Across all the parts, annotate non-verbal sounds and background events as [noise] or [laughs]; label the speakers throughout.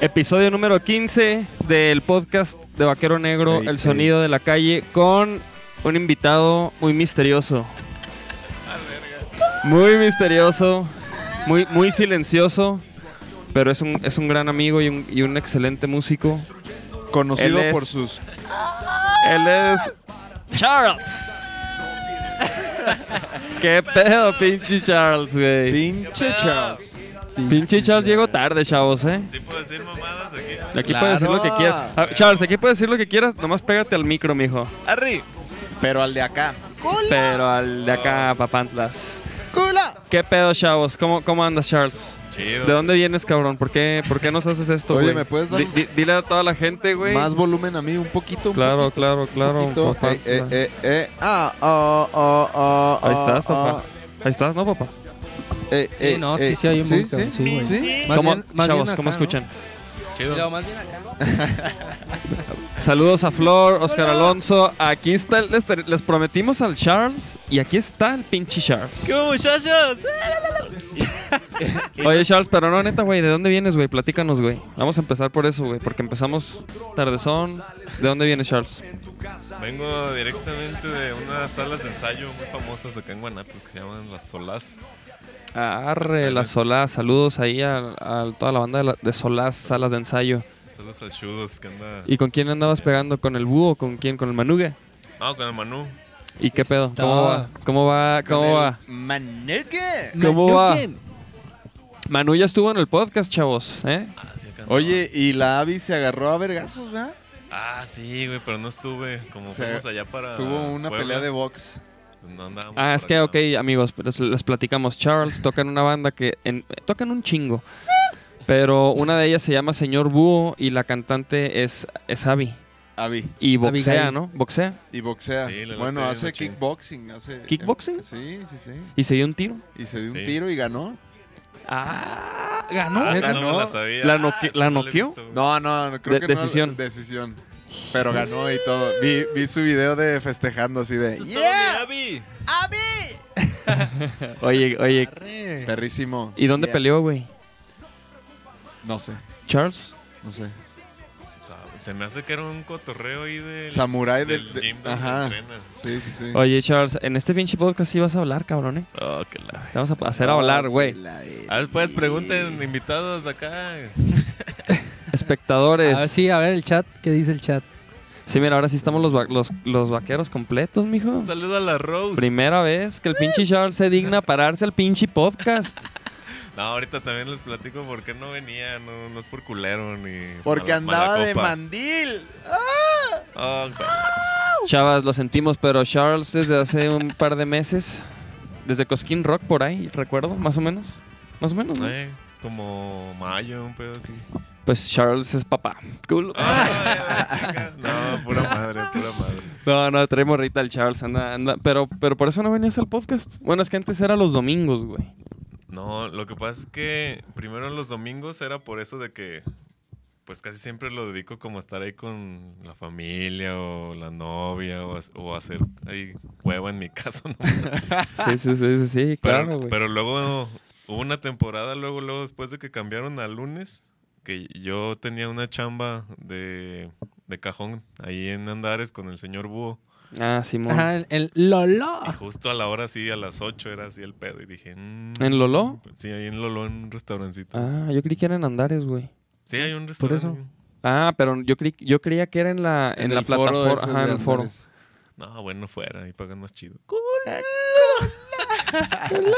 Speaker 1: Episodio número 15 del podcast de Vaquero Negro,
Speaker 2: Ey,
Speaker 1: El
Speaker 2: ey.
Speaker 1: Sonido de la Calle, con un invitado muy misterioso. Muy misterioso, muy, muy silencioso, pero es un, es un gran amigo y un, y un excelente músico.
Speaker 2: Conocido
Speaker 1: Él es-
Speaker 2: por sus.
Speaker 1: Él es Charles. [laughs] ¿Qué pedo, pinche Charles, güey?
Speaker 2: Pinche Charles.
Speaker 1: Pinche Charles llegó tarde, chavos, ¿eh?
Speaker 3: Sí puedo decir mamadas aquí.
Speaker 1: Aquí puedes decir lo que quieras. Ah, Charles, aquí puedes decir lo que quieras, nomás pégate al micro, mijo.
Speaker 3: Arri.
Speaker 2: Pero al de acá.
Speaker 1: Pero al de acá, papantlas.
Speaker 2: ¡Cula!
Speaker 1: ¿Qué pedo, chavos? ¿Cómo, cómo andas, Charles?
Speaker 3: Chido.
Speaker 1: ¿De dónde vienes, cabrón? ¿Por qué, por qué nos haces esto,
Speaker 2: Oye,
Speaker 1: güey?
Speaker 2: ¿me puedes dar
Speaker 1: Di- di- Dile a toda la gente, güey.
Speaker 2: Más volumen a mí, un poquito. un
Speaker 1: Claro,
Speaker 2: poquito,
Speaker 1: claro, claro.
Speaker 2: Un poquito.
Speaker 1: papá.
Speaker 2: Eh, eh, eh, eh. Ah, ah, ah, ah,
Speaker 1: Ahí
Speaker 2: ah,
Speaker 1: estás,
Speaker 2: ah.
Speaker 1: papá. Ahí estás, ¿no, papá?
Speaker 2: Eh,
Speaker 4: Sí,
Speaker 2: eh,
Speaker 4: no, sí,
Speaker 2: eh,
Speaker 4: sí hay un
Speaker 2: ¿sí,
Speaker 4: montón,
Speaker 2: sí,
Speaker 4: sí, güey.
Speaker 2: sí.
Speaker 4: Más
Speaker 1: ¿Cómo,
Speaker 4: bien- más
Speaker 1: chavos,
Speaker 4: bien
Speaker 1: ¿cómo
Speaker 4: acá, ¿no?
Speaker 1: escuchan?
Speaker 4: Pero más bien acá.
Speaker 1: [laughs] Saludos a Flor, Oscar Alonso. Aquí está, el- les, les prometimos al Charles y aquí está el pinche Charles.
Speaker 3: ¿Cómo, muchachos?
Speaker 1: Oye, Charles, pero no, neta, güey, ¿de dónde vienes, güey? Platícanos, güey. Vamos a empezar por eso, güey, porque empezamos tardezón. ¿De dónde vienes, Charles?
Speaker 3: Vengo directamente de unas salas de ensayo muy famosas acá en Guanatos que se llaman Las Solas.
Speaker 1: Arre, la Solás. Saludos ahí a, a toda la banda de, la- de Solás, salas de ensayo.
Speaker 3: Saludos a Chudos que anda.
Speaker 1: ¿Y con quién andabas pegando? ¿Con el búho? ¿Con quién? ¿Con el manuga?
Speaker 3: Ah, con el Manu.
Speaker 1: ¿Y qué pedo? ¿Cómo va? ¿Cómo va?
Speaker 2: Con
Speaker 1: ¿Cómo
Speaker 2: el
Speaker 1: va?
Speaker 2: maneque.
Speaker 1: ¿Cómo va?
Speaker 4: Manuken.
Speaker 1: Manu ya estuvo en el podcast, chavos, ¿eh?
Speaker 3: Ah, sí, acá andaba.
Speaker 2: Oye, y la Avi se agarró a vergazos, ¿verdad?
Speaker 3: Ah, sí, güey, pero no estuve. Como
Speaker 2: O sea,
Speaker 3: fuimos allá para.
Speaker 2: Tuvo una
Speaker 3: Puebla, pues,
Speaker 2: pelea de box.
Speaker 3: No andábamos
Speaker 1: Ah,
Speaker 3: por
Speaker 1: es que, ok,
Speaker 3: acá.
Speaker 1: amigos, pues, les, les platicamos. Charles toca en una banda que. en- tocan un chingo. Pero una de ellas se llama Señor Búho y la cantante es, es Abby.
Speaker 2: Avi.
Speaker 1: Y boxea,
Speaker 4: Abigail.
Speaker 1: ¿no? Boxea.
Speaker 2: Y boxea.
Speaker 3: Sí, le
Speaker 2: bueno,
Speaker 3: late
Speaker 2: hace
Speaker 3: machín.
Speaker 2: kickboxing. Hace,
Speaker 1: ¿Kickboxing?
Speaker 2: Sí, sí, sí.
Speaker 1: Y se dio un tiro.
Speaker 2: Y se dio un
Speaker 3: Sí.
Speaker 2: tiro y ganó.
Speaker 1: Ah,
Speaker 3: Ah,
Speaker 1: ganó.
Speaker 3: esa
Speaker 2: Neta,
Speaker 3: no,
Speaker 2: ¿no?
Speaker 3: me la sabía.
Speaker 1: ¿La noque-
Speaker 3: Ah, esa
Speaker 1: la
Speaker 3: no he
Speaker 1: noqueó?
Speaker 3: visto, güey.
Speaker 2: No, no, no, creo
Speaker 1: De-
Speaker 2: que
Speaker 1: decisión.
Speaker 2: no. Decisión. Pero ganó y todo. Vi, vi su video de festejando así de.
Speaker 3: Eso es todo, mi
Speaker 2: ¡Yeah!
Speaker 3: Abby.
Speaker 1: Oye, oye.
Speaker 2: Perrísimo.
Speaker 1: ¿Y dónde
Speaker 2: Yeah.
Speaker 1: peleó, güey?
Speaker 2: No sé,
Speaker 1: Charles.
Speaker 2: no sé.
Speaker 3: O sea, se me hace que era un cotorreo ahí del.
Speaker 2: Samurái del.
Speaker 3: del
Speaker 2: de-
Speaker 3: gym donde
Speaker 2: ajá.
Speaker 3: entrena.
Speaker 2: Sí, sí, sí.
Speaker 1: Oye, Charles, en este pinche podcast sí vas a hablar, cabrón, ¿eh?
Speaker 3: Oh, qué la.
Speaker 1: Te vamos a hacer hablar, güey.
Speaker 3: A ver, pues pregunten invitados acá.
Speaker 1: Espectadores.
Speaker 4: A ver, Ah, sí, a ver el chat. ¿Qué dice el chat?
Speaker 1: Sí, mira, ahora sí estamos los, va- los, los vaqueros completos, mijo.
Speaker 3: Un saludo a la Rose.
Speaker 1: Primera vez que el pinche Charles se digna a pararse al pinche podcast.
Speaker 3: No, ahorita también les platico por qué no venía, no, no es por culero ni
Speaker 2: Porque
Speaker 3: mala- mala
Speaker 2: andaba de
Speaker 3: copa.
Speaker 2: mandil.
Speaker 3: Ah, güey.
Speaker 1: Chavas, lo sentimos, pero Charles desde hace un par de meses, desde Cosquín Rock por ahí, recuerdo, más o menos. Más o menos, ¿no?
Speaker 3: Eh, como mayo, un pedo
Speaker 2: [laughs]
Speaker 3: así.
Speaker 1: Pues Charles es papá. Cool.
Speaker 3: Ah, no, pura madre, pura madre.
Speaker 1: No, no, trae morrita el Charles, anda, anda. Pero, pero por eso no venías al podcast. Bueno, es que antes era los domingos, güey.
Speaker 3: No, lo que pasa es que primero los domingos era por eso de que pues casi siempre lo dedico como a estar ahí con la familia o la novia o, a- o hacer ahí huevo en mi [laughs] casa. ¿no?
Speaker 1: Sí, sí, sí, sí, sí,
Speaker 3: Pero,
Speaker 1: claro, güey.
Speaker 3: pero luego hubo una temporada, luego, luego, después de que cambiaron a lunes, que yo tenía una chamba de, de cajón ahí en Andares con el señor Búho.
Speaker 1: Ah, Simón.
Speaker 4: Ajá, el, el Lolo.
Speaker 1: Ah.
Speaker 3: Y justo a la hora sí, a las 8 era así el pedo. Y dije, mm,
Speaker 1: ¿En Loló?
Speaker 3: Sí, ahí en Loló, en un restaurancito.
Speaker 1: Ah, yo creí que eran andares, güey.
Speaker 3: Sí, hay un
Speaker 1: por
Speaker 3: restaurante.
Speaker 1: eso. Ah, pero yo creí, yo creía que era en la, en la
Speaker 2: el foro
Speaker 1: plataforma,
Speaker 2: ese
Speaker 1: ajá,
Speaker 2: de
Speaker 1: en el foro.
Speaker 2: Andares.
Speaker 3: No, bueno, fuera, ahí pagan más chido.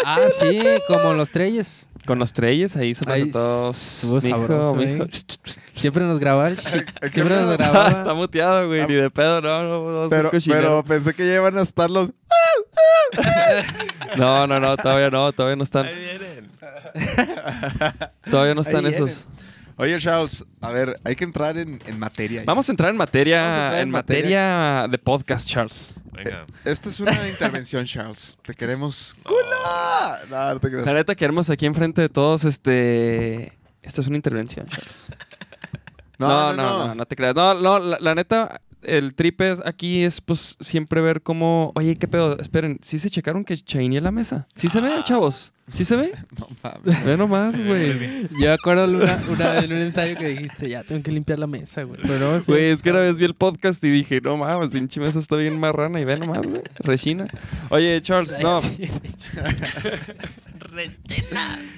Speaker 4: Ah, sí, como los Treyes.
Speaker 1: Con los treyes ahí se pasa
Speaker 4: Ay,
Speaker 1: todo.
Speaker 4: estuvo
Speaker 1: mijo,
Speaker 4: sabroso,
Speaker 1: mijo. [laughs]
Speaker 4: ¿eh? Siempre nos grababa el chic. Siempre nos
Speaker 1: Está,
Speaker 2: [laughs]
Speaker 4: grababa.
Speaker 1: está muteado, güey, ni de pedo, no, no, no, no,
Speaker 2: Pero,
Speaker 1: soy cochinero.
Speaker 2: pero pensé que ya iban a estar los.
Speaker 1: no, no, no, todavía no, todavía no están,
Speaker 3: vienen.
Speaker 1: todavía no están
Speaker 2: Ahí
Speaker 1: esos.
Speaker 2: Oye, Charles, a ver, hay que entrar en, en materia. ya.
Speaker 1: Vamos a entrar en materia,
Speaker 2: Vamos a entrar en
Speaker 1: en materia de podcast, Charles.
Speaker 3: Venga.
Speaker 2: Esta es
Speaker 1: [laughs]
Speaker 2: una intervención, Charles. Te queremos. ¡Cula! No, no te creas.
Speaker 1: La neta queremos aquí enfrente de todos, este... Esta es una intervención,
Speaker 2: [laughs]
Speaker 1: Charles. No, no, no, no, te creas. No, no, la, la neta, el trip es aquí es pues siempre ver cómo, oye, qué pedo, esperen, sí se checaron que chainé la mesa. Sí se
Speaker 2: Ah.
Speaker 1: ve, chavos. Sí se ve.
Speaker 2: No mames.
Speaker 1: Ve [laughs] nomás, güey.
Speaker 4: [laughs] Yo me acuerdo una, una vez en un ensayo que dijiste, ya tengo que limpiar la mesa, güey. Pero no me fui.
Speaker 1: Güey, es que una vez vi el podcast y dije, no mames, pinche mesa está bien marrana y ve nomás, güey. Regina. Oye, Charles,
Speaker 4: Ay,
Speaker 1: no.
Speaker 4: [laughs] sí.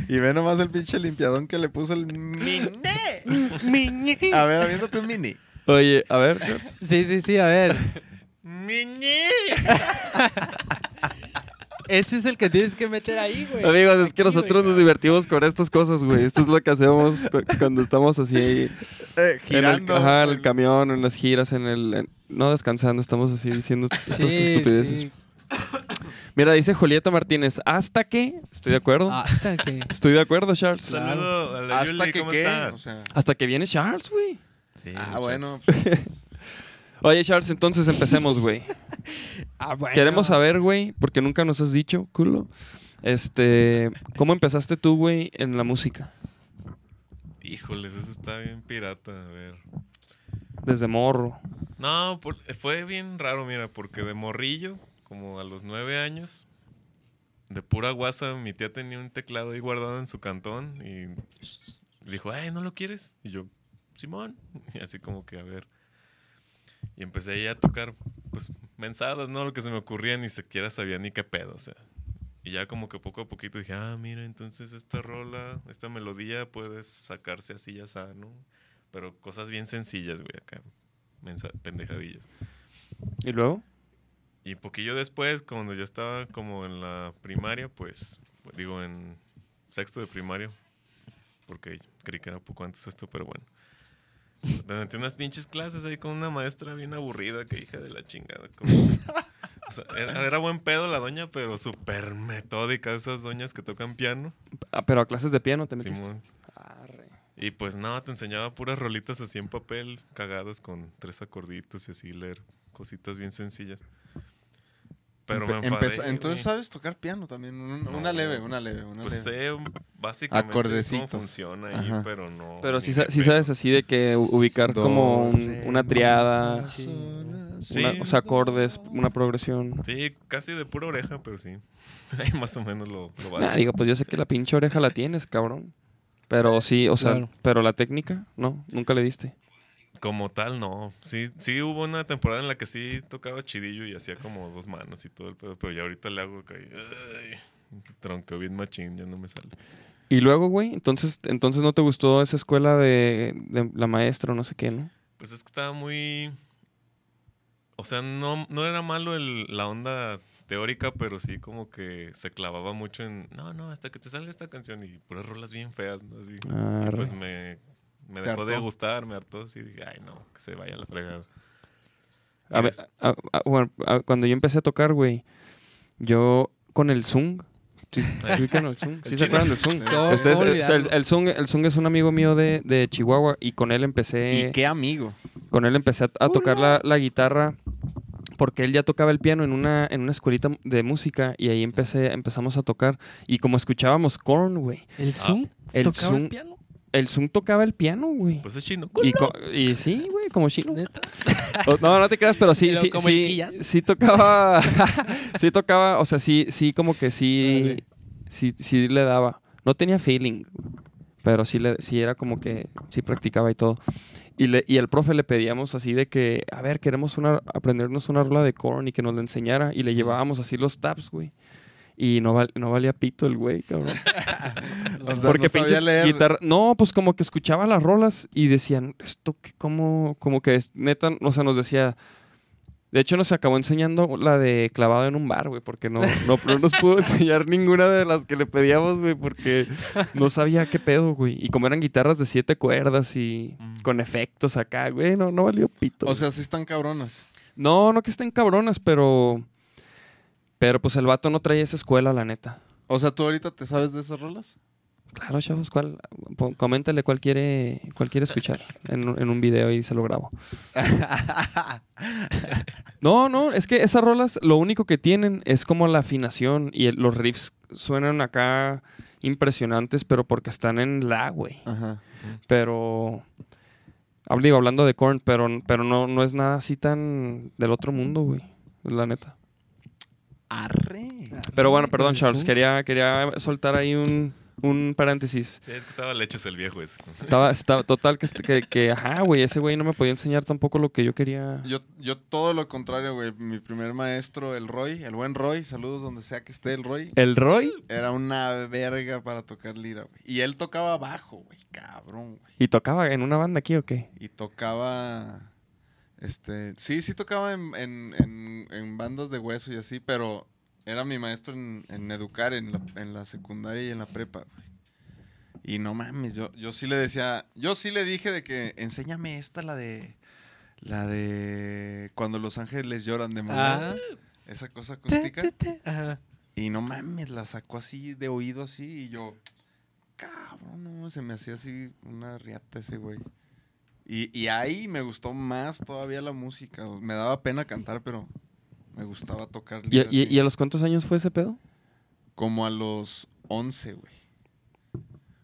Speaker 2: Y ve nomás el pinche limpiadón que le puso el mini. A ver, aviéntate un mini. Eh,
Speaker 1: Oye, a ver, Charles.
Speaker 4: Sí, sí, sí, a ver.
Speaker 3: Miñi.
Speaker 4: [laughs] Ese es el que tienes que meter ahí, güey.
Speaker 1: Amigos, es
Speaker 4: Aquí,
Speaker 1: que nosotros
Speaker 4: güey.
Speaker 1: nos divertimos con estas cosas, güey. Esto es lo que hacemos cu- cuando estamos así
Speaker 2: Eh,
Speaker 1: En
Speaker 2: girando.
Speaker 1: el, ajá, en el camión, en las giras, en el. en- no descansando, estamos así diciendo estas estupideces.
Speaker 4: sí.
Speaker 1: Mira, dice Julieta Martínez, hasta que. Estoy de acuerdo.
Speaker 4: Hasta que.
Speaker 1: Estoy de acuerdo, Charles.
Speaker 3: Saludo a la
Speaker 2: Hasta
Speaker 3: Yuli,
Speaker 2: que
Speaker 3: ¿cómo
Speaker 2: qué.
Speaker 3: está?
Speaker 2: O sea,
Speaker 1: Hasta que viene Charles, güey.
Speaker 3: Sí,
Speaker 2: ah,
Speaker 3: muchachos.
Speaker 2: bueno. pues,
Speaker 1: Oye, Charles, entonces empecemos, güey.
Speaker 4: Ah, bueno.
Speaker 1: Queremos saber, güey, porque nunca nos has dicho, culo. Este. ¿Cómo empezaste tú, güey, en la música?
Speaker 3: Híjoles, eso está bien pirata. A ver.
Speaker 1: Desde morro.
Speaker 3: No, por- fue bien raro, mira, porque de morrillo, como a los nueve años, de pura guasa, mi tía tenía un teclado ahí guardado en su cantón y dijo, ay, ¿no lo quieres? Y yo, Simón. [laughs] Y así como que, a ver. Y empecé ahí a tocar, pues, mensadas, ¿no? Lo que se me ocurría, ni siquiera sabía ni qué pedo, o sea. Y ya como que poco a poquito dije, ah, mira, entonces esta rola, esta melodía puedes sacarse así ya sano. Pero cosas bien sencillas, güey, acá. mensa- Pendejadillas.
Speaker 1: ¿Y luego?
Speaker 3: Y poquillo después, cuando ya estaba como en la primaria, pues, pues, digo, en sexto de primaria, porque creí que era poco antes esto, pero bueno. Me metí unas pinches clases ahí con una maestra bien aburrida, que hija de la chingada. como- o sea, era, era buen pedo la doña, pero súper metódica, esas doñas que tocan piano.
Speaker 1: Ah, pero a clases de piano te metiste.
Speaker 3: Simón.
Speaker 1: Arre.
Speaker 3: Y pues nada, te enseñaba puras rolitas así en papel, cagadas con tres acorditos y así leer cositas bien sencillas. Pero me
Speaker 2: empe-
Speaker 3: enfadé.
Speaker 2: empeza- Entonces
Speaker 3: güey.
Speaker 2: sabes tocar piano también. Un-
Speaker 3: No.
Speaker 2: Una leve, una leve, una
Speaker 3: Pues
Speaker 2: leve.
Speaker 3: sé básicamente
Speaker 2: Acordecitos.
Speaker 3: cómo funciona ahí,
Speaker 2: Ajá.
Speaker 3: pero no.
Speaker 1: Pero sí,
Speaker 3: ni
Speaker 1: sa-
Speaker 3: de
Speaker 1: sí
Speaker 3: pedo.
Speaker 1: sabes así de que u- ubicar
Speaker 2: Do,
Speaker 1: como un-
Speaker 2: re,
Speaker 1: una
Speaker 2: Ah,
Speaker 1: triada,
Speaker 4: Sí.
Speaker 1: una-
Speaker 3: Sí.
Speaker 1: o sea, acordes, una progresión.
Speaker 3: Sí, casi de pura oreja, pero sí. [laughs] Ahí Más o menos lo, lo
Speaker 1: Nah,
Speaker 3: básico.
Speaker 1: digo, pues yo sé que la pinche oreja la tienes, cabrón. Pero sí, o sea,
Speaker 4: Claro.
Speaker 1: pero la técnica, no, nunca le diste.
Speaker 3: Como tal, no. Sí, sí hubo una temporada en la que sí tocaba chidillo y hacía como dos manos y todo el pedo, pero ya ahorita le hago que. ay, Tronco bien machín, ya no me sale.
Speaker 1: Y luego, güey, entonces, entonces no te gustó esa escuela de, de la maestra o no sé qué, ¿no?
Speaker 3: Pues es que estaba muy. O sea, no, no era malo el- la onda teórica, pero sí como que se clavaba mucho en. No, no, hasta que te salga esta canción y puras rolas bien feas, ¿no? Así. Y
Speaker 1: Ah, Arre.
Speaker 3: pues me, me
Speaker 2: Te
Speaker 3: dejó de
Speaker 2: hartó.
Speaker 3: gustar, me hartó. Así dije, ay, no, que se vaya a la fregada.
Speaker 1: A ver, a- a- bueno, a- cuando yo empecé a tocar, güey, yo con el Zung. Sí, sí ubican el Zung? ¿Sí se
Speaker 3: chino.
Speaker 1: acuerdan del Zung?
Speaker 4: ¿Cómo-
Speaker 1: Ustedes-
Speaker 4: cómo
Speaker 1: o sea, el,
Speaker 4: olvidarlo?
Speaker 1: el Zung, el Zung es un amigo mío de, de Chihuahua y con él empecé.
Speaker 2: Y qué [laughs] amigo.
Speaker 1: Con él empecé a, a tocar la, la guitarra porque él ya tocaba el piano en una, en una escuelita de música y ahí empecé, empezamos a tocar. Y como escuchábamos Korn, güey,
Speaker 4: ¿El Zoom?
Speaker 1: el
Speaker 4: ¿Tocaba
Speaker 1: Zoom-
Speaker 4: Ah, el piano?
Speaker 1: el Zoom tocaba el piano, güey.
Speaker 3: Pues es chino.
Speaker 1: y, co- y sí, güey, como chino.
Speaker 4: ¿Neta?
Speaker 1: O- No, no te creas, pero sí,
Speaker 4: [laughs] Pero
Speaker 1: sí,
Speaker 4: como el
Speaker 1: sí,
Speaker 4: Quillas.
Speaker 1: sí tocaba, [laughs] sí tocaba, o sea, sí, sí, como que sí, sí, sí le daba. No tenía feeling, pero sí, le, sí era como que sí practicaba y todo. Y, le, y al profe le pedíamos así de que, a ver, queremos una, aprendernos una rola de Korn y que nos la enseñara. Y le llevábamos así los tabs, güey. Y no, val- no valía pito el güey, cabrón.
Speaker 2: Ah, O sea,
Speaker 1: Porque
Speaker 2: no sabía
Speaker 1: pinches
Speaker 2: leer.
Speaker 1: guitarra- No, pues como que escuchaba las rolas y decían, esto que como, como que es neta, o sea, nos decía. De hecho, nos acabó enseñando la de clavado en un bar, güey, porque no, no, no nos pudo [laughs] enseñar ninguna de las que le pedíamos, güey, porque no sabía qué pedo, güey. Y como eran guitarras de siete cuerdas y
Speaker 3: Mm.
Speaker 1: con efectos acá, güey, no, no valió pito.
Speaker 2: O
Speaker 1: güey.
Speaker 2: sea, sí están cabronas.
Speaker 1: no, no que estén cabronas, pero. Pero pues el vato no traía esa escuela, la neta.
Speaker 2: O sea, ¿tú ahorita te sabes de esas rolas?
Speaker 1: Claro, chavos, ¿cuál, po- coméntale cuál quiere, cuál quiere escuchar en, un- en un video y se lo grabo. No, no, es que esas rolas lo único que tienen es como la afinación y el- los riffs suenan acá impresionantes, pero porque están en la, güey.
Speaker 2: Ajá.
Speaker 1: Pero, hab- digo, hablando de Korn, pero, pero no, no es nada así tan del otro mundo, güey. La neta.
Speaker 2: Arre.
Speaker 1: Pero bueno, perdón,
Speaker 4: Eso.
Speaker 1: Charles. Quería, quería soltar ahí un, un paréntesis.
Speaker 3: Sí, es que estaba lechos el viejo ese.
Speaker 1: Estaba, estaba total que, este- que, que, ajá, güey, ese güey no me podía enseñar tampoco lo que yo quería.
Speaker 2: Yo, yo todo lo contrario, güey. Mi primer maestro, el Roy, el buen Roy, saludos donde sea que esté el Roy.
Speaker 1: ¿El Roy?
Speaker 2: Era una verga para tocar lira, güey. Y él tocaba bajo, güey, cabrón, güey.
Speaker 1: ¿Y tocaba en una banda aquí o qué?
Speaker 2: Y tocaba. Este. Sí, sí tocaba en, en- en- en bandas de hueso y así, pero era mi maestro en, en educar en la, en la secundaria y en la prepa, güey. Y no mames, yo, yo sí le decía. Yo sí le dije de que enséñame esta, la de. La de. Cuando los ángeles lloran de
Speaker 4: Ah.
Speaker 2: mamá. Esa cosa
Speaker 4: Te,
Speaker 2: acústica.
Speaker 4: te, te. Ajá.
Speaker 2: Y no mames, la sacó así de oído así y yo, cabrón, no, se me hacía así una riata ese güey. Y, y ahí me gustó más todavía la música. o- Me daba pena cantar, pero me gustaba tocar.
Speaker 1: ¿Y,
Speaker 2: lira,
Speaker 1: y-
Speaker 2: así.
Speaker 1: y a los cuántos años fue ese pedo?
Speaker 2: Como a los 11, güey.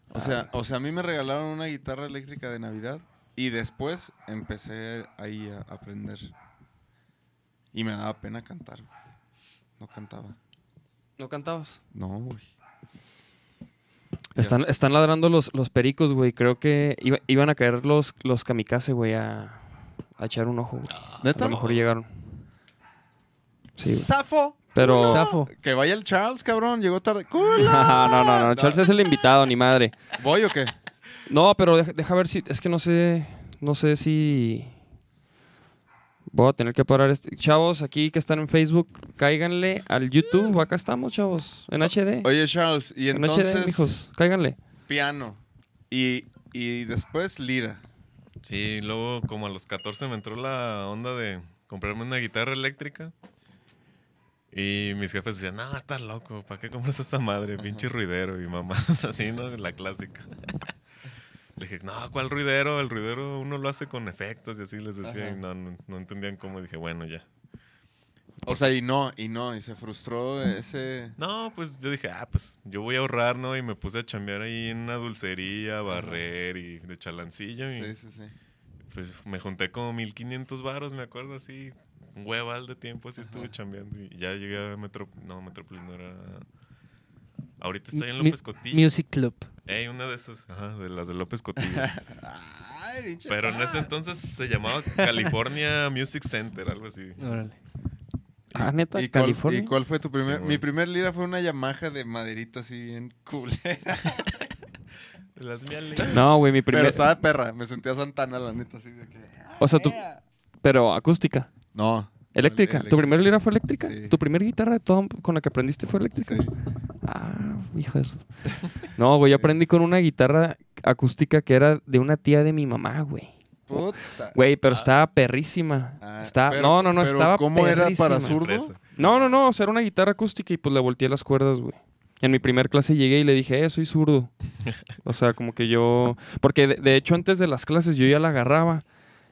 Speaker 2: O
Speaker 1: Ah.
Speaker 2: sea, o sea, a mí me regalaron una guitarra eléctrica de Navidad y después empecé ahí a aprender. Y me daba pena cantar, güey. No cantaba.
Speaker 1: ¿No cantabas?
Speaker 2: No, güey.
Speaker 1: Están, están ladrando los, los pericos, güey. Creo que iba- iban a caer los, los kamikaze, güey, a, a echar un ojo. güey. Ah, A
Speaker 2: ¿Neta?
Speaker 1: lo mejor llegaron. Sí, güey.
Speaker 2: Safo.
Speaker 1: Pero...
Speaker 4: Zafo.
Speaker 2: Que vaya el Charles, cabrón. Llegó tarde. [laughs] ¡Culo!
Speaker 1: [laughs] No, no, no, no. Charles es el invitado, ni madre.
Speaker 2: ¿Voy o qué?
Speaker 1: No, pero deja, deja ver si. Es que no sé. No sé si. Voy a tener que parar. Este. Chavos, aquí que están en Facebook, cáiganle al YouTube. Acá estamos, chavos. En HD.
Speaker 2: Oye, Charles, y
Speaker 1: en HD,
Speaker 2: entonces
Speaker 1: mijos. Cáiganle.
Speaker 2: piano. Y, y después lira.
Speaker 3: Sí, luego como a los 14 me entró la onda de comprarme una guitarra eléctrica. Y mis jefes decían, no, estás loco, ¿para qué compras esa madre? Pinche ruidero y mamás [laughs] así, ¿no? La clásica. [laughs] Le dije, no, ¿cuál ruidero? El ruidero uno lo hace con efectos y así les decía. Y no, no, no entendían cómo. Dije, bueno, ya.
Speaker 2: O sea, y no, y no. Y se frustró ese.
Speaker 3: No, pues yo dije, ah, pues yo voy a ahorrar, ¿no? Y me puse a chambear ahí en una dulcería, a barrer y de chalancillo. Y
Speaker 2: Sí, sí, sí.
Speaker 3: pues me junté como 1500 varos, me acuerdo así, un hueval de tiempo, así estuve chambeando y ya llegué a Metro, no, Metrópolis no era... Ahorita estoy en
Speaker 4: Mi-
Speaker 3: López Cotillo.
Speaker 4: Music Club.
Speaker 3: Ey, una de esas, ajá, de las de López Cotillo.
Speaker 2: Ay, pinche
Speaker 3: Pero en ese entonces se llamaba California Music Center, algo así.
Speaker 4: Órale.
Speaker 1: Ah, neta,
Speaker 2: ¿Y cuál,
Speaker 1: California.
Speaker 2: y cuál fue tu primer?
Speaker 3: güey.
Speaker 2: Mi primer lira fue una Yamaha de maderita así bien cool.
Speaker 3: Las miales.
Speaker 1: No, güey, mi
Speaker 2: Pero
Speaker 1: primer.
Speaker 2: estaba de perra. Me sentía Santana, la neta, así de que.
Speaker 1: O sea, tú.
Speaker 2: "Ah".
Speaker 1: Pero acústica.
Speaker 2: No.
Speaker 1: Eléctrica. ¿Tu primer lira fue eléctrica?
Speaker 2: Sí.
Speaker 1: ¿Tu primer guitarra de todo con la que aprendiste fue eléctrica?
Speaker 2: Sí.
Speaker 1: Ah, hijo de eso. No, güey, yo aprendí con una guitarra acústica que era de una tía de mi mamá, güey.
Speaker 2: Puta.
Speaker 1: Güey, pero estaba perrísima.
Speaker 2: Ah,
Speaker 1: estaba,
Speaker 2: pero-
Speaker 1: no, no, no,
Speaker 2: pero
Speaker 1: estaba
Speaker 2: ¿Cómo era para
Speaker 1: perrísima.
Speaker 2: zurdo?
Speaker 1: No, no, no, o sea, era una guitarra acústica y pues le volteé las cuerdas, güey. En mi primer clase llegué y le dije, eh, soy
Speaker 2: [laughs]
Speaker 1: zurdo. O sea, como que yo... Porque de, de hecho antes de las clases yo ya la agarraba.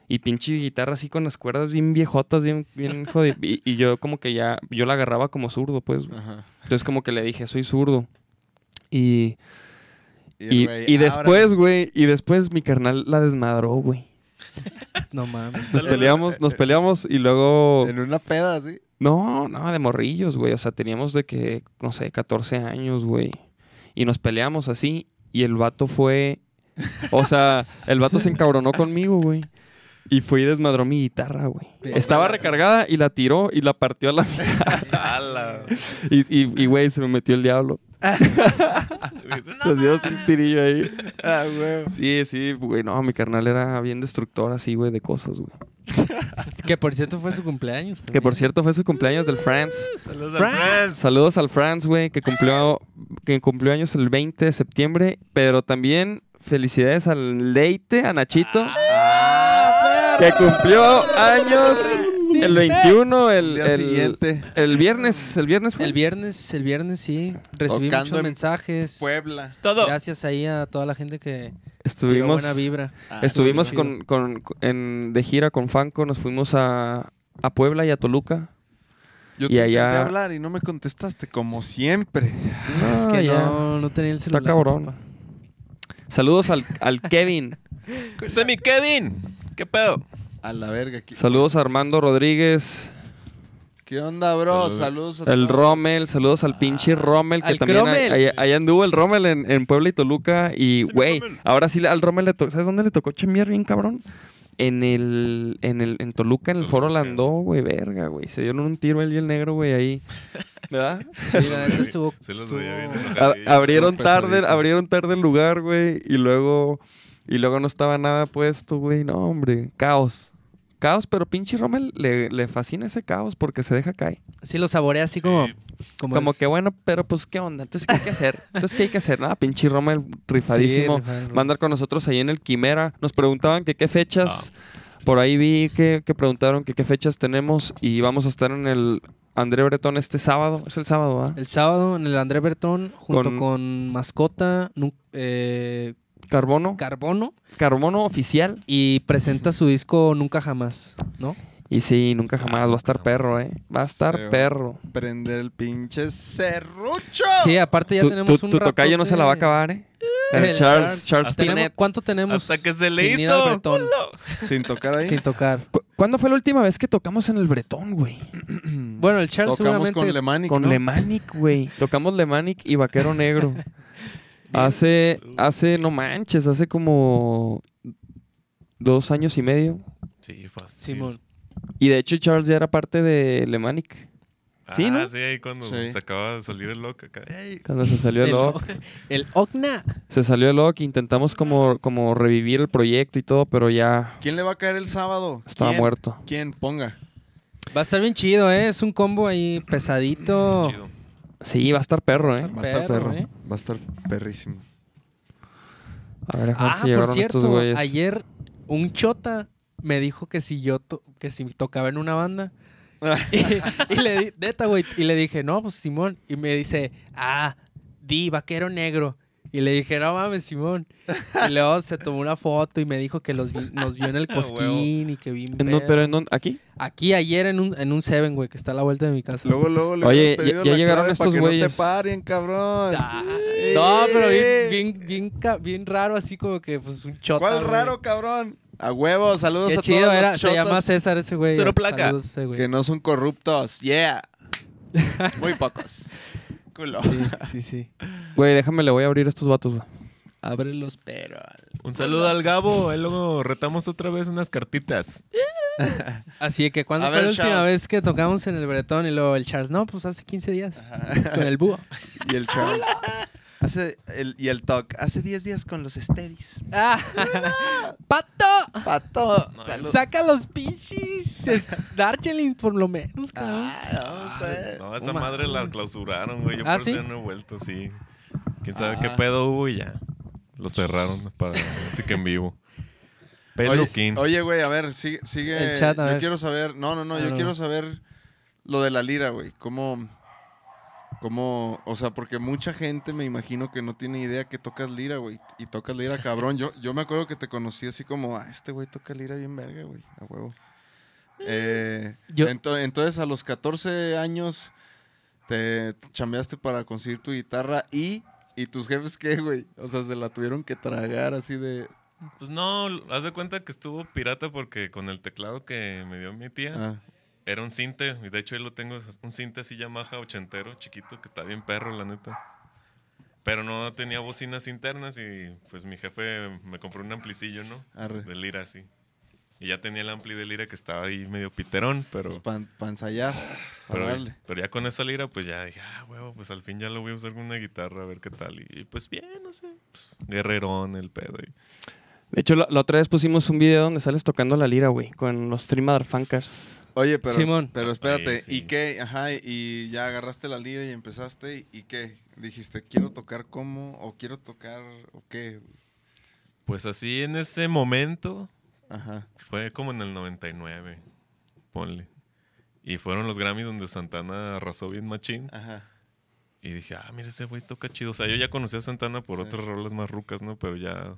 Speaker 1: Y pinche guitarra así con las cuerdas bien viejotas, bien, bien jodidas. Y, y yo como que ya, yo la agarraba como zurdo, pues. güey.
Speaker 2: Ajá.
Speaker 1: Entonces como que le dije, soy zurdo. Y,
Speaker 2: el
Speaker 1: y-
Speaker 2: güey, "Ah,
Speaker 1: y
Speaker 2: "Ábrale".
Speaker 1: después, güey, y después mi carnal la desmadró, güey.
Speaker 4: No mames.
Speaker 1: Nos peleamos, nos peleamos y luego...
Speaker 2: En una peda, así.
Speaker 1: No, no, de morrillos, güey. O sea, teníamos de que, no sé, 14 años, güey. Y nos peleamos así. Y el vato fue. O sea, el vato se encabronó conmigo, güey. Y fue y desmadró mi guitarra, güey. Estaba recargada y la tiró y la partió a la mitad.
Speaker 3: ¡Hala!
Speaker 1: [laughs] Y, y, y, güey, se me metió el diablo. Nos dio un tirillo ahí.
Speaker 2: Ah, güey.
Speaker 1: Sí, sí, güey. No, mi carnal era bien destructor así, güey, de cosas, güey.
Speaker 4: [laughs] Que por cierto fue su cumpleaños.
Speaker 1: Que por
Speaker 4: también.
Speaker 1: cierto fue su cumpleaños del Franz.
Speaker 3: Saludos al Franz.
Speaker 1: Saludos al Franz, güey, que cumplió, que cumplió años el 20 de septiembre. Pero también felicidades
Speaker 4: Ah,
Speaker 1: al Leite, a Nachito, que cumplió años
Speaker 4: sí.
Speaker 1: El 21,
Speaker 2: El
Speaker 1: el,
Speaker 2: día
Speaker 1: el-
Speaker 2: siguiente.
Speaker 1: el viernes, el viernes fue.
Speaker 4: El viernes, el viernes sí. Recibí
Speaker 2: Tocando
Speaker 4: muchos
Speaker 2: en
Speaker 4: mensajes.
Speaker 2: Puebla.
Speaker 5: Todo.
Speaker 4: Gracias ahí a toda la gente que tiró
Speaker 1: Estuvimos,
Speaker 4: buena vibra.
Speaker 2: Ah,
Speaker 1: estuvimos
Speaker 4: sí,
Speaker 1: con, con- en- de gira con Fanco, nos fuimos a, a Puebla y a Toluca.
Speaker 2: Yo
Speaker 1: y
Speaker 2: te intenté
Speaker 1: allá-
Speaker 2: hablar y no me contestaste, como siempre.
Speaker 4: Pues es que
Speaker 1: Ah, ya.
Speaker 4: no, no tenía el
Speaker 1: Está
Speaker 4: celular.
Speaker 1: cabrón.
Speaker 4: papá.
Speaker 1: Saludos al, al
Speaker 2: [laughs]
Speaker 1: Kevin.
Speaker 3: Ese mi Kevin. ¿Qué pedo?
Speaker 2: A la verga. ¿Qué,
Speaker 1: Saludos a Armando Rodríguez,
Speaker 2: qué onda, bro?
Speaker 3: Saludos.
Speaker 2: Saludos a
Speaker 1: el
Speaker 2: todos.
Speaker 1: Rommel, saludos al pinche Rommel, que
Speaker 4: Ah, al
Speaker 1: también
Speaker 4: Cromel.
Speaker 1: ahí- ahí- ahí anduvo el Rommel en, en Puebla y Toluca. Y,
Speaker 3: Sí, mi
Speaker 1: güey,
Speaker 3: Rommel.
Speaker 1: ahora sí le- al Rommel le tocó, ¿sabes dónde le tocó chambear bien cabrón? En el, en el, en Toluca, en el Foro
Speaker 3: Toluca.
Speaker 1: Landó, güey, verga, güey. Se dieron un tiro él y el negro, güey,
Speaker 3: [laughs]
Speaker 1: ahí. ¿Verdad?
Speaker 4: Sí, la neta estuvo.
Speaker 3: Se los veía bien
Speaker 4: estuvo-
Speaker 1: A-
Speaker 3: enojadillos.
Speaker 1: abrieron
Speaker 2: estuvo
Speaker 1: tarde,
Speaker 2: pesadito.
Speaker 1: abrieron tarde el lugar, güey, y luego y luego no estaba nada puesto, güey. No, hombre, caos. Caos, pero pinche Rommel le, le fascina ese caos porque se deja caer.
Speaker 4: Sí, lo saboreé así como. Como,
Speaker 1: Como
Speaker 4: es-
Speaker 1: que bueno, pero pues qué onda, entonces qué hay que hacer? Entonces qué hay que hacer? Nada, pinche Rommel
Speaker 4: Sí,
Speaker 1: rifadísimo.
Speaker 4: rifadísimo.
Speaker 1: Va a andar con nosotros ahí en el Quimera. Nos preguntaban que qué fechas. Por ahí vi que, que preguntaron que qué fechas tenemos y vamos a estar en el André Bretón este sábado. Es el sábado, ¿ah?
Speaker 4: El sábado en el André Bertón, junto
Speaker 1: Con-
Speaker 4: con, Mascota, nu- eh,
Speaker 1: Carbono.
Speaker 4: Carbono,
Speaker 1: Carbono oficial.
Speaker 4: y presenta su disco Nunca Jamás, ¿no?
Speaker 1: Y sí, nunca jamás. Va a estar
Speaker 3: no,
Speaker 1: perro, ¿eh? Va a estar
Speaker 2: Se va.
Speaker 1: perro.
Speaker 2: Prender el pinche serrucho.
Speaker 4: Sí, aparte ya
Speaker 1: Tu,
Speaker 4: tenemos
Speaker 1: tu-
Speaker 4: un
Speaker 1: tu tocayo no se la va a
Speaker 4: ratote-
Speaker 1: acabar, ¿eh? El
Speaker 4: El
Speaker 1: Charles, Charles
Speaker 4: Tenemos-
Speaker 1: Pinet.
Speaker 4: ¿Cuánto tenemos?
Speaker 3: Hasta que se le
Speaker 4: sin ir al
Speaker 3: hizo.
Speaker 4: Bretón?
Speaker 2: Sin tocar ahí.
Speaker 4: sin tocar.
Speaker 1: ¿Cu- ¿Cuándo fue la última vez que tocamos en el Bretón, güey?
Speaker 4: Bueno, el Charles
Speaker 2: Tocamos
Speaker 4: seguramente
Speaker 2: con Lemanic,
Speaker 1: Con
Speaker 2: ¿no?
Speaker 1: Lemanic, güey. Tocamos Lemanic y Vaquero Negro. hace, hace, no manches, hace como dos años y medio.
Speaker 3: Sí, fácil.
Speaker 4: Simón.
Speaker 1: Y de hecho Charles ya era parte de Lemanic. Sí,
Speaker 3: ah,
Speaker 1: ¿no?
Speaker 3: sí, ahí cuando
Speaker 2: Sí.
Speaker 3: se acaba de salir el loco acá. Ey,
Speaker 1: Cuando se salió el OC.
Speaker 4: [laughs] el Ocna.
Speaker 1: Se salió el OC. Intentamos como, como revivir el proyecto y todo, pero ya
Speaker 2: ¿Quién le va a caer el sábado?
Speaker 1: estaba
Speaker 2: ¿Quién?
Speaker 1: muerto.
Speaker 2: ¿Quién? Ponga.
Speaker 4: Va a estar bien chido, ¿eh? Es un combo ahí pesadito.
Speaker 3: chido.
Speaker 1: Sí, va a estar perro, ¿eh?
Speaker 2: Va a estar
Speaker 4: Perro,
Speaker 2: perro.
Speaker 4: ¿eh?
Speaker 2: Va a estar perrísimo.
Speaker 1: A ver, a ver
Speaker 4: Ah,
Speaker 1: si
Speaker 4: por
Speaker 1: llegaron estos
Speaker 4: cierto,
Speaker 1: güeyes.
Speaker 4: ayer un chota me dijo que si yo to- que si tocaba en una
Speaker 2: [laughs]
Speaker 4: banda. y, y le di, neta, güey, y le dije, no, pues Simón. Y me dice, ah, di, vaquero negro. Y le dije, no mames, Simón. Y luego se tomó una foto y me dijo que los vi- nos vio
Speaker 2: [laughs]
Speaker 4: en el
Speaker 3: Ah, huevo.
Speaker 4: cosquín y que vi un
Speaker 1: ¿En dónde-
Speaker 4: pedo.
Speaker 1: Eh, ¿Pero en dónde? ¿Aquí?
Speaker 4: Aquí ayer en un, en un Seven, güey, que está a la vuelta de mi casa.
Speaker 2: Luego, luego le
Speaker 1: Oye,
Speaker 2: hubieras
Speaker 1: ya-
Speaker 2: pedido
Speaker 1: ya
Speaker 2: la
Speaker 1: llegaron
Speaker 2: clave
Speaker 1: estos
Speaker 2: para que No
Speaker 1: güeyes.
Speaker 2: te paren, cabrón.
Speaker 4: Ah,
Speaker 2: Eh.
Speaker 4: No, pero bien, bien, bien, ca- bien raro, así como que pues un chota.
Speaker 2: ¿Cuál
Speaker 4: güey.
Speaker 2: raro, cabrón? A huevo, saludos
Speaker 4: Qué
Speaker 2: a
Speaker 4: chido
Speaker 2: todos
Speaker 4: era.
Speaker 2: los
Speaker 4: Se llama
Speaker 2: chotas
Speaker 4: César ese güey.
Speaker 3: Cero placa.
Speaker 4: Saludos a ese güey.
Speaker 2: que no son corruptos.
Speaker 4: [laughs]
Speaker 2: Yeah. Muy pocos. Culo. [laughs]
Speaker 4: Sí, sí, sí.
Speaker 1: Güey, déjame, le voy a abrir a estos vatos, güey.
Speaker 2: Ábrelos, pero...
Speaker 3: Un saludo al Gabo. Ahí luego retamos otra vez unas cartitas.
Speaker 4: Así que cuando
Speaker 2: A
Speaker 4: fue
Speaker 2: ver,
Speaker 4: la última
Speaker 2: Charles.
Speaker 4: vez que tocamos en el Bretón y luego el Charles, no, pues hace 15 días. Con
Speaker 2: [laughs]
Speaker 4: el búho.
Speaker 2: Y el
Speaker 4: [laughs]
Speaker 2: Charles. Hace el, y el Toc. Hace 10 días con los Steadys. [laughs]
Speaker 4: Ah, ¡Pato!
Speaker 2: Pato. saludos.
Speaker 4: Saca los pinches. es- Darjeeling, por lo menos, cabrón.
Speaker 2: Ah, vamos a ver.
Speaker 3: No, esa
Speaker 4: Oh,
Speaker 3: madre la clausuraron, güey. Yo
Speaker 4: ¿Ah,
Speaker 3: por eso
Speaker 4: sí?
Speaker 3: ya no he vuelto, sí. Quién sabe
Speaker 2: Ah.
Speaker 3: qué pedo hubo y ya. Lo cerraron para así que en vivo.
Speaker 2: Oye,
Speaker 3: Peluquín.
Speaker 2: oye, güey, a ver, sigue. sigue
Speaker 4: El chat, a
Speaker 2: yo
Speaker 4: ver.
Speaker 2: quiero saber. No, no, no,
Speaker 4: Ah,
Speaker 2: yo
Speaker 4: no.
Speaker 2: quiero saber lo de la lira, güey. ¿Cómo.? ¿Cómo? O sea, porque mucha gente me imagino que no tiene idea que tocas lira, güey. Y tocas lira, cabrón. Yo, yo me acuerdo que te conocí así como, ah, este güey toca lira bien verga, güey. A huevo. Eh,
Speaker 4: Yo-
Speaker 2: ento- entonces, a los 14 años te chambeaste para conseguir tu guitarra y. ¿Y tus jefes qué, güey? O sea, se la tuvieron que tragar así de.
Speaker 3: Pues no, haz de cuenta que estuvo pirata porque con el teclado que me dio mi tía.
Speaker 2: Ah,
Speaker 3: Era un cinte, y de hecho ahí lo tengo, es un cinte así Yamaha ochentero, chiquito, que está bien perro, la neta. Pero no tenía bocinas internas y pues mi jefe me compró un amplicillo, ¿no?
Speaker 2: arre.
Speaker 3: De lira así. Y ya tenía el ampli de lira que estaba ahí medio piterón, pero,
Speaker 2: Pues para ensayar, pa'
Speaker 3: pero,
Speaker 2: darle.
Speaker 3: pero ya con esa lira pues ya dije, ah, huevo, pues al fin ya lo voy a usar con una guitarra, a ver qué tal. Y, y, pues bien, no sé, pues, guerrerón el pedo. y-
Speaker 1: De hecho, la, la otra vez pusimos un video donde sales tocando la lira, güey, con los Three Motherfuckers.
Speaker 2: Oye, pero,
Speaker 4: Simón.
Speaker 2: pero espérate,
Speaker 3: Oye, sí.
Speaker 2: ¿y qué? Ajá, y ya agarraste la lira y empezaste, ¿y qué? Dijiste, quiero tocar como, o quiero tocar, o qué.
Speaker 3: Pues así en ese momento
Speaker 2: Ajá.
Speaker 3: Fue como en el 99, ponle. Y fueron los Grammys donde Santana arrasó bien machín.
Speaker 2: Ajá.
Speaker 3: Y dije, ah, mira, ese güey toca chido. O sea, yo ya conocía a Santana por
Speaker 2: Sí.
Speaker 3: otras rolas más rucas, ¿no? Pero ya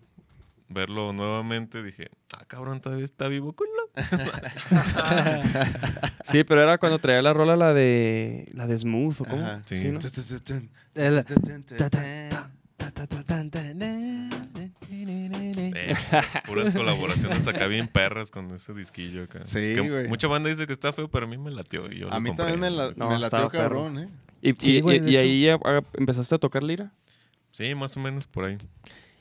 Speaker 3: verlo nuevamente dije, ah, cabrón, todavía está vivo, culo.
Speaker 1: Sí, pero era cuando traía la rola la de la de Smooth o cómo.
Speaker 2: Ajá.
Speaker 3: Sí.
Speaker 1: Sí, ¿no?
Speaker 2: Tun, tun, tun,
Speaker 4: El-
Speaker 2: tun, tun, tun,
Speaker 4: Ta, ta,
Speaker 2: tun.
Speaker 4: ta, ta, ta, ta, ta, ta, na, na, na, na, na.
Speaker 3: Eh, [laughs] puras colaboraciones acá bien perras con ese disquillo acá.
Speaker 2: Sí,
Speaker 3: Que
Speaker 2: güey.
Speaker 3: Mucha banda dice que está feo, pero a mí me latió. y yo
Speaker 2: A
Speaker 3: lo
Speaker 2: mí
Speaker 3: compré.
Speaker 2: también me, la,
Speaker 1: No,
Speaker 2: me latió
Speaker 1: estaba perro.
Speaker 2: cabrón, ¿eh?
Speaker 1: Y,
Speaker 4: Sí,
Speaker 1: y-
Speaker 4: güey,
Speaker 1: y-
Speaker 4: de
Speaker 1: y
Speaker 4: hecho.
Speaker 1: ahí ya, ah, empezaste a tocar lira.
Speaker 3: Sí, más o menos por ahí.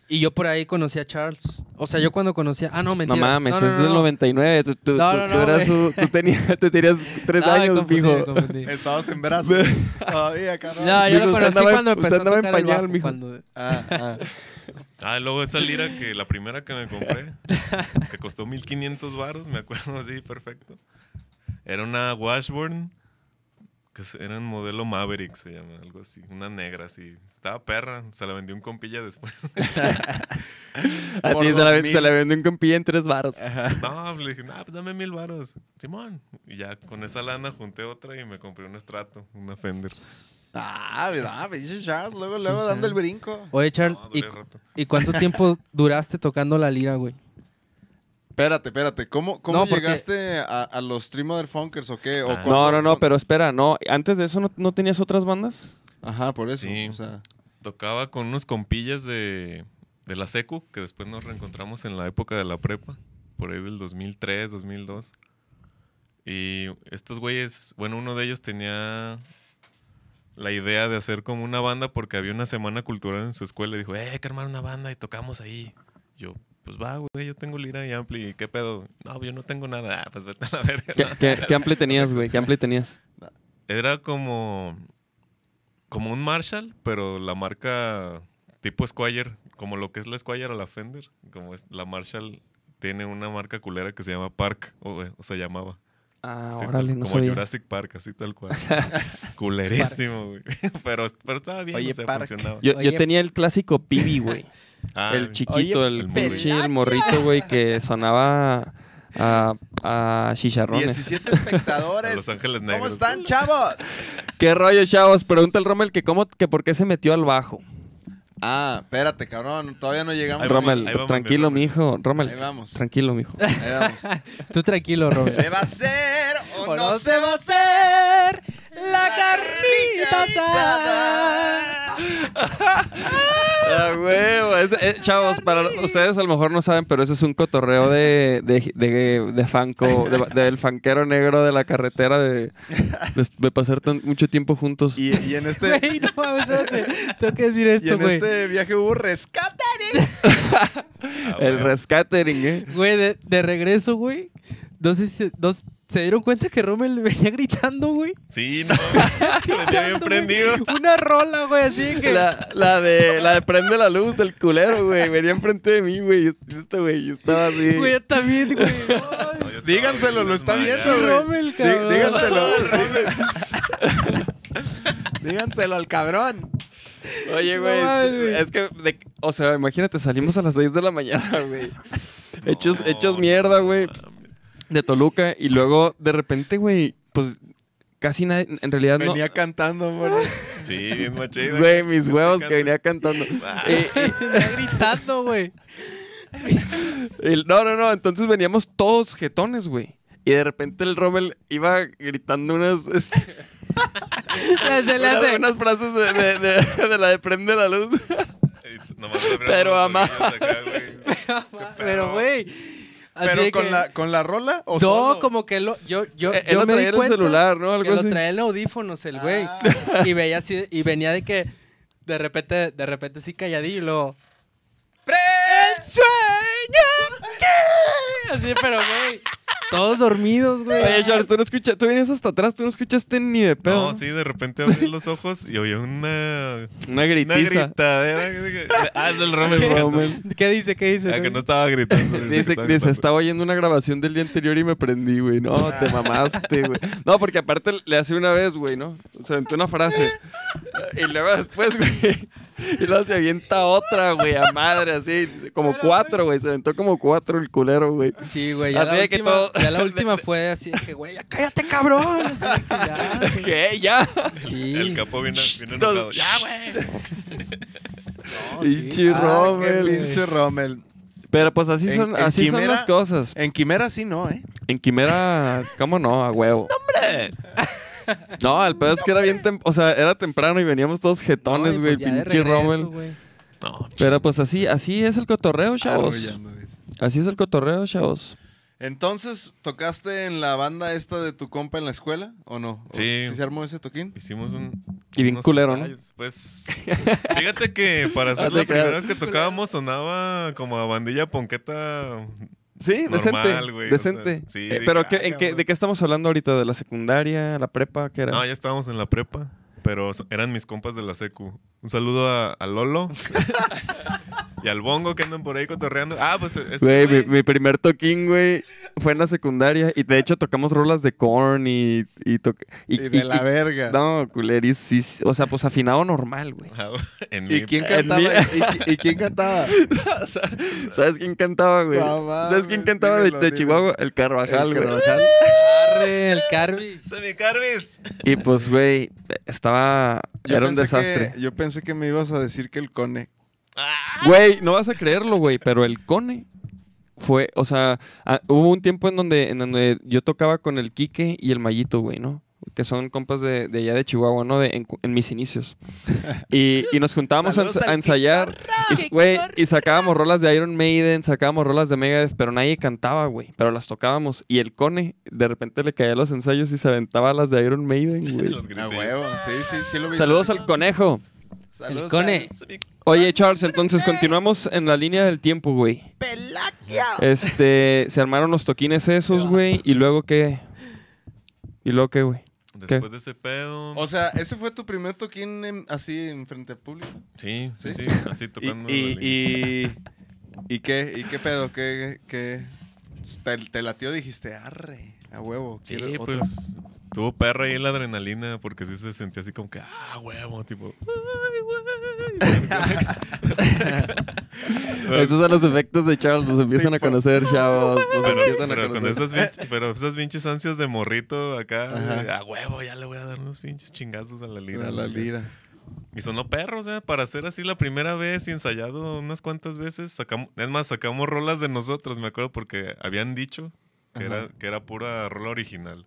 Speaker 4: Y yo por ahí conocí a Charles. O sea, yo cuando conocí a... Ah, no, mentira.
Speaker 1: No mames, es del 99. Tú, tú-
Speaker 4: No,
Speaker 1: tú-
Speaker 4: no,
Speaker 1: tú
Speaker 4: no,
Speaker 1: eras
Speaker 4: güey.
Speaker 1: un- tú tenías, [laughs] tú tenías tres años, mijo.
Speaker 2: Estabas en brazos.
Speaker 1: [laughs]
Speaker 2: Todavía, cabrón.
Speaker 4: No, yo
Speaker 1: Digo,
Speaker 4: lo
Speaker 1: usted
Speaker 4: conocí
Speaker 1: andaba en-
Speaker 4: cuando
Speaker 1: usted
Speaker 4: empezó a
Speaker 1: andaba en
Speaker 4: tocar el
Speaker 1: pañal,
Speaker 4: bajo,
Speaker 1: mijo.
Speaker 4: cuando-
Speaker 2: Ah, ah.
Speaker 3: Ah, luego esa lira que la primera que me
Speaker 2: [laughs]
Speaker 3: compré, que costó 1500 varos, me acuerdo así, perfecto. Era una Washburn, que se- era un modelo Maverick, se llama, algo así, una negra así. Estaba perra, se la vendió un compilla después.
Speaker 1: Así
Speaker 2: Por
Speaker 1: se la,
Speaker 2: 2000.
Speaker 1: se la vendió un compilla en tres baros.
Speaker 3: No, le dije, no, pues dame mil varos, Simón. Y ya con esa lana junté otra y me compré un estrato, una Fender.
Speaker 2: Ah, mira, pinche Charles, luego, luego dando el brinco.
Speaker 4: Oye, Charles,
Speaker 3: No,
Speaker 4: ¿y,
Speaker 3: duré rato.
Speaker 4: y cuánto tiempo duraste tocando la lira, güey?
Speaker 2: Espérate, espérate, ¿cómo, cómo
Speaker 4: No, porque-
Speaker 2: llegaste a, a los Three Mother Funkers o qué? ¿O
Speaker 3: Ah.
Speaker 1: No,
Speaker 2: cuándo-
Speaker 1: no, no,
Speaker 2: cuándo-
Speaker 1: pero espera, no. Antes de eso, ¿no, no tenías otras bandas?
Speaker 2: Ajá, por eso.
Speaker 3: Sí.
Speaker 2: O sea,
Speaker 3: Tocaba con unos compillas de, de la SECU, que después nos reencontramos en la época de la prepa, por ahí del 2003, 2002. Y estos güeyes, bueno, uno de ellos tenía la idea de hacer como una banda porque había una semana cultural en su escuela y dijo, eh, hay que armar una banda y tocamos ahí. Yo, pues va, güey, yo tengo lira y ampli, ¿qué pedo? No, yo no tengo nada, [laughs] "Ah, pues vete a la verga.
Speaker 1: ¿Qué, qué, qué ampli tenías, güey? ¿Qué ampli
Speaker 4: [laughs]
Speaker 1: tenías?
Speaker 3: Era como. Como un Marshall, pero la marca tipo Squire. Como lo que es la Squire a la Fender. Como es, la Marshall tiene una marca culera que se llama Park. O, eh, o se llamaba.
Speaker 1: Ah,
Speaker 3: Así
Speaker 1: órale,
Speaker 3: tal-
Speaker 1: no
Speaker 3: como
Speaker 1: sabía.
Speaker 3: Jurassic Park, así
Speaker 1: [laughs]
Speaker 3: tal cual. Culerísimo, güey. [laughs] Pero, pero estaba bien,
Speaker 2: Oye,
Speaker 3: o sea,
Speaker 2: Park.
Speaker 3: funcionaba.
Speaker 1: Yo, yo
Speaker 4: Oye.
Speaker 1: tenía el clásico pibi, güey.
Speaker 3: Ah,
Speaker 1: el chiquito,
Speaker 2: Oye,
Speaker 1: el
Speaker 3: el
Speaker 1: pinche, el morrito, güey, que sonaba a, a chicharrones.
Speaker 2: 17
Speaker 3: [laughs] a
Speaker 2: espectadores.
Speaker 3: Los Ángeles Negros.
Speaker 2: ¿Cómo están, chavos?
Speaker 1: ¿Qué rollo, chavos? Pregunta el Rommel que, cómo, que por qué se metió al bajo.
Speaker 2: Ah, espérate, cabrón, todavía no llegamos.
Speaker 3: Ahí va,
Speaker 1: Rommel,
Speaker 3: ahí vamos,
Speaker 1: tranquilo,
Speaker 3: mi
Speaker 1: mijo. Rommel,
Speaker 2: Ahí vamos.
Speaker 1: tranquilo, [laughs] mijo.
Speaker 2: Ahí
Speaker 4: [laughs]
Speaker 2: vamos.
Speaker 4: Tú tranquilo, Robert.
Speaker 2: ¿Se va a hacer o,
Speaker 4: O
Speaker 2: no,
Speaker 4: no
Speaker 2: se va a hacer?
Speaker 4: La carnita asada.
Speaker 1: Ah, huevo. Es- eh, chavos, para lo- ustedes a lo mejor no saben, pero eso es un cotorreo de, de, de, de fanco, de- del fanquero negro de la carretera de, de- de pasar tan, mucho tiempo juntos.
Speaker 2: Y, y en este.
Speaker 4: Güey, no mames, espérate. Tengo que decir
Speaker 2: Y
Speaker 4: esto,
Speaker 2: en
Speaker 4: güey.
Speaker 2: este viaje hubo rescate.
Speaker 3: Ah,
Speaker 1: el
Speaker 3: güey.
Speaker 1: rescatering, ¿eh?
Speaker 4: Güey, de, de regreso, güey. No sé si se, no- se dieron cuenta que Rommel venía gritando, güey.
Speaker 3: Sí,
Speaker 1: [laughs]
Speaker 3: no. mames, que venía bien
Speaker 4: Gritando, güey.
Speaker 3: prendido.
Speaker 4: Una rola, güey, así de que.
Speaker 1: La, la de la de prende la luz, el culero, güey. Venía enfrente de mí, güey. Yo, este, güey, yo estaba así.
Speaker 4: Güey, yo también, güey.
Speaker 2: [laughs]
Speaker 3: No, yo estaba
Speaker 2: Díganselo,
Speaker 3: bien
Speaker 2: lo está viendo,
Speaker 3: desmayado.
Speaker 2: güey.
Speaker 4: Rommel,
Speaker 2: Dí-
Speaker 4: cabrón. [laughs]
Speaker 2: Díganselo. Díganselo al cabrón.
Speaker 1: Oye,
Speaker 4: No
Speaker 1: güey,
Speaker 4: mames, güey.
Speaker 1: es que, de- o sea, imagínate, salimos a las 6 de la mañana, güey. hechos,
Speaker 3: No,
Speaker 1: hechos mierda,
Speaker 3: no
Speaker 1: güey,
Speaker 3: mames.
Speaker 1: de Toluca. Y luego, de repente, güey, pues casi nadie, en realidad no.
Speaker 2: Venía cantando, güey.
Speaker 3: Sí, bien machida.
Speaker 1: Güey, mis huevos que venía cantando. Y-
Speaker 4: Venía gritando, güey.
Speaker 1: y- y- no, no, no, entonces veníamos todos jetones, güey. Y de repente el Rommel iba gritando unas, este,
Speaker 4: Ya se le
Speaker 1: unas,
Speaker 4: hace.
Speaker 1: unas frases de, de- de- [laughs] de la de prende la luz. Pero,
Speaker 3: Pero
Speaker 1: ama.
Speaker 3: ama.
Speaker 1: [laughs]
Speaker 4: Pero, güey. así
Speaker 2: Pero
Speaker 4: de
Speaker 2: con,
Speaker 4: que-
Speaker 2: la, con la rola o
Speaker 4: No,
Speaker 2: solo?
Speaker 4: como que lo, yo, yo,
Speaker 1: Eh, Él
Speaker 4: yo
Speaker 1: lo
Speaker 4: me di
Speaker 1: traía en el
Speaker 4: cuenta
Speaker 1: celular, ¿no? Algo
Speaker 4: que
Speaker 1: así.
Speaker 4: lo traía en audífonos el güey.
Speaker 2: Ah.
Speaker 4: Y veía así, y venía de que de repente, de repente sí calladillo y luego. ¡El sueño! ¿qué?" Así, pero güey. Todos dormidos, güey.
Speaker 1: Oye, Charles, tú no escuchas, tú vienes hasta atrás, tú no escuchaste ni de pedo.
Speaker 3: No, sí, de repente abrí los ojos y oía
Speaker 1: Una
Speaker 3: una, una
Speaker 1: gritiza.
Speaker 3: gritadera. que dije, Ah, es
Speaker 1: [laughs]
Speaker 3: el Rommel.
Speaker 1: El
Speaker 3: gritando.
Speaker 1: Rommel.
Speaker 4: ¿Qué dice? ¿Qué dice?
Speaker 3: Ah, que
Speaker 4: güey?
Speaker 3: no estaba gritando. que
Speaker 1: Dice,
Speaker 3: estaba
Speaker 1: dice,
Speaker 3: gritando.
Speaker 1: estaba oyendo una grabación del día anterior y me prendí, güey. No, te mamaste, güey. No, porque aparte le hace una vez, güey, ¿no? O sea, aventó una frase. Y luego después, güey, Y luego se avienta otra, güey, a madre, así. Como cuatro, güey. Se aventó como cuatro el culero, güey.
Speaker 4: Sí, güey. Ya,
Speaker 1: Así
Speaker 4: la
Speaker 1: de que
Speaker 4: última,
Speaker 1: todo-
Speaker 4: ya la última fue así de que, güey, ya cállate, cabrón. Así de que ya,
Speaker 1: [laughs]
Speaker 4: güey.
Speaker 1: ¿Qué? ¿Ya?
Speaker 4: Sí.
Speaker 3: El capo viene, viene enojado.
Speaker 1: Entonces-
Speaker 3: Ya, güey.
Speaker 4: no, Oh, sí.
Speaker 1: Pinche
Speaker 2: Ah, qué
Speaker 1: Rommel, güey.
Speaker 2: pinche Rommel.
Speaker 1: Pero pues así
Speaker 2: En-
Speaker 1: son,
Speaker 2: en
Speaker 1: así son
Speaker 2: Quimera-
Speaker 1: las cosas.
Speaker 2: En Quimera sí no, ¿eh?
Speaker 1: En Quimera, ¿cómo no? A huevo. ¡Hombre! No, el pedo es que era bien tem- o sea, era temprano y veníamos todos jetones,
Speaker 4: No, y
Speaker 1: güey,
Speaker 4: pues ya de
Speaker 1: pinche
Speaker 4: regreso,
Speaker 1: Rommel.
Speaker 4: güey.
Speaker 3: No,
Speaker 1: Pero pues así, así es el cotorreo, chavos.
Speaker 2: Arrullando, dice.
Speaker 1: Así es el cotorreo, chavos.
Speaker 2: Entonces, ¿tocaste en la banda esta de tu compa en la escuela o no? ¿O
Speaker 3: Sí.
Speaker 2: ¿Sí se armó ese toquín?
Speaker 3: Hicimos un.
Speaker 1: Y bien
Speaker 3: unos
Speaker 1: culero, ¿no?
Speaker 3: ensayos. Pues. Fíjate que
Speaker 1: [laughs]
Speaker 3: para
Speaker 1: Ah,
Speaker 3: hacer
Speaker 1: te
Speaker 3: la primera
Speaker 1: creas.
Speaker 3: vez que tocábamos sonaba como a bandilla ponqueta.
Speaker 1: Sí,
Speaker 3: Normal,
Speaker 1: decente.
Speaker 3: güey, o
Speaker 1: decente.
Speaker 3: sea, sí,
Speaker 1: Eh,
Speaker 3: dije,
Speaker 1: pero
Speaker 3: "Ah,
Speaker 1: ¿qué- en qué-
Speaker 3: cabrón".
Speaker 1: ¿de qué estamos hablando ahorita? ¿De la secundaria? ¿La prepa? ¿Qué era?
Speaker 3: No, ya estábamos en la prepa, pero so- eran mis compas de la secu. Un saludo a,
Speaker 2: [laughs]
Speaker 3: a Lolo y al Bongo que andan por ahí cotorreando. Ah, pues este
Speaker 1: Güey, mi,
Speaker 3: güey-
Speaker 1: mi primer toquín, güey, fue en la secundaria. Y de hecho tocamos rolas de corn y... Y, to-
Speaker 2: Y, de la verga.
Speaker 1: No, culeris, sí, sí. O sea, pues afinado normal, güey.
Speaker 3: Ah, güey, en
Speaker 2: ¿Y
Speaker 3: mi-
Speaker 2: quién
Speaker 1: en
Speaker 2: cantaba?
Speaker 1: mi-
Speaker 2: ¿Y, y quién cantaba?
Speaker 1: O sea, ¿Sabes quién cantaba, güey?
Speaker 2: No mames,
Speaker 1: ¿Sabes quién cantaba de,
Speaker 2: dímelo,
Speaker 1: de
Speaker 2: dímelo.
Speaker 1: Chihuahua? El Carvajal,
Speaker 2: El
Speaker 1: güey.
Speaker 2: Carvajal.
Speaker 4: Arre, el Carvis.
Speaker 3: ¡Ese es mi Carvis!
Speaker 1: Y pues, güey, estaba...
Speaker 2: Yo
Speaker 1: era un
Speaker 2: pensé que-
Speaker 1: desastre.
Speaker 2: yo pensé que me ibas a decir que el Cone.
Speaker 3: Ah,
Speaker 1: Güey, no vas a creerlo, güey, pero el Cone fue, o sea, ah, hubo un tiempo en donde, en donde yo tocaba con el Quique y el Mayito, güey, ¿no? Que son compas de, de allá de Chihuahua, ¿no? De, en, cu- en mis inicios. Y, y nos juntábamos a,
Speaker 2: Saludos
Speaker 1: ens- a
Speaker 2: al
Speaker 1: ensayar. Y, güey, y sacábamos rolas de Iron Maiden, sacábamos rolas de Megadeth, pero nadie cantaba, güey. Pero las tocábamos. Y el Cone, de repente le caía los ensayos y se aventaba las de Iron Maiden, güey.
Speaker 3: los
Speaker 2: A
Speaker 3: gritos.
Speaker 2: huevo. Sí, sí, sí lo vi.
Speaker 1: Saludos al Conejo.
Speaker 2: Saludos
Speaker 4: El Cone.
Speaker 2: al-
Speaker 1: Oye, Charles, entonces continuamos en la línea del tiempo, güey. Este, se armaron los toquines esos, güey, y luego qué. Y luego qué, güey.
Speaker 3: Después de ese pedo.
Speaker 2: O sea, ¿ese fue tu primer toquín en- así en frente al público?
Speaker 3: sí, sí,
Speaker 2: ¿sí?
Speaker 3: sí, Así
Speaker 2: ¿Y,
Speaker 3: tocando.
Speaker 2: y,
Speaker 3: la línea.
Speaker 2: y, y qué? ¿Y qué pedo? ¿Qué? qué te, te latió? Dijiste, arre, a huevo.
Speaker 3: Sí,
Speaker 2: quiero otro".
Speaker 3: pues estuvo perra ahí la adrenalina porque sí se sentía así como que, ah, huevo, tipo. "Ay, güey". [laughs]
Speaker 1: Estos son los efectos de Charles, los empiezan a conocer, chavos. Los
Speaker 3: Pero,
Speaker 1: empiezan a
Speaker 3: pero con
Speaker 1: conocer.
Speaker 3: esas, pinches- pero esas pinches ansias de morrito acá,
Speaker 2: Ajá.
Speaker 3: de, a huevo, ya le voy a dar unos pinches chingazos a la lira.
Speaker 2: A la Ah, lira.
Speaker 3: Y sonó perros, ¿eh? Para hacer así la primera vez y ensayado unas cuantas veces. Sacamos, es más, sacamos rolas de nosotros, me acuerdo, porque habían dicho que, era, que era pura rola original.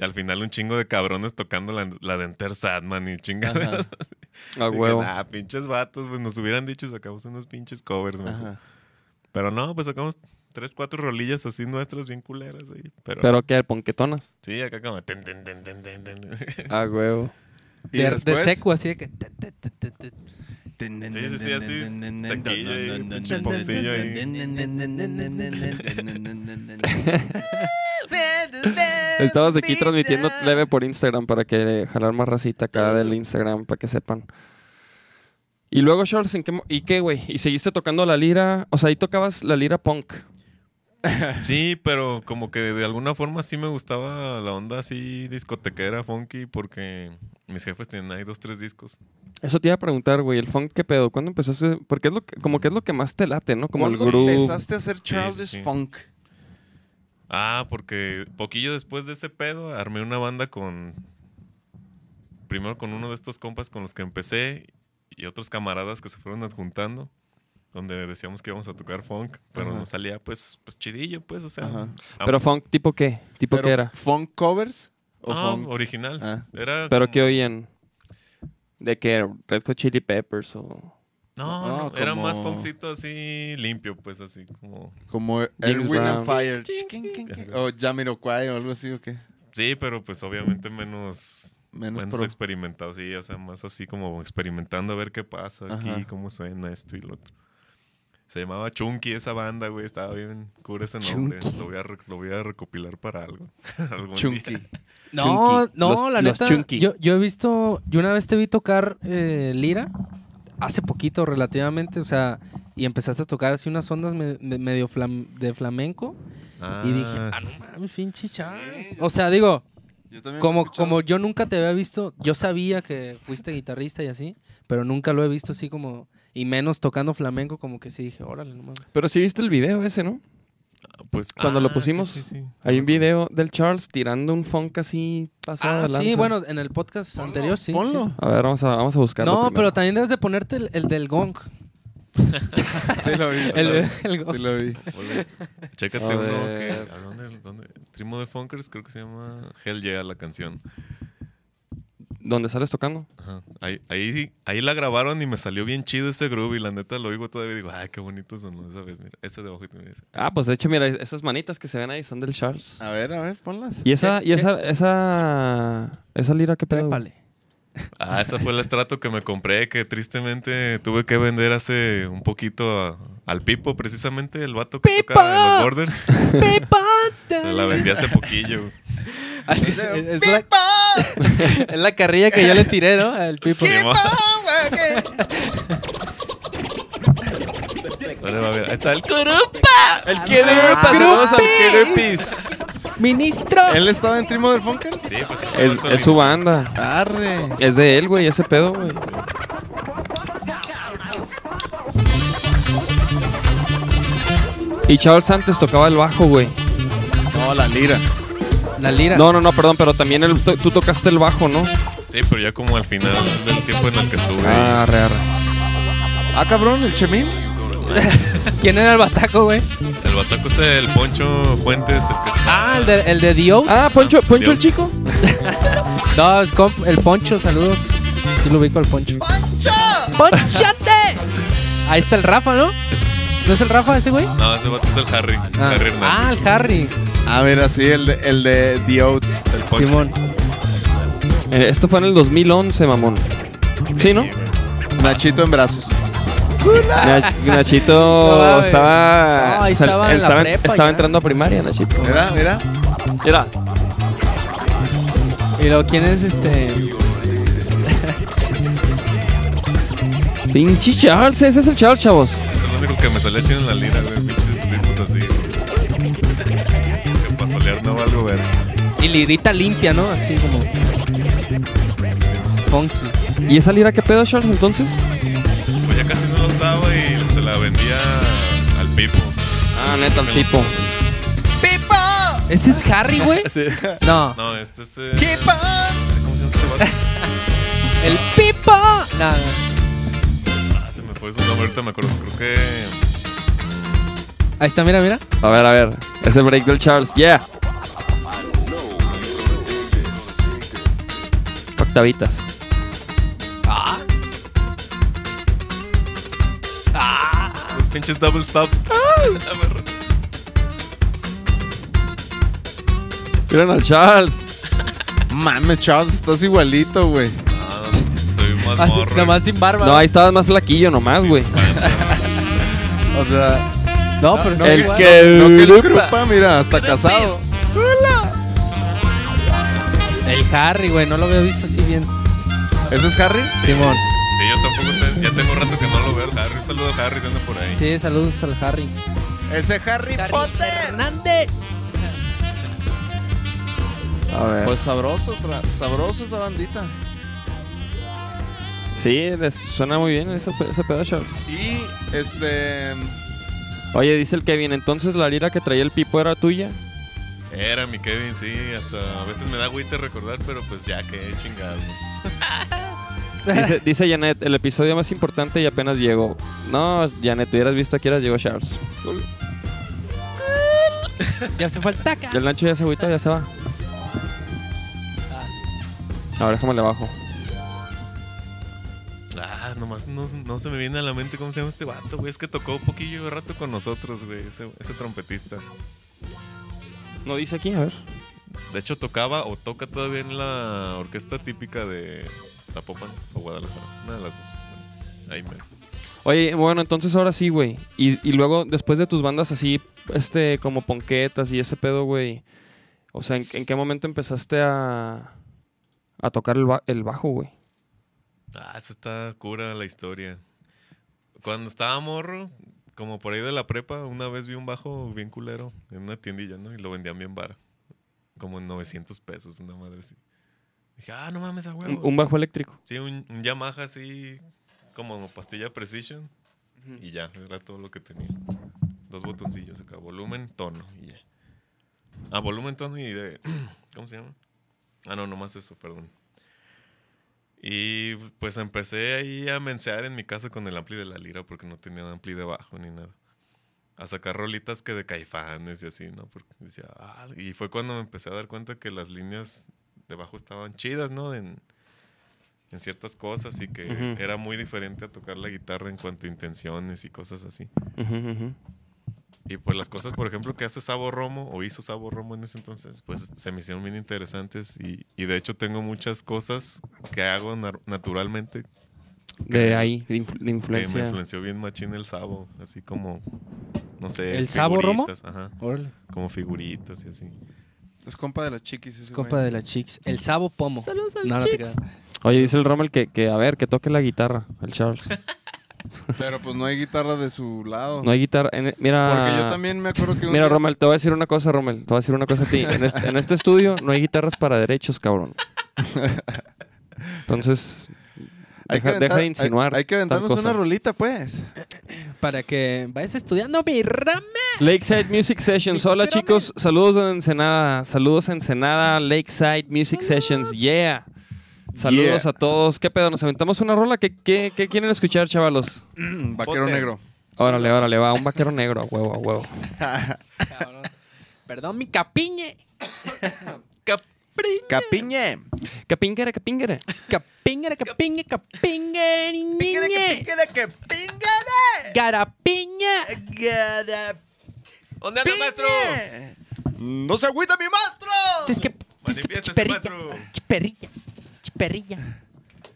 Speaker 3: Y al final un chingo de cabrones tocando la, la de Enter Sadman y chingadas.
Speaker 1: A
Speaker 3: [laughs] Dije,
Speaker 1: huevo.
Speaker 3: "Nah, pinches vatos, pues nos hubieran dicho y sacamos unos pinches covers, me acuerdo".
Speaker 2: Ajá.
Speaker 3: Pero no, pues sacamos tres, cuatro rolillas así nuestras, bien culeras ahí. Pero,
Speaker 1: Pero qué, ponquetonas.
Speaker 3: sí, acá como. ten, ten, ten, ten, ten, ten. [laughs]
Speaker 1: A huevo.
Speaker 2: Y
Speaker 4: pues, De, de
Speaker 2: después-
Speaker 4: seco, así de que. te, te, te, te, te.
Speaker 3: Sí, sí, sí, así. Saquillo ahí, pinche pomcillo ahí.
Speaker 1: Estamos aquí transmitiendo leve por Instagram para que jalar más racita acá del Instagram, para que sepan. Y luego, Charles, ¿en qué mo- ¿y qué, güey? ¿Y seguiste tocando la lira? O sea, ahí tocabas la lira punk.
Speaker 3: Sí, pero como que de alguna forma sí me gustaba la onda así discotequera, funky, porque mis jefes tenían ahí dos, tres discos.
Speaker 1: Eso te iba a preguntar, güey, el funk, ¿qué pedo? ¿Cuándo empezaste? Porque es lo que, como que es lo que más te late, ¿no? Como el
Speaker 2: ¿Cuándo
Speaker 1: groove.
Speaker 2: empezaste a hacer Childish
Speaker 3: sí.
Speaker 2: Funk?
Speaker 3: Ah, porque poquillo después de ese pedo armé una banda con. Primero con uno de estos compas con los que empecé y otros camaradas que se fueron adjuntando, donde decíamos que íbamos a tocar funk, pero
Speaker 2: Ajá.
Speaker 3: no salía pues, pues chidillo, pues, o sea.
Speaker 2: Ajá.
Speaker 3: ah,
Speaker 1: Pero funk, ¿tipo qué? ¿Tipo
Speaker 2: ¿Pero
Speaker 1: qué era?
Speaker 2: ¿Funk covers? ¿O
Speaker 3: no,
Speaker 2: funk?
Speaker 3: original.
Speaker 2: Ah.
Speaker 3: Era
Speaker 1: ¿Pero
Speaker 3: como-
Speaker 1: qué oían? ¿De qué? ¿Red Hot Chili Peppers o...?
Speaker 3: No,
Speaker 2: No,
Speaker 3: no, era más
Speaker 2: Ah, como-
Speaker 3: funkcito así limpio, pues así como.
Speaker 2: Como
Speaker 1: James
Speaker 2: Erwin and
Speaker 1: Brown.
Speaker 2: Fire. Chiquin, quin, quin. O Jamiroquai o algo así, ¿o qué?
Speaker 3: Sí, pero pues obviamente menos.
Speaker 2: Menos
Speaker 3: Menos,
Speaker 2: pro.
Speaker 3: experimentado, sí, o sea, más así como experimentando a ver qué pasa aquí,
Speaker 2: Ajá.
Speaker 3: cómo suena esto y lo otro. Se llamaba Chunky esa banda, güey, estaba bien cura ese nombre. Lo voy, a re- lo voy a recopilar para algo. [laughs] algún día.
Speaker 2: Chunky.
Speaker 4: No,
Speaker 1: Chunky.
Speaker 4: no,
Speaker 1: Los-
Speaker 4: la
Speaker 1: los
Speaker 4: neta.
Speaker 1: chunky.
Speaker 4: Yo, yo he visto. Yo una vez te vi tocar eh, lira. Hace poquito, relativamente. O sea, y empezaste a tocar así unas ondas me- de- medio flam- de flamenco.
Speaker 3: Ah,
Speaker 4: Y dije, ah, no mames, pinche Charles". O sea, digo,
Speaker 2: [laughs] Yo también lo he
Speaker 4: Como,
Speaker 2: escuchado.
Speaker 4: como yo nunca te había visto, yo sabía que fuiste guitarrista y así, pero nunca lo he visto así como, y menos tocando flamenco, como que sí dije, órale, no mames.
Speaker 1: Pero sí viste el video ese, ¿no?
Speaker 3: Ah, Pues,
Speaker 1: Cuando lo
Speaker 3: ah, sí,
Speaker 1: pusimos,
Speaker 3: sí, sí.
Speaker 1: Hay un video del Charles tirando un funk así pasado
Speaker 4: Ah,
Speaker 1: de
Speaker 4: sí,
Speaker 1: lanza.
Speaker 4: bueno, en el podcast anterior sí.
Speaker 2: Ponlo.
Speaker 4: sí.
Speaker 1: A ver, vamos a, vamos a buscarlo.
Speaker 4: No,
Speaker 1: primero.
Speaker 4: pero también debes de ponerte el, el del gong.
Speaker 2: Sí lo vi. Sí,
Speaker 4: El,
Speaker 2: lo vi.
Speaker 4: el gong.
Speaker 2: Sí lo vi.
Speaker 3: Ole, Chécate
Speaker 1: A
Speaker 3: uno que.
Speaker 1: ver.
Speaker 3: ¿a dónde, dónde? Trimo de Funkers, creo que se llama Hell Yeah la canción.
Speaker 1: ¿Dónde sales tocando?
Speaker 3: Ajá. Ahí, ahí, ahí la grabaron y me salió bien chido ese groove. Y la neta lo oigo todavía y digo, ay, qué bonito sonó esa vez. Mira, ese de abajo y también ese.
Speaker 1: Ah, pues de hecho, mira, esas manitas que se ven ahí son del Charles. Eh,
Speaker 2: A ver, a ver, ponlas.
Speaker 1: Ah. Y esa,
Speaker 4: Che-
Speaker 1: y esa, esa, esa lira que pedo. güey?
Speaker 4: Trépale.
Speaker 3: Ah, esa fue el estrato que me compré, que tristemente tuve que vender hace un poquito a- al Pipo, precisamente el vato que toca en los Borders. [laughs] Se la vendí hace poquillo. güey.
Speaker 4: [laughs] Así- es, es la, es la [laughs] carrilla que yo le tiré, ¿no? Al Pipo.
Speaker 3: Pues Ni modo. Ahora va a ver, ahí está el Curupa. El
Speaker 1: Ah,
Speaker 3: Curupa. Saludos al Curupis.
Speaker 4: ¡Ministro!
Speaker 2: ¿Él estaba en Trimo del Funkers?
Speaker 3: Sí, pues ese
Speaker 1: Es,
Speaker 3: vato
Speaker 1: es su
Speaker 3: le-
Speaker 1: banda.
Speaker 2: Arre.
Speaker 1: Es de él, güey, ese pedo, güey. Y Charles antes tocaba el bajo, güey.
Speaker 2: No, la lira.
Speaker 4: La lira.
Speaker 1: No, no, no, perdón, pero también el- tú tú tocaste el bajo, ¿no?
Speaker 3: Sí, pero ya como al final del tiempo en el que estuve.
Speaker 1: Ah, arre, arre.
Speaker 2: Ah, cabrón, el Chemín.
Speaker 4: ¿Quién era el bataco, güey?
Speaker 3: El bataco es el Poncho Fuentes, el que está.
Speaker 4: Ah, el de, el de Dio.
Speaker 1: Ah, Poncho, Poncho el
Speaker 3: Dios.
Speaker 1: chico.
Speaker 4: No, es comp- el Poncho, saludos. Sí lo ubico al Poncho. ¡Poncho! ¡Ponchate! Ahí está el Rafa, ¿no? ¿No es el Rafa ese güey?
Speaker 3: No, ese vato es el Harry.
Speaker 4: Ah,
Speaker 3: Harry Hernández.
Speaker 4: Ah, el Harry.
Speaker 2: Ah, mira, sí, el de, el de The Oats.
Speaker 3: el Poncho.
Speaker 4: Simón.
Speaker 1: Eh, Esto fue en el 2011, mamón. Sí, ¿no?
Speaker 2: Nachito en brazos.
Speaker 1: Nach- Nachito
Speaker 4: [laughs] No, güey.
Speaker 1: estaba.
Speaker 4: No, ahí
Speaker 1: sal-
Speaker 4: estaba en la
Speaker 1: estaba,
Speaker 4: prepa
Speaker 1: estaba
Speaker 4: ya.
Speaker 1: entrando a primaria, Nachito.
Speaker 2: Mira, mira.
Speaker 1: Mira,
Speaker 4: Y luego, ¿quién es este?
Speaker 1: pinche Charles, ese es el Charles, chavos.
Speaker 3: Eso es lo único que me salía chido en la lira, güey. Pinches ritmos así, güey. Que para solear no valgo ver.
Speaker 4: Y lirita limpia, ¿no? Así como. Funky.
Speaker 1: ¿Y esa lira qué pedo, Charles, entonces?
Speaker 3: Pues ya casi no la usaba y se la vendía al Pipo.
Speaker 1: Ah, neta, el tipo.
Speaker 4: ¿Ese es Harry, güey? No.
Speaker 3: No, este es. eh, ¿Cómo se llama este vato?
Speaker 4: El Pipa. No, no.
Speaker 3: Ah, se me fue su nombre, ahorita me acuerdo. Creo que.
Speaker 4: Ahí está, mira, mira.
Speaker 1: [laughs] A ver, a ver. Es el break del Charles, yeah. Octavitas.
Speaker 3: Los pinches double stops.
Speaker 4: Ah.
Speaker 1: Miren al Charles.
Speaker 2: Mames, Charles, estás igualito, güey.
Speaker 3: Ah, estoy más
Speaker 4: Así,
Speaker 3: morro.
Speaker 4: nomás sin barba.
Speaker 1: No, ahí estabas más flaquillo nomás, güey.
Speaker 2: O sea,
Speaker 4: No, pero está
Speaker 1: el
Speaker 4: igual.
Speaker 1: que-
Speaker 2: no que el
Speaker 1: Urupa.
Speaker 2: Krupa, mira, hasta casado.
Speaker 4: El Harry, güey. No lo había visto así bien.
Speaker 2: ¿Ese es Harry?
Speaker 4: Simón.
Speaker 3: Sí, yo tampoco. te- ya tengo rato que no lo veo. Harry, un saludo a Harry que anda por ahí.
Speaker 4: Sí, saludos al Harry.
Speaker 2: Ese Harry Potter.
Speaker 4: Hernández.
Speaker 1: A ver.
Speaker 2: Pues sabroso, tra- sabroso esa bandita.
Speaker 1: Sí, les suena muy bien eso, ese pedo, Charles.
Speaker 2: Y este.
Speaker 1: Oye, dice el Kevin, entonces la lira que traía el Pipo era tuya.
Speaker 3: Era mi Kevin, sí. Hasta a veces me da agüite recordar, pero pues ya que chingados.
Speaker 1: [laughs] Dice, dice Janet, el episodio más importante y apenas llegó. No, Janet, hubieras visto aquí ahora llegó Charles.
Speaker 4: Ya hace falta acá.
Speaker 1: El Nacho ya se agüita, ya se va. Ahora déjame le bajo.
Speaker 3: Ah, nomás no, no se me viene a la mente cómo se llama este vato, güey. Es que tocó un poquillo de rato con nosotros, güey. Ese, ese trompetista.
Speaker 1: No dice aquí, a ver.
Speaker 3: De hecho, tocaba o toca todavía en la orquesta típica de Zapopan o Guadalajara. Una de las dos. Ahí me.
Speaker 1: Oye, bueno, entonces ahora sí, güey. Y, y luego, después de tus bandas así, este, como ponquetas y ese pedo, güey. O sea, ¿en, en qué momento empezaste a, a tocar el, ba- el bajo, güey?
Speaker 3: Ah, eso está cura la historia. Cuando estaba morro, como por ahí de la prepa, una vez vi un bajo bien culero en una tiendilla, ¿no? Y lo vendían bien vara. como en 900 pesos, una madre así. Dije, ah, no mames, a
Speaker 1: Un,
Speaker 3: huevo.
Speaker 1: un bajo eléctrico.
Speaker 3: Sí, un, un Yamaha así, como pastilla Precision. Y ya, era todo lo que tenía. Dos botoncillos acá, volumen, tono, y ya. Ah, volumen, tono y de... [clears throat] ¿Cómo se llama? Ah, no, nomás eso, perdón. Y pues empecé ahí a mensear en mi casa con el ampli de la lira porque no tenía ampli de bajo ni nada. A sacar rolitas que de caifanes y así, ¿no? Porque decía, ah, y fue cuando me empecé a dar cuenta que las líneas de bajo estaban chidas, ¿no? En, en ciertas cosas y que
Speaker 1: Ujú.
Speaker 3: era muy diferente a tocar la guitarra en cuanto a intenciones y cosas así.
Speaker 1: Ujú, ujú.
Speaker 3: Y pues las cosas, por ejemplo, que hace Sabo Romo o hizo Sabo Romo en ese entonces, pues se me hicieron bien interesantes y, y de hecho tengo muchas cosas que hago nar- naturalmente
Speaker 1: De ahí, de, influ- de
Speaker 3: que me
Speaker 1: influencia.
Speaker 3: influenció bien machín el Sabo, así como, no sé.
Speaker 4: ¿El Sabo Romo?
Speaker 3: figuritas, Ajá,
Speaker 4: Órale.
Speaker 3: como figuritas y así.
Speaker 2: Es compa de las chiquis ese
Speaker 4: Compa
Speaker 2: güey.
Speaker 4: de las chicks. El sabo pomo. No, no te creas.
Speaker 1: Oye, dice el Rommel que, que, a ver, que toque la guitarra, el Charles.
Speaker 2: Pero pues no hay guitarra de su lado.
Speaker 1: No hay guitarra. en- e, mira.
Speaker 2: Porque yo también me acuerdo que un
Speaker 1: Mira,
Speaker 2: día-
Speaker 1: Rommel, te voy a decir una cosa, Rommel. Te voy a decir una cosa a ti. En este, en este estudio no hay guitarras para derechos,
Speaker 2: [laughs]
Speaker 1: cabrón. Entonces,
Speaker 2: hay que
Speaker 1: deja, deja
Speaker 2: aventar-
Speaker 1: de insinuar.
Speaker 2: Hay, hay que
Speaker 1: tal
Speaker 2: aventarnos
Speaker 1: cosa.
Speaker 2: una rolita, pues. [clears throat]
Speaker 4: Para que vayas estudiando mi rama.
Speaker 1: Lakeside Music Sessions. Hola,
Speaker 4: Pero,
Speaker 1: chicos. Saludos de Ensenada. Saludos a Ensenada. Lakeside Music Sessions. Yeah. Saludos
Speaker 2: Yeah.
Speaker 1: a todos. ¿Qué pedo? ¿Nos aventamos una rola? ¿Qué, qué, qué quieren escuchar, chavalos?
Speaker 2: Vaquero
Speaker 3: Ponte.
Speaker 2: negro.
Speaker 1: Órale, órale, va. Un vaquero negro, a huevo, a huevo.
Speaker 4: Cabrón. Perdón, mi capiñe.
Speaker 2: Capiñe.
Speaker 1: Capingere, capingere.
Speaker 4: Capingue, capingue, capingue,
Speaker 2: Piquere, que
Speaker 4: niñe.
Speaker 2: piquere, que pingere.
Speaker 4: Garapiña.
Speaker 2: Eh, Gara-
Speaker 3: ¿Dónde anda, maestro?
Speaker 2: piñe. No se agüita mi
Speaker 4: Es
Speaker 2: maestro.
Speaker 4: que, es que
Speaker 3: Manifiéstese,
Speaker 4: chiperilla.
Speaker 3: maestro.
Speaker 4: Chiperilla. Chiperilla.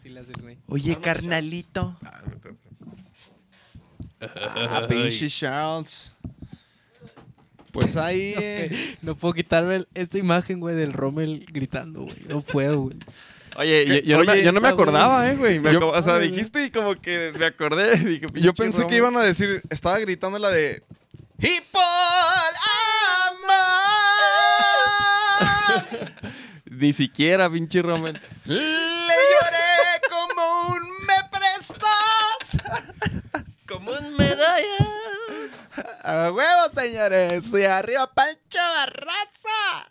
Speaker 4: Sí le hace el güey.
Speaker 2: Oye, carnalito.
Speaker 3: Ah, no te-
Speaker 2: Ah, pinche Charles. Pues ahí. eh,
Speaker 4: No puedo quitarme el- esa imagen, güey, del Rommel gritando, güey. No puedo, güey.
Speaker 1: Oye, yo,
Speaker 2: ¿Qué?
Speaker 1: yo no me,
Speaker 2: Oye,
Speaker 1: yo no me
Speaker 2: está
Speaker 1: acordaba, ¿eh, güey? Me
Speaker 2: Yo-
Speaker 1: acabo- o sea,
Speaker 2: Ay,
Speaker 1: dijiste y como que me acordé. [laughs] Dije,
Speaker 2: Yo pensé que iban a decir. Estaba gritando la de. Y por amar.
Speaker 1: Ni siquiera, pinche Rommel.
Speaker 2: Le lloré como un me prestas.
Speaker 3: Como un medalla.
Speaker 2: A huevo, señores. Y arriba, Pancho Barraza.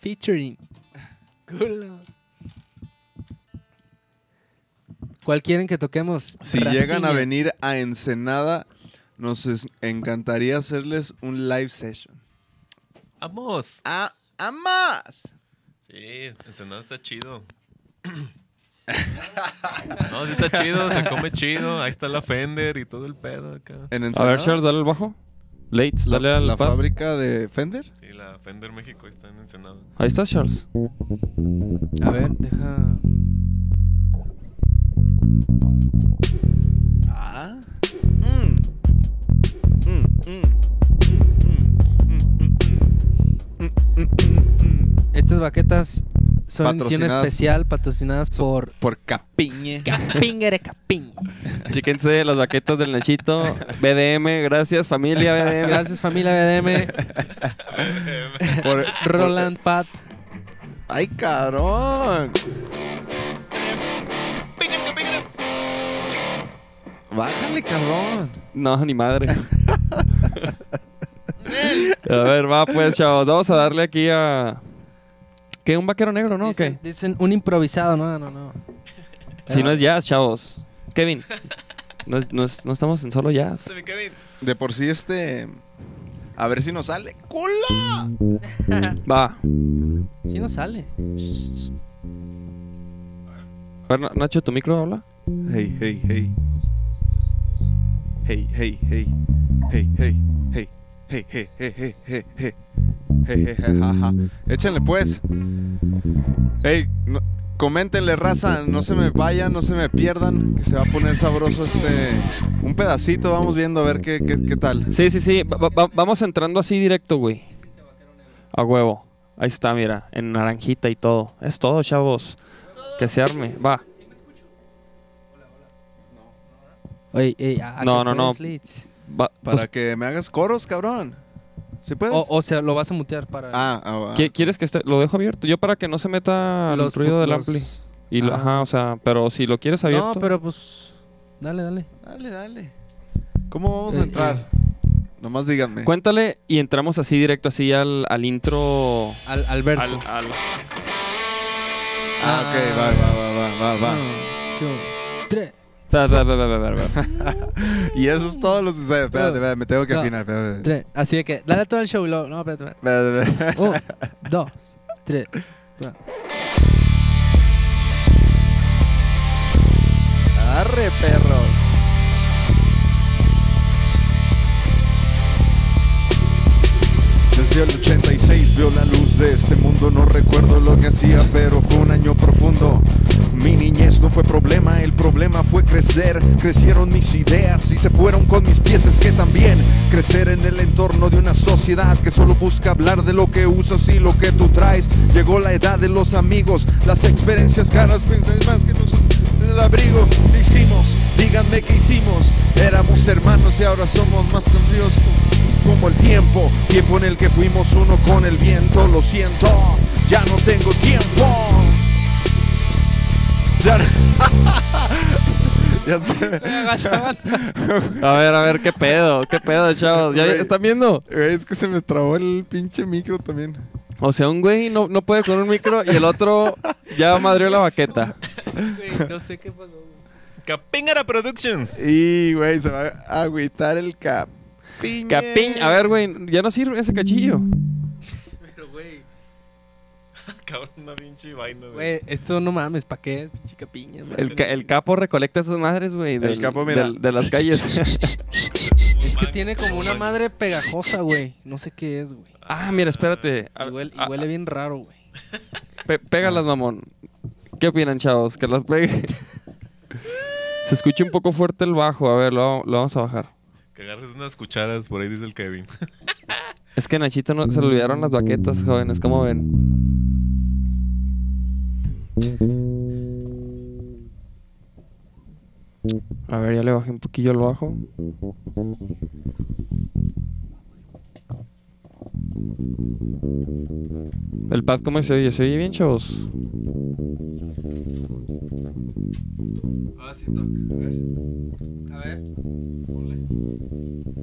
Speaker 4: Featuring. Culo. ¿Cuál quieren que toquemos?
Speaker 2: Si
Speaker 4: Raciña.
Speaker 2: llegan a venir a Ensenada, nos es- encantaría hacerles un live session.
Speaker 3: Vamos.
Speaker 2: ¡A, a más!
Speaker 3: Sí, Ensenada está chido. No, sí está chido, se come chido. Ahí está la Fender y todo el pedo acá.
Speaker 2: En
Speaker 1: A
Speaker 2: Ensenada,
Speaker 1: ver, Charles, dale al bajo. Late,
Speaker 2: la,
Speaker 1: dale al
Speaker 2: la
Speaker 1: pad.
Speaker 2: fábrica de Fender.
Speaker 3: Sí, la Fender México ahí está en Ensenada.
Speaker 1: Ahí estás, Charles.
Speaker 4: A ver, deja.
Speaker 2: Ah. Mm. Mm, mm.
Speaker 4: Estas baquetas son edición
Speaker 2: Patrocinadas.
Speaker 4: especial, patrocinadas por
Speaker 2: Por
Speaker 1: [laughs]
Speaker 2: Capiñe.
Speaker 4: Capingere Capiña.
Speaker 1: Chéquense las baquetas del Nachito. BDM, gracias, familia BDM.
Speaker 4: [laughs] Gracias, familia BDM.
Speaker 2: Por-
Speaker 4: Roland Pat.
Speaker 2: ¡Ay, cabrón! Bájale, cabrón.
Speaker 1: No, ni madre. a ver, va pues, chavos. Vamos a darle aquí a. ¿Qué? ¿Un vaquero negro, no? ¿O
Speaker 4: Dicen,
Speaker 1: ¿Qué?
Speaker 4: dicen un improvisado. No, no, no.
Speaker 1: Si no es jazz, chavos. Kevin. No, es- no es- no estamos en solo jazz.
Speaker 2: De por sí, este. A ver si nos sale. ¡Culo!
Speaker 1: Va.
Speaker 4: Sí no sale.
Speaker 1: A ver, Na- Nacho, ¿tu micro habla?
Speaker 2: Hey, hey, hey. Hey, hey, hey. Hey, hey, hey. Hey, hey, hey, hey, hey, hey. Hey, hey, hey, ja, ja. Échenle pues. Hey, no- coméntenle, raza. No se me vayan, no se me pierdan. Que se va a poner sabroso este. Un pedacito, vamos viendo a ver qué, qué, qué tal.
Speaker 1: Sí, sí, sí. Va- va- va- vamos entrando así directo, güey. A huevo. Ahí está, mira. En naranjita y todo. Es todo, chavos. Que se arme. Va.
Speaker 4: Oye, ey, ah,
Speaker 1: No,
Speaker 4: que
Speaker 1: no, no.
Speaker 4: puedes, Litz.
Speaker 1: va.
Speaker 2: Para
Speaker 1: Pues,
Speaker 2: que me hagas coros, cabrón. ¿Sí puedes?
Speaker 4: O, o sea, lo vas a mutear para.
Speaker 2: ah, ah, ah.
Speaker 1: ¿Qui- ¿Quieres que esté? Lo dejo abierto. Yo para que no se meta Ah, el ruido del
Speaker 4: los-
Speaker 1: ampli. Y lo-
Speaker 4: Ah.
Speaker 1: ajá, o sea, pero si lo quieres abierto.
Speaker 4: No, pero pues. Dale, dale.
Speaker 2: Dale, dale. ¿Cómo
Speaker 4: Eh,
Speaker 2: vamos a entrar? Nomás díganme.
Speaker 1: Cuéntale y entramos así directo, así al, al intro.
Speaker 4: Al, al verso.
Speaker 1: Al, al-
Speaker 2: Ah, ok, va, va, va, va, va, va.
Speaker 4: Uno, dos, tres.
Speaker 1: Ver, ver, ver, ver, ver, ver.
Speaker 2: Y eso es todo lo que sucede. Espérate, espérate, me tengo que
Speaker 4: No.
Speaker 2: afinar. Espérate,
Speaker 4: Tres. Así de que, dale todo el show y luego. No,
Speaker 2: [laughs]
Speaker 4: espérate, espérate.
Speaker 2: espérate, espérate.
Speaker 4: Un, dos, tres.
Speaker 2: Arre, perro. Desde el 86 veo la luz de este mundo, no recuerdo lo que hacía, pero fue un año profundo. Mi niñez no fue problema, el problema fue crecer. Crecieron mis ideas y se fueron con mis pies, es que también crecer en el entorno de una sociedad que solo busca hablar de lo que usas y lo que tú traes. Llegó la edad de los amigos, las experiencias caras, piensan más que nos en el abrigo. ¿Qué hicimos? Díganme qué hicimos. Éramos hermanos y ahora somos más sombríos como el tiempo, tiempo en el que fuimos uno con el viento, lo siento, ya no tengo tiempo. Ya, [laughs] ya sé.
Speaker 1: [laughs] A ver, a ver, qué pedo, qué pedo, chavos. ¿Ya
Speaker 2: Güey.
Speaker 1: están viendo?
Speaker 2: Güey, es que se me trabó el pinche micro también.
Speaker 1: O sea, un güey no, no puede con un micro y el otro ya madrió la baqueta.
Speaker 4: No sé qué pasó.
Speaker 3: Capingara Productions.
Speaker 2: Y, güey, se va a agüitar el capiñe.
Speaker 1: Capín. A ver, güey, ya no sirve ese cachillo.
Speaker 4: Pero, güey.
Speaker 3: Cabrón, una pinche vaina.
Speaker 4: Güey, esto no mames, ¿pa' qué es? Chica piña, man.
Speaker 1: El, ca- el capo recolecta esas madres, güey. del-
Speaker 2: capo, mira.
Speaker 1: del- de las
Speaker 2: [laughs]
Speaker 1: calles.
Speaker 4: Es que tiene como una madre pegajosa, güey. No sé qué es, güey.
Speaker 1: ah, mira, espérate. A-
Speaker 4: Y huele, y
Speaker 1: a-
Speaker 4: huele bien raro, güey.
Speaker 1: Pe- pégalas, mamón. ¿Qué opinan, chavos? Que las pegue. [laughs] Se escucha un poco fuerte el bajo. A ver, lo, lo vamos a bajar.
Speaker 3: Que agarres unas cucharas, por ahí dice el Kevin. [laughs]
Speaker 1: Es que a Nachito no, se le olvidaron las baquetas, jóvenes. ¿Cómo ven? A ver, ya le bajé un poquillo el bajo. El pad, ¿cómo se oye? ¿Se oye bien, chavos?
Speaker 2: Ah, sí, toca. A ver.
Speaker 4: A ver.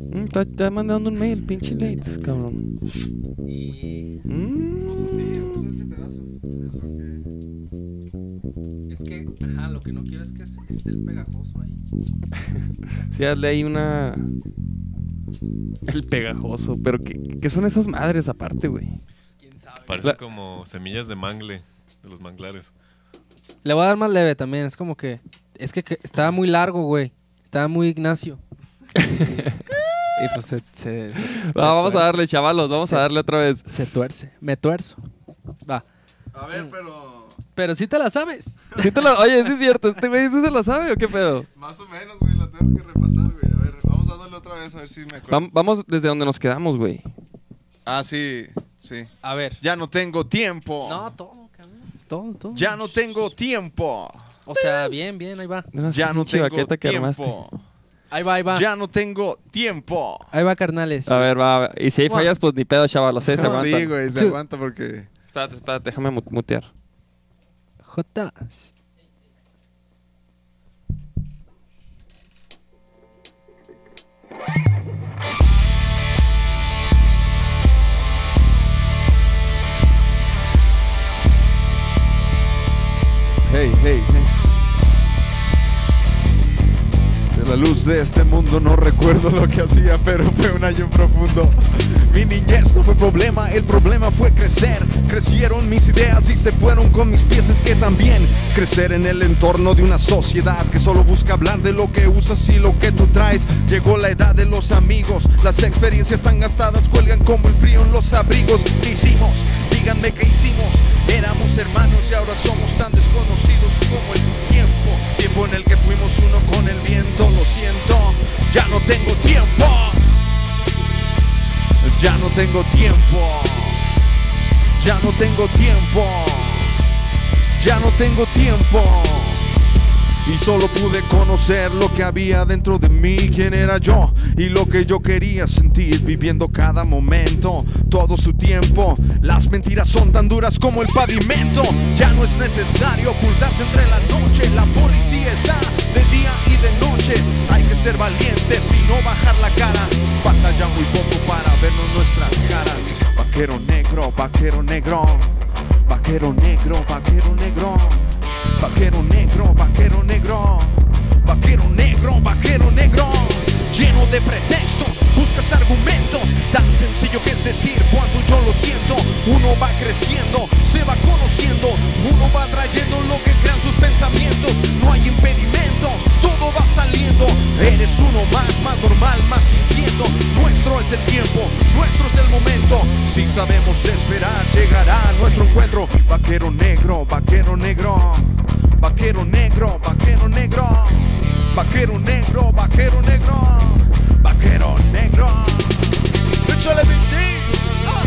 Speaker 1: Mm, Está, está mandando un mail, pinche Lates, cabrón.
Speaker 4: Y
Speaker 1: Mm.
Speaker 2: Sí, vamos a ese pedazo. Ok.
Speaker 4: es que, ajá, lo que no quiero es que es- esté el pegajoso ahí.
Speaker 1: Sí, hazle ahí una. El pegajoso. Pero, ¿qué, qué son esas madres aparte, güey?
Speaker 4: Pues quién sabe.
Speaker 3: Parece
Speaker 1: La-
Speaker 3: como semillas de mangle, de los manglares.
Speaker 4: Le voy a dar más leve también. Es como que. Es que, que estaba muy largo, güey. Estaba muy
Speaker 1: [laughs]
Speaker 4: Ignacio. y pues se, se- se-
Speaker 1: Ah, vamos a
Speaker 4: tuerce.
Speaker 1: darle, chavalos, vamos a
Speaker 4: Sí.
Speaker 1: darle otra vez.
Speaker 4: Se tuerce. Me tuerzo. Va.
Speaker 2: A
Speaker 1: Mm.
Speaker 2: ver, pero.
Speaker 4: Pero sí te la sabes.
Speaker 1: Sí te la- Oye, sí es cierto, este güey sí se la sabe o qué pedo.
Speaker 2: Más o menos, güey, la tengo que repasar, güey. A ver, vamos dándole otra vez a ver si me acuerdo.
Speaker 1: Vam- vamos desde donde nos quedamos, güey.
Speaker 2: Ah, sí, sí.
Speaker 4: A ver.
Speaker 2: Ya no tengo tiempo.
Speaker 4: No, todo, cabrón. Todo, todo.
Speaker 2: Ya no tengo tiempo.
Speaker 4: O sea, bien, bien, ahí va.
Speaker 1: Era
Speaker 2: Ya
Speaker 1: esa
Speaker 2: no
Speaker 1: pinche
Speaker 2: tengo
Speaker 1: baqueta que armaste.
Speaker 2: tiempo.
Speaker 4: Ahí va, ahí va.
Speaker 2: Ya no tengo tiempo.
Speaker 4: Ahí va, carnales.
Speaker 1: A ver, va. Y si hay fallas, pues ni pedo, chavalos, eh, se aguantan.
Speaker 2: Sí, güey, se
Speaker 4: Sí.
Speaker 2: aguanta porque.
Speaker 1: Espérate, espérate, déjame mu- mutear.
Speaker 4: Jotas.
Speaker 2: Hey, hey, hey. De la luz de este mundo no recuerdo lo que hacía, pero fue un año profundo. Mi niñez no fue problema, el problema fue crecer. Crecieron mis ideas y se fueron con mis pies. Es que también crecer en el entorno de una sociedad que solo busca hablar de lo que usas y lo que tú traes. Llegó la edad de los amigos, las experiencias tan gastadas cuelgan como el frío en los abrigos. ¿Qué hicimos? Díganme qué hicimos. Éramos hermanos y ahora somos tan desconocidos como el tiempo. Tiempo en el que fuimos uno con el viento. Lo siento, ya no tengo tiempo. Ya no tengo tiempo. Ya no tengo tiempo. Ya no tengo tiempo. Y solo pude conocer lo que había dentro de mí, quién era yo y lo que yo quería sentir viviendo cada momento, todo su tiempo. Las mentiras son tan duras como el pavimento. Ya no es necesario ocultarse entre la noche, la policía está de día y de noche. Hay que ser valientes y no bajar la cara. Falta ya muy poco para vernos nuestras caras. Vaquero negro, vaquero negro, vaquero negro, vaquero negro. Vaquero negro, vaquero negro, vaquero negro, vaquero negro. Lleno de pretextos, buscas argumentos, tan sencillo que es decir cuando yo lo siento. Uno va creciendo, se va conociendo, uno va trayendo lo que crean sus pensamientos. No hay impedimentos, todo va saliendo. Eres uno más, más normal, más inquieto. Nuestro es el tiempo, nuestro es el momento. Si sabemos esperar, llegará nuestro encuentro. Vaquero negro, vaquero negro, vaquero negro, vaquero negro, vaquero negro, vaquero negro, vaquero negro. Échale, Big D. Ah,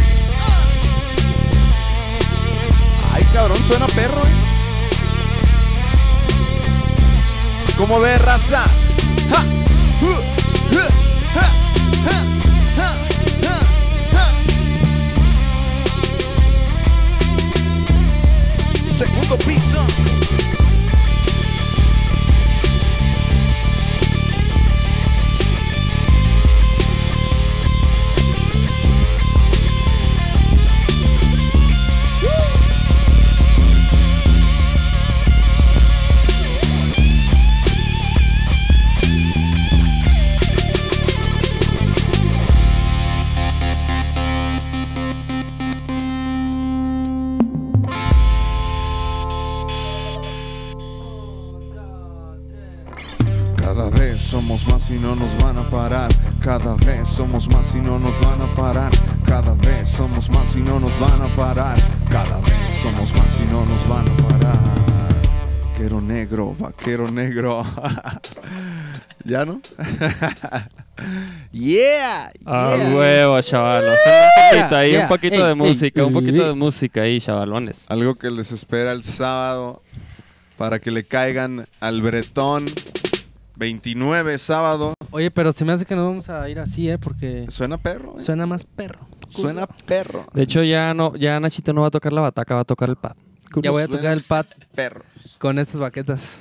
Speaker 2: ah. Ay, cabrón, suena perro, eh. ¿Cómo ve, raza? Ja, uh, uh, ja, ja, ja, ja, ja. Segundo piso. Cada vez somos más y no nos van a parar. Cada vez somos más y no nos van a parar. Cada vez somos más y no nos van a parar. Cada vez somos más y no nos van a parar. Vaquero negro, vaquero negro. [laughs] ¿Ya no? [laughs] yeah,
Speaker 1: Ah,
Speaker 2: yeah.
Speaker 1: huevo, chavalos. Un poquito ahí,
Speaker 4: Yeah.
Speaker 1: un poquito
Speaker 4: Ey,
Speaker 1: de
Speaker 4: ey,
Speaker 1: música, un poquito
Speaker 4: ey.
Speaker 1: de música ahí, chavalones.
Speaker 6: Algo que les espera el sábado para que le caigan al Bretón 29 sábado.
Speaker 4: Oye, pero se me hace que no vamos a ir así, ¿eh? Porque
Speaker 6: Suena perro, eh.
Speaker 4: suena más perro.
Speaker 6: Suena perro.
Speaker 1: De hecho, ya no, ya Nachito no va a tocar la bataca, va a tocar el pad.
Speaker 4: Ya voy a
Speaker 6: Suena-
Speaker 4: tocar el pad
Speaker 6: Perro.
Speaker 4: con estas baquetas.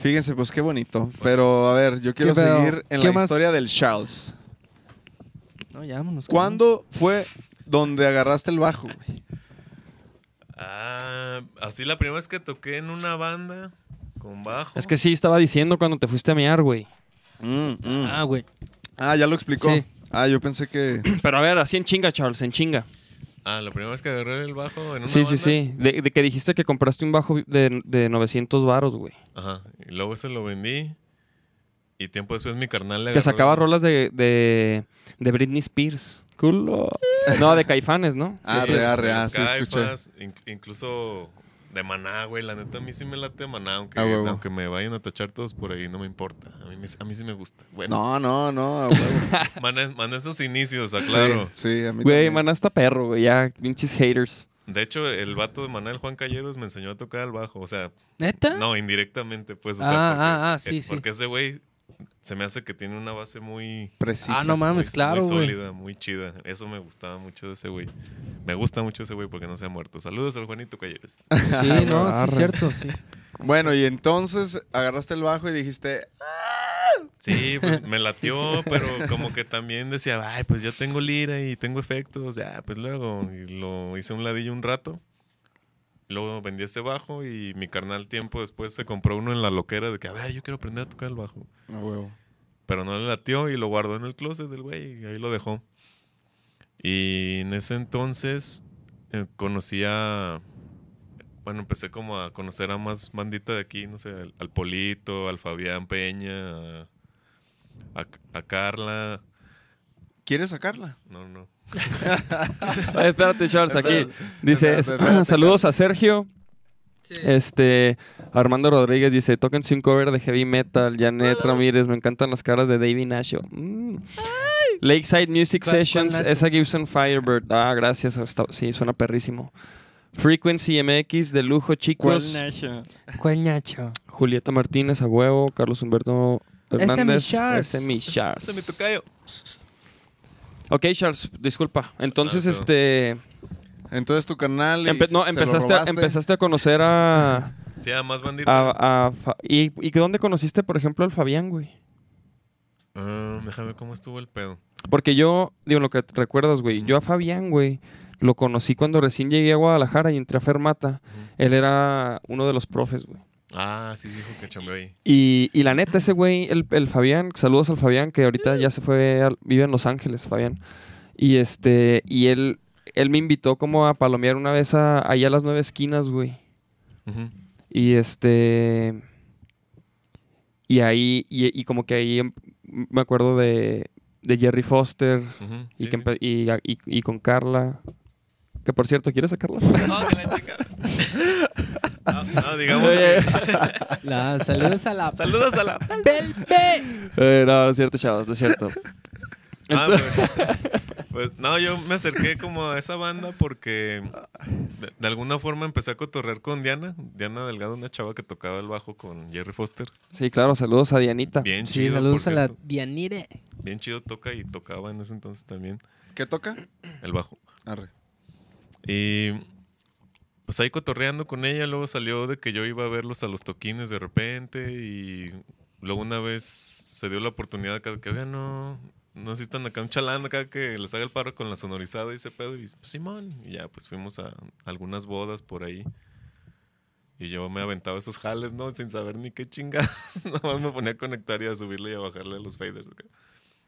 Speaker 6: Fíjense, pues qué bonito. Pero a ver, yo quiero
Speaker 4: ¿Qué pedo?
Speaker 6: seguir en
Speaker 4: ¿Qué
Speaker 6: la
Speaker 4: más?
Speaker 6: historia del Charles.
Speaker 4: No, ya vámonos.
Speaker 6: ¿Cuándo fue donde agarraste el bajo, güey?
Speaker 3: Ah, así la primera vez que toqué en una banda con bajo.
Speaker 1: Es que sí, estaba diciendo cuando te fuiste a mear, güey.
Speaker 6: Mm, mm.
Speaker 4: cabrón. Ah, güey.
Speaker 6: Ah, ya lo explicó.
Speaker 4: Sí.
Speaker 6: Ah, yo pensé que.
Speaker 1: [clears throat] Pero a ver, así en chinga, Charles, en chinga.
Speaker 3: Ah, la primera vez que agarré el bajo en una
Speaker 1: Sí, sí,
Speaker 3: banda.
Speaker 1: sí. De, de que dijiste que compraste un bajo de, de 900 varos, güey.
Speaker 3: Ajá. Y luego se lo vendí. Y tiempo después mi carnal le
Speaker 1: Que
Speaker 3: agarró el
Speaker 1: sacaba
Speaker 3: bajo.
Speaker 1: rolas de, de, de Britney Spears. Culo. No, de Caifanes, ¿no?
Speaker 6: Ah,
Speaker 3: Sí,
Speaker 6: arre,
Speaker 3: de
Speaker 6: arre,
Speaker 3: los
Speaker 6: ah, sí, escuché.
Speaker 3: Caifas, inc- incluso de Maná, güey. La neta, a mí sí me late Maná. Aunque,
Speaker 6: Ah, huevo.
Speaker 3: aunque me vayan a tachar todos por ahí, no me importa. A mí, me- a mí sí me gusta.
Speaker 6: No,
Speaker 3: Bueno,
Speaker 6: no, no. a huevo.
Speaker 3: Maná, Maná es sus inicios, ah, aclaro.
Speaker 6: Sí, sí, a mí
Speaker 1: Güey,
Speaker 6: también.
Speaker 1: man, hasta perro, güey. Ya, pinches haters.
Speaker 3: De hecho, el vato de Maná, el Juan Calleros, me enseñó a tocar el bajo. O sea,
Speaker 4: ¿Neta?
Speaker 3: no, indirectamente, pues. O
Speaker 4: Ah,
Speaker 3: sea, porque,
Speaker 4: ah, ah, sí, sí.
Speaker 3: Porque ese güey se me hace que tiene una base muy.
Speaker 6: Precisa.
Speaker 4: ah, no
Speaker 3: muy-
Speaker 4: mames, claro,
Speaker 3: Muy
Speaker 4: güey.
Speaker 3: sólida, muy chida. Eso me gustaba mucho de ese güey. Me gusta mucho ese güey porque no se ha muerto. Saludos al Juanito Calleros.
Speaker 4: Sí, no, sí,
Speaker 1: Arre.
Speaker 4: es cierto, sí.
Speaker 6: Bueno, y entonces agarraste el bajo y dijiste, "Ah,
Speaker 3: Sí, pues me latió, pero como que también decía, ay, pues ya tengo lira y tengo efectos, ya, pues luego y lo hice a un ladillo un rato. Luego vendí ese bajo y mi carnal tiempo después se compró uno en la loquera de que, a ver, yo quiero aprender a tocar el bajo.
Speaker 6: no huevo.
Speaker 3: Pero no le latió y lo guardó en el closet del güey y ahí lo dejó. Y en ese entonces eh, conocí a... Bueno, empecé como a conocer a más bandita de aquí, no sé, al, al Polito, al Fabián Peña, a, a- a Carla.
Speaker 6: ¿Quieres sacarla?
Speaker 3: No, no.
Speaker 1: Ah, [laughs] espérate, Charles, aquí.
Speaker 6: Espérate,
Speaker 1: Dice, [clears throat]
Speaker 6: espérate, espérate.
Speaker 1: saludos a Sergio. Este, Armando Rodríguez dice, toquen un cover de heavy metal. Janet Ramírez, me encantan las caras de David Nacho. Mm. Lakeside Music
Speaker 4: ¿Cuál- cuál
Speaker 1: Sessions,
Speaker 4: Nacho?
Speaker 1: esa Gibson Firebird. Ah, gracias. está- sí, suena perrísimo. Frequency MX de lujo, chicos.
Speaker 5: Nacho?
Speaker 4: ¿Cuál ñacho?
Speaker 1: Julieta Martínez a huevo, Carlos Humberto
Speaker 4: Ese mi
Speaker 1: Hernández.
Speaker 4: Charles.
Speaker 1: Ese mi Charles.
Speaker 3: Se me tocayo.
Speaker 1: Ok, Charles, disculpa. Entonces,
Speaker 3: Ah, sí.
Speaker 1: este.
Speaker 2: Entonces tu canal. y
Speaker 1: empe-
Speaker 2: se-
Speaker 1: no,
Speaker 2: se lo
Speaker 1: empezaste, a,
Speaker 2: robaste.
Speaker 1: empezaste a conocer
Speaker 2: [laughs]
Speaker 1: a.
Speaker 3: Sí, además bandita.
Speaker 1: a- a Fa- y, ¿Y dónde conociste, por ejemplo, al Fabián, güey?
Speaker 3: Ah, déjame ver cómo estuvo el pedo.
Speaker 1: Porque yo, digo, lo que te recuerdas, güey, yo a Fabián, güey, lo conocí cuando recién llegué a Guadalajara y entré a Fermata. Él era uno de los profes, güey.
Speaker 3: Ah, sí, dijo que chambeó ahí.
Speaker 1: Y, y la neta, ese güey, el, el Fabián, saludos al Fabián, que ahorita ya se fue, al- vive en Los Ángeles, Fabián. Y este, y él, él me invitó como a palomear una vez a, allá a las nueve esquinas, güey.
Speaker 3: Ujú.
Speaker 1: Y este. Y ahí, y, y como que ahí em- me acuerdo de, de Jerry Foster
Speaker 3: Ujú.
Speaker 1: y,
Speaker 3: Sí,
Speaker 1: que
Speaker 3: sí.
Speaker 1: empe- y, a- y- y con Carla. Que por cierto, ¿quieres sacarla?
Speaker 3: No, que la chica. No,
Speaker 1: [laughs]
Speaker 3: no, digamos.
Speaker 1: Oye.
Speaker 3: que-
Speaker 4: La, saludos a la
Speaker 3: Saludos a la.
Speaker 4: Pelpe.
Speaker 1: [laughs] Eh, no, no es cierto, chavos, no es cierto.
Speaker 3: Ah, pues, pues, no, yo me acerqué como a esa banda porque de, de alguna forma empecé a cotorrear con Diana. Diana Delgado, una chava que tocaba el bajo con Jerry Foster.
Speaker 1: Sí, claro, saludos a Dianita.
Speaker 3: Bien
Speaker 4: Sí,
Speaker 3: chido.
Speaker 4: saludos
Speaker 3: por
Speaker 4: a la
Speaker 3: cierto.
Speaker 4: Dianire.
Speaker 3: Bien chido toca y tocaba en ese entonces también
Speaker 2: ¿Qué toca?
Speaker 3: el bajo.
Speaker 2: Arre.
Speaker 3: Y pues ahí cotorreando con ella, luego salió de que yo iba a verlos a los toquines de repente y luego una vez se dio la oportunidad acá de que, oigan, no, no necesitan acá un chalán acá que les haga el paro con la sonorizada y ese pedo y pues Simón, y ya pues fuimos a algunas bodas por ahí. Y yo me aventaba esos jales, ¿no? Sin saber ni qué [laughs] chingadas. Nomás me ponía a conectar y a subirle y a bajarle los faders. acá.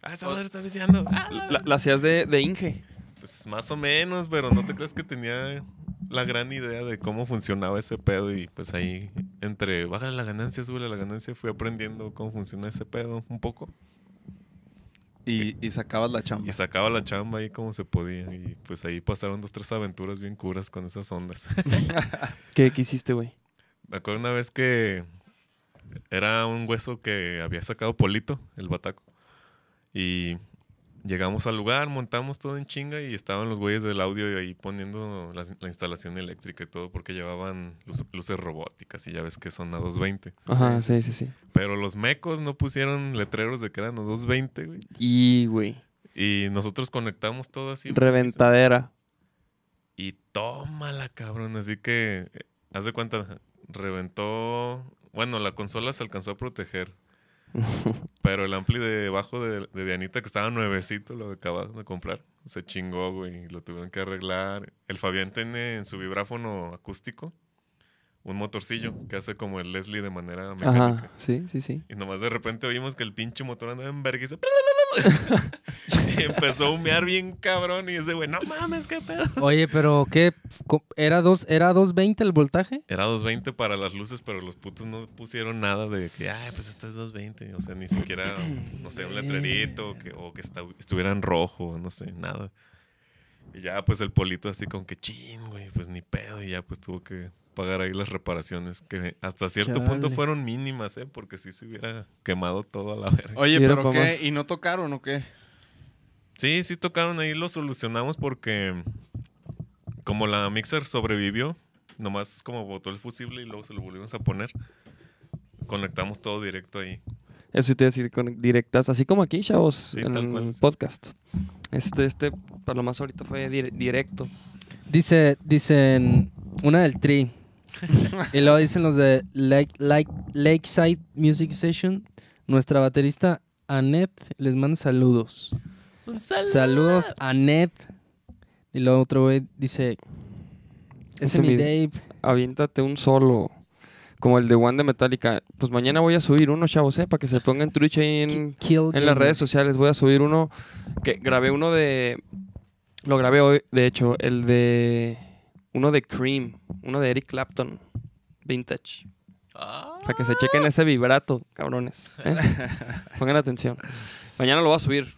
Speaker 3: Ah, esa madre está viciando. Ah,
Speaker 1: La, la hacías de, de Inge.
Speaker 3: pues más o menos, pero no te crees que tenía la gran idea de cómo funcionaba ese pedo y pues ahí entre bájale la ganancia, súbele la ganancia, fui aprendiendo cómo funciona ese pedo un poco
Speaker 2: Y, y sacabas la chamba.
Speaker 3: y sacaba la chamba ahí como se podía y pues ahí pasaron dos, tres aventuras bien curas con esas ondas.
Speaker 1: ¿Qué, qué hiciste, güey?
Speaker 3: Me acuerdo una vez que era un hueso que había sacado Polito, el bataco. Y llegamos al lugar, montamos todo en chinga y estaban los güeyes del audio ahí poniendo las- la, instalación eléctrica y todo porque llevaban luz- luces robóticas y ya ves que son a 220.
Speaker 1: Ajá, sí, sí, sí.
Speaker 3: Pero los mecos no pusieron letreros de que eran a 220, güey.
Speaker 1: Y, güey,
Speaker 3: Y nosotros conectamos todo así.
Speaker 1: reventadera.
Speaker 3: Y tómala, cabrón. Así que, eh, haz de cuenta, reventó. Bueno, la consola se alcanzó a proteger. pero el ampli debajo de, de Dianita, que estaba nuevecito, lo acabas de comprar, se chingó, güey. y Lo tuvieron que arreglar. El Fabián tiene en su vibráfono acústico un motorcillo que hace como el Leslie de manera mecánica.
Speaker 1: Ajá, sí, sí, sí.
Speaker 3: Y nomás de repente vimos que el pinche motor andaba en vergüenza. y [laughs] empezó a humear bien cabrón. Y ese güey, no mames, qué pedo.
Speaker 4: Oye, pero ¿qué? Co- ¿Era, dos, ¿Era 220 el voltaje?
Speaker 3: [laughs] Era 220 para las luces, pero los putos no pusieron nada de que, ay, pues esta es 220. O sea, ni siquiera, no sé, un letrerito o que, o que esta- estuviera en rojo, no sé, nada. Y ya, pues el polito así con que chin, güey, pues ni pedo. Y ya, pues tuvo que pagar ahí las reparaciones, que hasta cierto punto
Speaker 4: Chale.
Speaker 3: fueron mínimas, ¿eh? Porque si se hubiera quemado todo a la verga.
Speaker 2: Oye,
Speaker 1: Y era
Speaker 2: pero
Speaker 1: famoso.
Speaker 2: ¿qué? ¿Y no tocaron o qué?
Speaker 3: Sí, sí tocaron ahí, lo solucionamos porque como la mixer sobrevivió, nomás como botó el fusible y luego se lo volvimos a poner, conectamos todo directo ahí.
Speaker 1: Eso te iba a decir con directas, así como aquí, chavos,
Speaker 3: Sí,
Speaker 1: en
Speaker 3: tal
Speaker 1: el
Speaker 3: cual, sí.
Speaker 1: podcast. Este, este, para lo más ahorita fue dire- directo.
Speaker 4: Dice, dicen una del Tri. y luego dicen los de Lake, Lake- Lakeside Music Session. Nuestra baterista Annette les manda saludos. Saludos a Annette. Y luego otro güey dice: Ese
Speaker 1: Ese
Speaker 4: mi
Speaker 1: mi-
Speaker 4: Dave.
Speaker 1: Aviéntate un solo, como el de One de Metallica. Pues mañana voy a subir uno, chavos, eh, para que se ponga en Twitch ahí en,
Speaker 4: Ki- Kill
Speaker 1: en las
Speaker 4: Gamer.
Speaker 1: redes sociales. Voy a subir uno que grabé uno de. Lo grabé hoy, de hecho, el de. Uno de Cream, uno de Eric Clapton, Vintage. Para
Speaker 3: Ah.
Speaker 1: que se chequen ese vibrato, cabrones.
Speaker 3: [laughs]
Speaker 1: ¿eh? Pongan atención. Mañana lo voy a subir.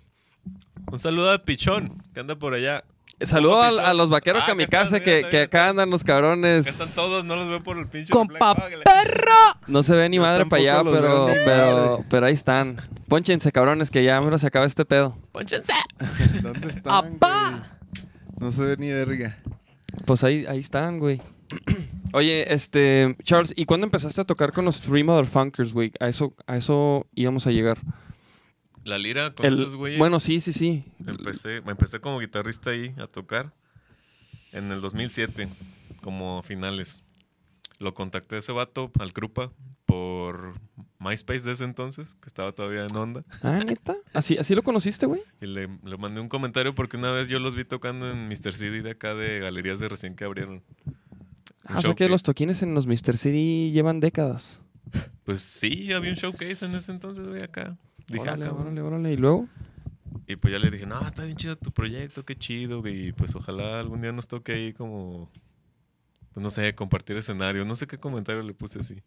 Speaker 3: Un saludo al pichón que anda por allá.
Speaker 1: Saludo
Speaker 3: Ojo,
Speaker 1: al-
Speaker 3: pichón.
Speaker 1: a, los vaqueros
Speaker 3: Ah,
Speaker 1: que a mi
Speaker 3: acá
Speaker 1: casa,
Speaker 3: están, mira,
Speaker 1: que,
Speaker 3: también
Speaker 1: que
Speaker 3: están.
Speaker 1: acá andan los
Speaker 3: Acá están
Speaker 1: cabrones.
Speaker 3: todos, no los veo por el pinche.
Speaker 4: Con
Speaker 3: reflejo.
Speaker 4: papá.
Speaker 3: Ágale.
Speaker 1: No se ve ni
Speaker 2: Yo
Speaker 1: madre para allá,
Speaker 2: tampoco los
Speaker 1: pero,
Speaker 2: veo ni madre.
Speaker 1: pero, pero ahí están. Pónchense, cabrones, que ya mero se acaba este pedo.
Speaker 3: Pónchense.
Speaker 2: ¿Dónde están?
Speaker 4: ¡Apá!
Speaker 2: güey? No se ve ni verga.
Speaker 1: Pues ahí, ahí están, güey. [clears throat] Oye, este, Charles, ¿y cuándo empezaste a tocar con los Three Motherfuckers, güey? A eso, a eso íbamos a llegar.
Speaker 3: La lira con
Speaker 1: El-
Speaker 3: esos güeyes.
Speaker 1: bueno, sí, sí, sí.
Speaker 3: Empecé, me empecé como guitarrista ahí a tocar en el 2007, como a finales. Lo contacté a ese vato, al Krupa, por MySpace de ese entonces, que estaba todavía en onda.
Speaker 1: Ah, neta. ¿Así, así lo conociste, güey?
Speaker 3: Y le, le mandé un comentario porque una vez yo los vi tocando en Mr. CD de acá de galerías de recién que abrieron. Un
Speaker 1: Ah, o sea que
Speaker 3: showcase.
Speaker 1: los toquines en los Mr. CD llevan décadas.
Speaker 3: Pues sí, había un showcase en ese entonces, güey, acá. Dije, ah,
Speaker 1: órale,
Speaker 3: cabrón.
Speaker 1: órale, órale. ¿Y luego?
Speaker 3: Y pues ya le dije, no, está bien chido tu proyecto, qué chido, güey. Y pues ojalá algún día nos toque ahí como, pues no sé, compartir escenario. No sé qué comentario le puse así.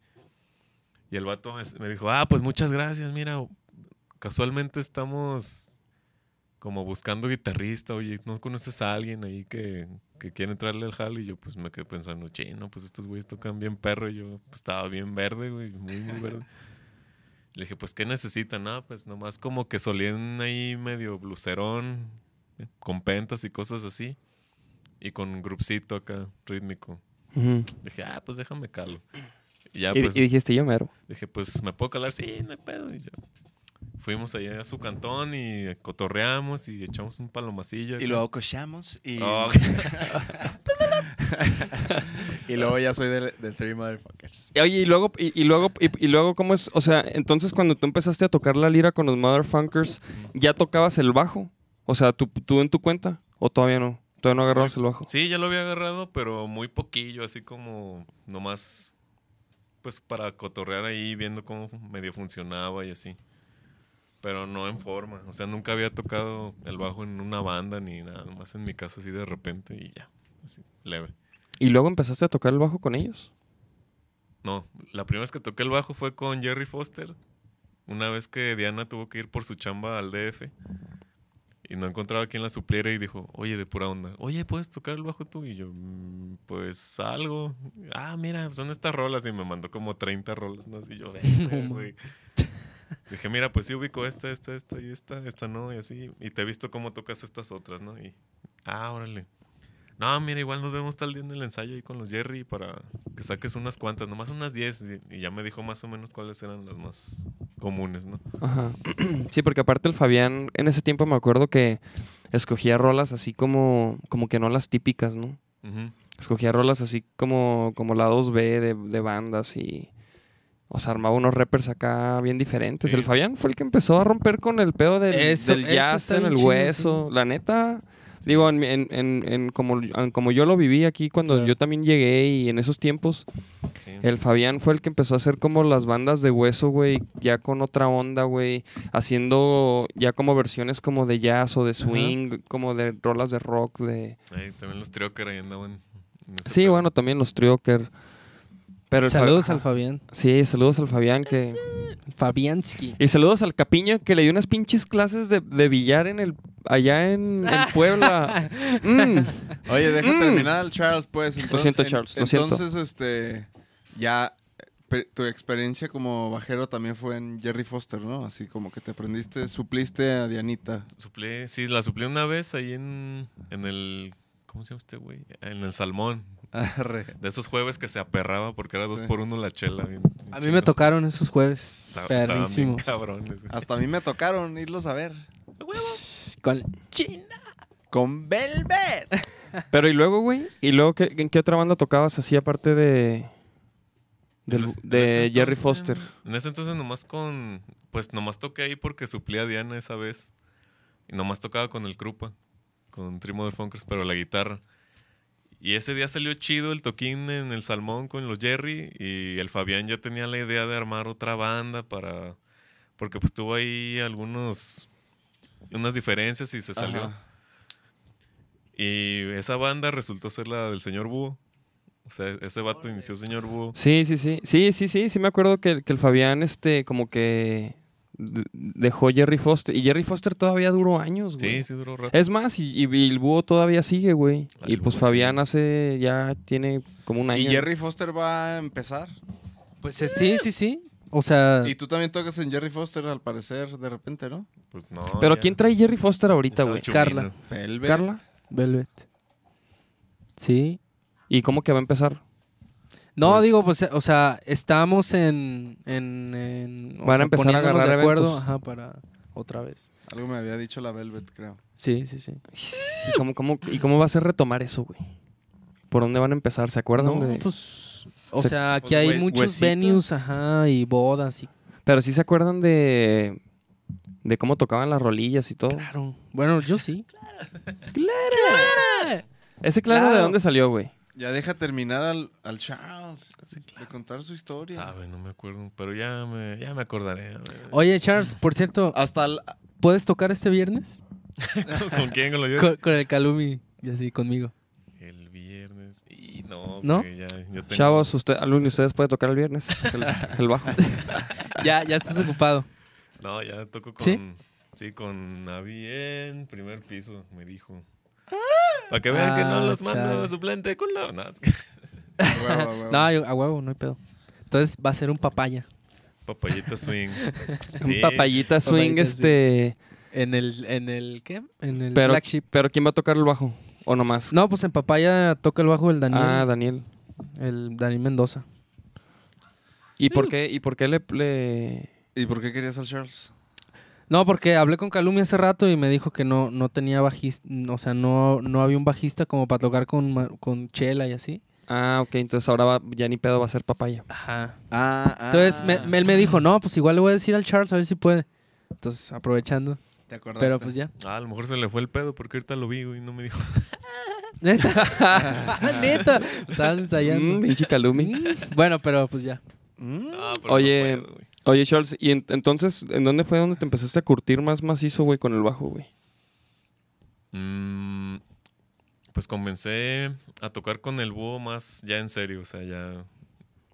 Speaker 3: Y el vato es- me dijo, ah, pues muchas gracias, mira, casualmente estamos como buscando guitarrista, oye, ¿no conoces a alguien ahí que, que quiere entrarle al jalo? Y yo pues me quedé pensando, chino, pues estos güeyes tocan bien perro. Y yo pues, estaba bien verde, güey, muy, muy verde. Le dije, pues, ¿qué necesitan? Ah, pues nomás como que solían ahí medio blucerón, eh, con pentas y cosas así. Y con un grupcito acá, rítmico.
Speaker 1: Ujú.
Speaker 3: Dije, ah, pues déjame calo. Y ya
Speaker 1: y,
Speaker 3: pues
Speaker 1: y dijiste yo mero.
Speaker 3: dije, pues, ¿me puedo calar? Sí, no hay pedo. Y ya. Fuimos allá a su cantón y cotorreamos y echamos un palomacillo.
Speaker 2: Y
Speaker 3: acá.
Speaker 2: luego cochamos y,
Speaker 3: Oh,
Speaker 2: y luego ya soy del, del Three Motherfuckers.
Speaker 1: Y Eh, Oye, y luego, y, y luego, y, y luego, ¿cómo es? O sea, entonces cuando tú empezaste a tocar la lira con los Motherfuckers, ¿ya tocabas el bajo? O sea, ¿tú, tú en tu cuenta? ¿O todavía no? ¿Todavía no agarrabas el bajo?
Speaker 3: Sí, ya lo había agarrado, pero muy poquillo, así como nomás, pues para cotorrear ahí, viendo cómo medio funcionaba y así. Pero no en forma, o sea, nunca había tocado el bajo en una banda ni nada, nomás en mi casa así de repente y ya, así, leve.
Speaker 1: ¿Y luego empezaste a tocar el bajo con ellos?
Speaker 3: No, la primera vez que toqué el bajo fue con Jerry Foster. Una vez que Diana tuvo que ir por su chamba al DF y no encontraba quien la supliera y dijo, oye, de pura onda, oye, ¿puedes tocar el bajo tú? Y yo, "Mm, pues algo. Ah, mira, son estas rolas y me mandó como 30 rolas, ¿no? Y yo, "Verga,
Speaker 4: No,
Speaker 3: güey". [laughs] Dije, mira, pues sí ubico esta, esta, esta y esta, esta no, y así. Y te he visto cómo tocas estas otras, ¿no? Y, ah, órale. No, mira, igual nos vemos tal día en el ensayo ahí con los Jerry para que saques unas cuantas, nomás unas 10. y- Y ya me dijo más o menos cuáles eran las más comunes, ¿no?
Speaker 1: Ajá. [clears throat] Sí, porque aparte el Fabián, en ese tiempo me acuerdo que escogía rolas así como, como que no las típicas, ¿no?
Speaker 3: Ujú.
Speaker 1: Escogía rolas así como, como la 2B de, de bandas y. O sea, armaba unos rappers acá bien diferentes.
Speaker 3: Sí.
Speaker 1: El Fabián fue el que empezó a romper con el pedo del,
Speaker 4: Eso-
Speaker 1: del
Speaker 4: eso
Speaker 1: jazz
Speaker 4: está
Speaker 1: en
Speaker 4: bien
Speaker 1: el
Speaker 4: chido,
Speaker 1: hueso. La neta. Digo, en, mi- en- en- en como, en como yo lo viví aquí cuando
Speaker 4: Claro.
Speaker 1: yo también llegué y en esos tiempos,
Speaker 3: Sí.
Speaker 1: el Fabián fue el que empezó a hacer como las bandas de hueso, güey, ya con otra onda, güey, haciendo ya como versiones como de jazz o de swing, como de rolas de rock, de...
Speaker 3: Ahí también los Trioker ahí andaban. en ese
Speaker 1: Sí,
Speaker 3: pedo.
Speaker 1: bueno, también los Trioker. Pero el Fa-
Speaker 4: Saludos
Speaker 1: ajá.
Speaker 4: al Fabián.
Speaker 1: Sí, saludos al Fabián que...
Speaker 4: Fabiansky.
Speaker 1: Y saludos al Capiña que le dio unas pinches clases de, de billar en el... Allá en, en Puebla. Mm.
Speaker 2: Oye, deja
Speaker 1: Mm.
Speaker 2: terminar al Charles, pues. Entonces,
Speaker 1: siento,
Speaker 2: en-
Speaker 1: Charles, lo siento.
Speaker 2: Entonces, este, ya eh, pe- tu experiencia como bajero también fue en Jerry Foster, ¿no? Así como que te aprendiste, supliste a Dianita.
Speaker 3: Suplí- sí, la suplí una vez ahí en, en el. ¿Cómo se llama este güey? En el Salmón.
Speaker 2: Arre.
Speaker 3: De esos jueves que se aperraba porque era dos
Speaker 2: Sí.
Speaker 3: por uno la chela. bien- bien
Speaker 4: A mí me
Speaker 3: chingón.
Speaker 4: tocaron esos jueves
Speaker 3: Estaban bien
Speaker 4: perrísimos.
Speaker 3: cabrones, güey.
Speaker 2: Hasta a mí me tocaron irlos a ver.
Speaker 4: Con China.
Speaker 2: Con Velvet.
Speaker 1: Pero y luego, güey, y luego qué, en qué otra banda tocabas así aparte de... del-
Speaker 3: En ese- en
Speaker 1: de
Speaker 3: ese
Speaker 1: Jerry
Speaker 3: entonces-
Speaker 1: Foster.
Speaker 3: En ese entonces nomás con. Pues nomás toqué ahí porque suplí a Diana esa vez. Y nomás tocaba con el Krupa, con Three Motherfuckers, pero la guitarra. Y ese día salió chido el toquín en el Salmón con los Jerry. Y el Fabián ya tenía la idea de armar otra banda para. Porque pues tuvo ahí algunos. Unas diferencias y se salió.
Speaker 2: Ajá.
Speaker 3: Y esa banda resultó ser la del señor Búho. O sea, ese vato inició señor Búho.
Speaker 1: Sí, sí, sí. Sí, sí, sí. Sí me acuerdo que, que el Fabián, este, como que... de- Dejó Jerry Foster. Y Jerry Foster todavía duró años, güey. Eh,
Speaker 3: Sí, sí, duró rato.
Speaker 1: Es más, y, y- y el búho todavía sigue, güey.
Speaker 3: Ah,
Speaker 1: Y
Speaker 3: el
Speaker 1: pues
Speaker 3: búho
Speaker 1: Fabián
Speaker 3: sigue.
Speaker 1: hace, ya tiene como un año.
Speaker 2: Y Jerry Foster va a empezar.
Speaker 4: Pues eh, sí, sí, sí. O sea,
Speaker 2: Y tú también tocas en Jerry Foster, al parecer, de repente, ¿no?
Speaker 3: Pues no.
Speaker 1: Pero
Speaker 3: ya.
Speaker 1: ¿quién trae Jerry Foster ahorita,
Speaker 3: Estaba
Speaker 1: güey?
Speaker 3: chumino.
Speaker 4: Carla.
Speaker 2: Velvet.
Speaker 1: ¿Carla?
Speaker 4: Velvet.
Speaker 1: Sí. ¿Y cómo que va a empezar?
Speaker 4: No,
Speaker 2: Pues-
Speaker 4: digo, pues, o sea, estamos en. en, en- o
Speaker 1: Van a
Speaker 4: sea,
Speaker 1: empezar a
Speaker 4: poniéndonos
Speaker 1: agarrar
Speaker 4: de acuerdo
Speaker 1: eventos.
Speaker 4: ajá, para otra vez.
Speaker 2: Algo me había dicho la Velvet, creo.
Speaker 4: Sí, sí, sí.
Speaker 1: ¿Y cómo, cómo- y cómo va a ser retomar eso, güey? ¿Por dónde van a empezar? ¿Se acuerdan?
Speaker 4: No,
Speaker 1: de-
Speaker 4: pues. O
Speaker 1: Se-
Speaker 4: sea, aquí
Speaker 2: Pues,
Speaker 4: hay
Speaker 2: hue-
Speaker 4: muchos
Speaker 2: huesitos.
Speaker 4: venues, ajá, y bodas y.
Speaker 1: Pero sí se acuerdan de... De cómo tocaban las rolillas y todo.
Speaker 4: Claro. Bueno,
Speaker 2: [laughs]
Speaker 4: yo sí.
Speaker 1: Ese claro, de
Speaker 4: Claro.
Speaker 1: dónde salió, güey.
Speaker 2: Ya deja terminar al, al Charles de contar su historia.
Speaker 3: Sabe, no me acuerdo, pero ya me, ya me acordaré. a ver.
Speaker 4: Oye, Charles, por cierto,
Speaker 2: Hasta
Speaker 4: [laughs]
Speaker 2: el-
Speaker 4: ¿puedes tocar este viernes?
Speaker 3: [laughs] ¿Con quién con lo yo?
Speaker 4: Con, con el Calumi y así conmigo.
Speaker 3: El viernes. Y no,
Speaker 4: ¿No?
Speaker 3: porque ya, yo tengo-
Speaker 1: Chavos, usted, alguno de ustedes puede tocar el viernes el, el bajo.
Speaker 4: Ya, ya estás ocupado.
Speaker 3: No, ya toco con.
Speaker 4: ¿Sí?
Speaker 3: ¿Sí? con Navi en primer piso, me dijo. Para que vean que
Speaker 4: Ah,
Speaker 3: no los mando
Speaker 4: chale.
Speaker 3: suplente de culo. No,
Speaker 2: Huevo, [laughs] huevo.
Speaker 4: No, yo- a huevo, no hay pedo. Entonces va a ser un papaya
Speaker 3: papayita swing.
Speaker 1: Un
Speaker 3: Sí.
Speaker 1: papayita swing,
Speaker 4: Papayita
Speaker 1: este...
Speaker 4: en el, en el, ¿qué? En el
Speaker 1: Pero,
Speaker 4: flagship.
Speaker 1: pero ¿quién va a tocar el bajo? ¿O nomás?
Speaker 4: No, pues en papaya toca el bajo el Daniel,
Speaker 1: Ah, Daniel.
Speaker 4: el Daniel Mendoza.
Speaker 1: ¿Y por qué, y por qué le, le-
Speaker 2: ¿Y por qué querías al Charles?
Speaker 4: No, porque hablé con Calumi hace rato y me dijo que no, no tenía bajista, o sea, no, no había un bajista como para tocar con, ma- con Chela y así.
Speaker 1: Ah, ok, entonces ahora va- ya ni pedo va a ser papaya.
Speaker 4: Ajá.
Speaker 2: Ah, ah.
Speaker 4: Entonces me- me- él me dijo, no, pues igual le voy a decir al Charles a ver si puede. Entonces, aprovechando.
Speaker 2: ¿Te acordaste?
Speaker 4: Pero pues ya.
Speaker 3: Ah, a lo mejor se le fue el pedo porque ahorita lo vi güey, y no me dijo.
Speaker 4: Neta. Neta. Estaban
Speaker 1: Mm,
Speaker 4: ensayando.
Speaker 1: pinche Calumi.
Speaker 4: Bueno, pero pues ya.
Speaker 2: Mm.
Speaker 3: Ah, pero
Speaker 1: Oye,
Speaker 3: no puedo, güey.
Speaker 1: Oye, Charles, ¿y en- entonces en dónde fue donde te empezaste a curtir más macizo, güey, con el bajo, güey?
Speaker 3: Mm, pues comencé a tocar con el búho más ya en serio, o sea, ya.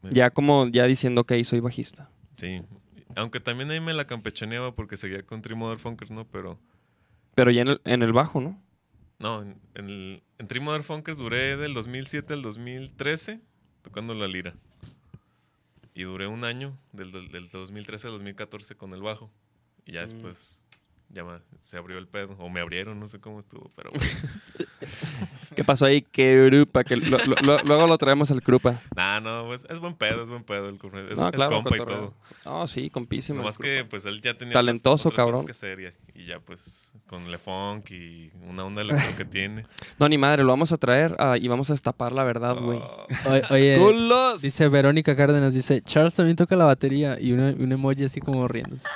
Speaker 1: Ya como, ya diciendo que soy bajista.
Speaker 3: Sí. Aunque también ahí me la campechaneaba porque seguía con Tree Motherfuckers, ¿no? Pero.
Speaker 1: Pero ya en el, en el bajo, ¿no?
Speaker 3: No, en, en, el- en Three Motherfuckers duré del 2007 al 2013 tocando la lira. Y duré un año, del, do- del 2013 al 2014 con el bajo. Y
Speaker 1: Mm.
Speaker 3: ya después ya me- se abrió el pedo. O me abrieron, no sé cómo estuvo,
Speaker 1: [laughs]
Speaker 3: pero bueno.
Speaker 1: ¿Qué pasó ahí? ¡Qué grupa! Que lo- lo- lo- luego lo traemos al grupa.
Speaker 3: nah, no, pues, es buen pedo, es buen pedo el Curro, Es,
Speaker 1: No,
Speaker 3: es
Speaker 1: claro,
Speaker 3: compa y
Speaker 1: cotorreo.
Speaker 3: todo.
Speaker 1: No, sí, compísimo. el
Speaker 3: Nomás
Speaker 1: Krupa.
Speaker 3: que pues él ya tenía
Speaker 1: Talentoso,
Speaker 3: otras cosas
Speaker 1: cabrón.
Speaker 3: que seria. Y ya pues con el funk y una onda electro
Speaker 1: [laughs]
Speaker 3: que tiene.
Speaker 1: No, ni madre, lo vamos a traer ah, y vamos a destapar la verdad, güey. [laughs] Eh,
Speaker 3: Ah,
Speaker 4: O- oye,
Speaker 1: ¡Culos!
Speaker 4: dice Verónica Cárdenas, dice, Charles también toca la batería y una- un emoji así como riéndose.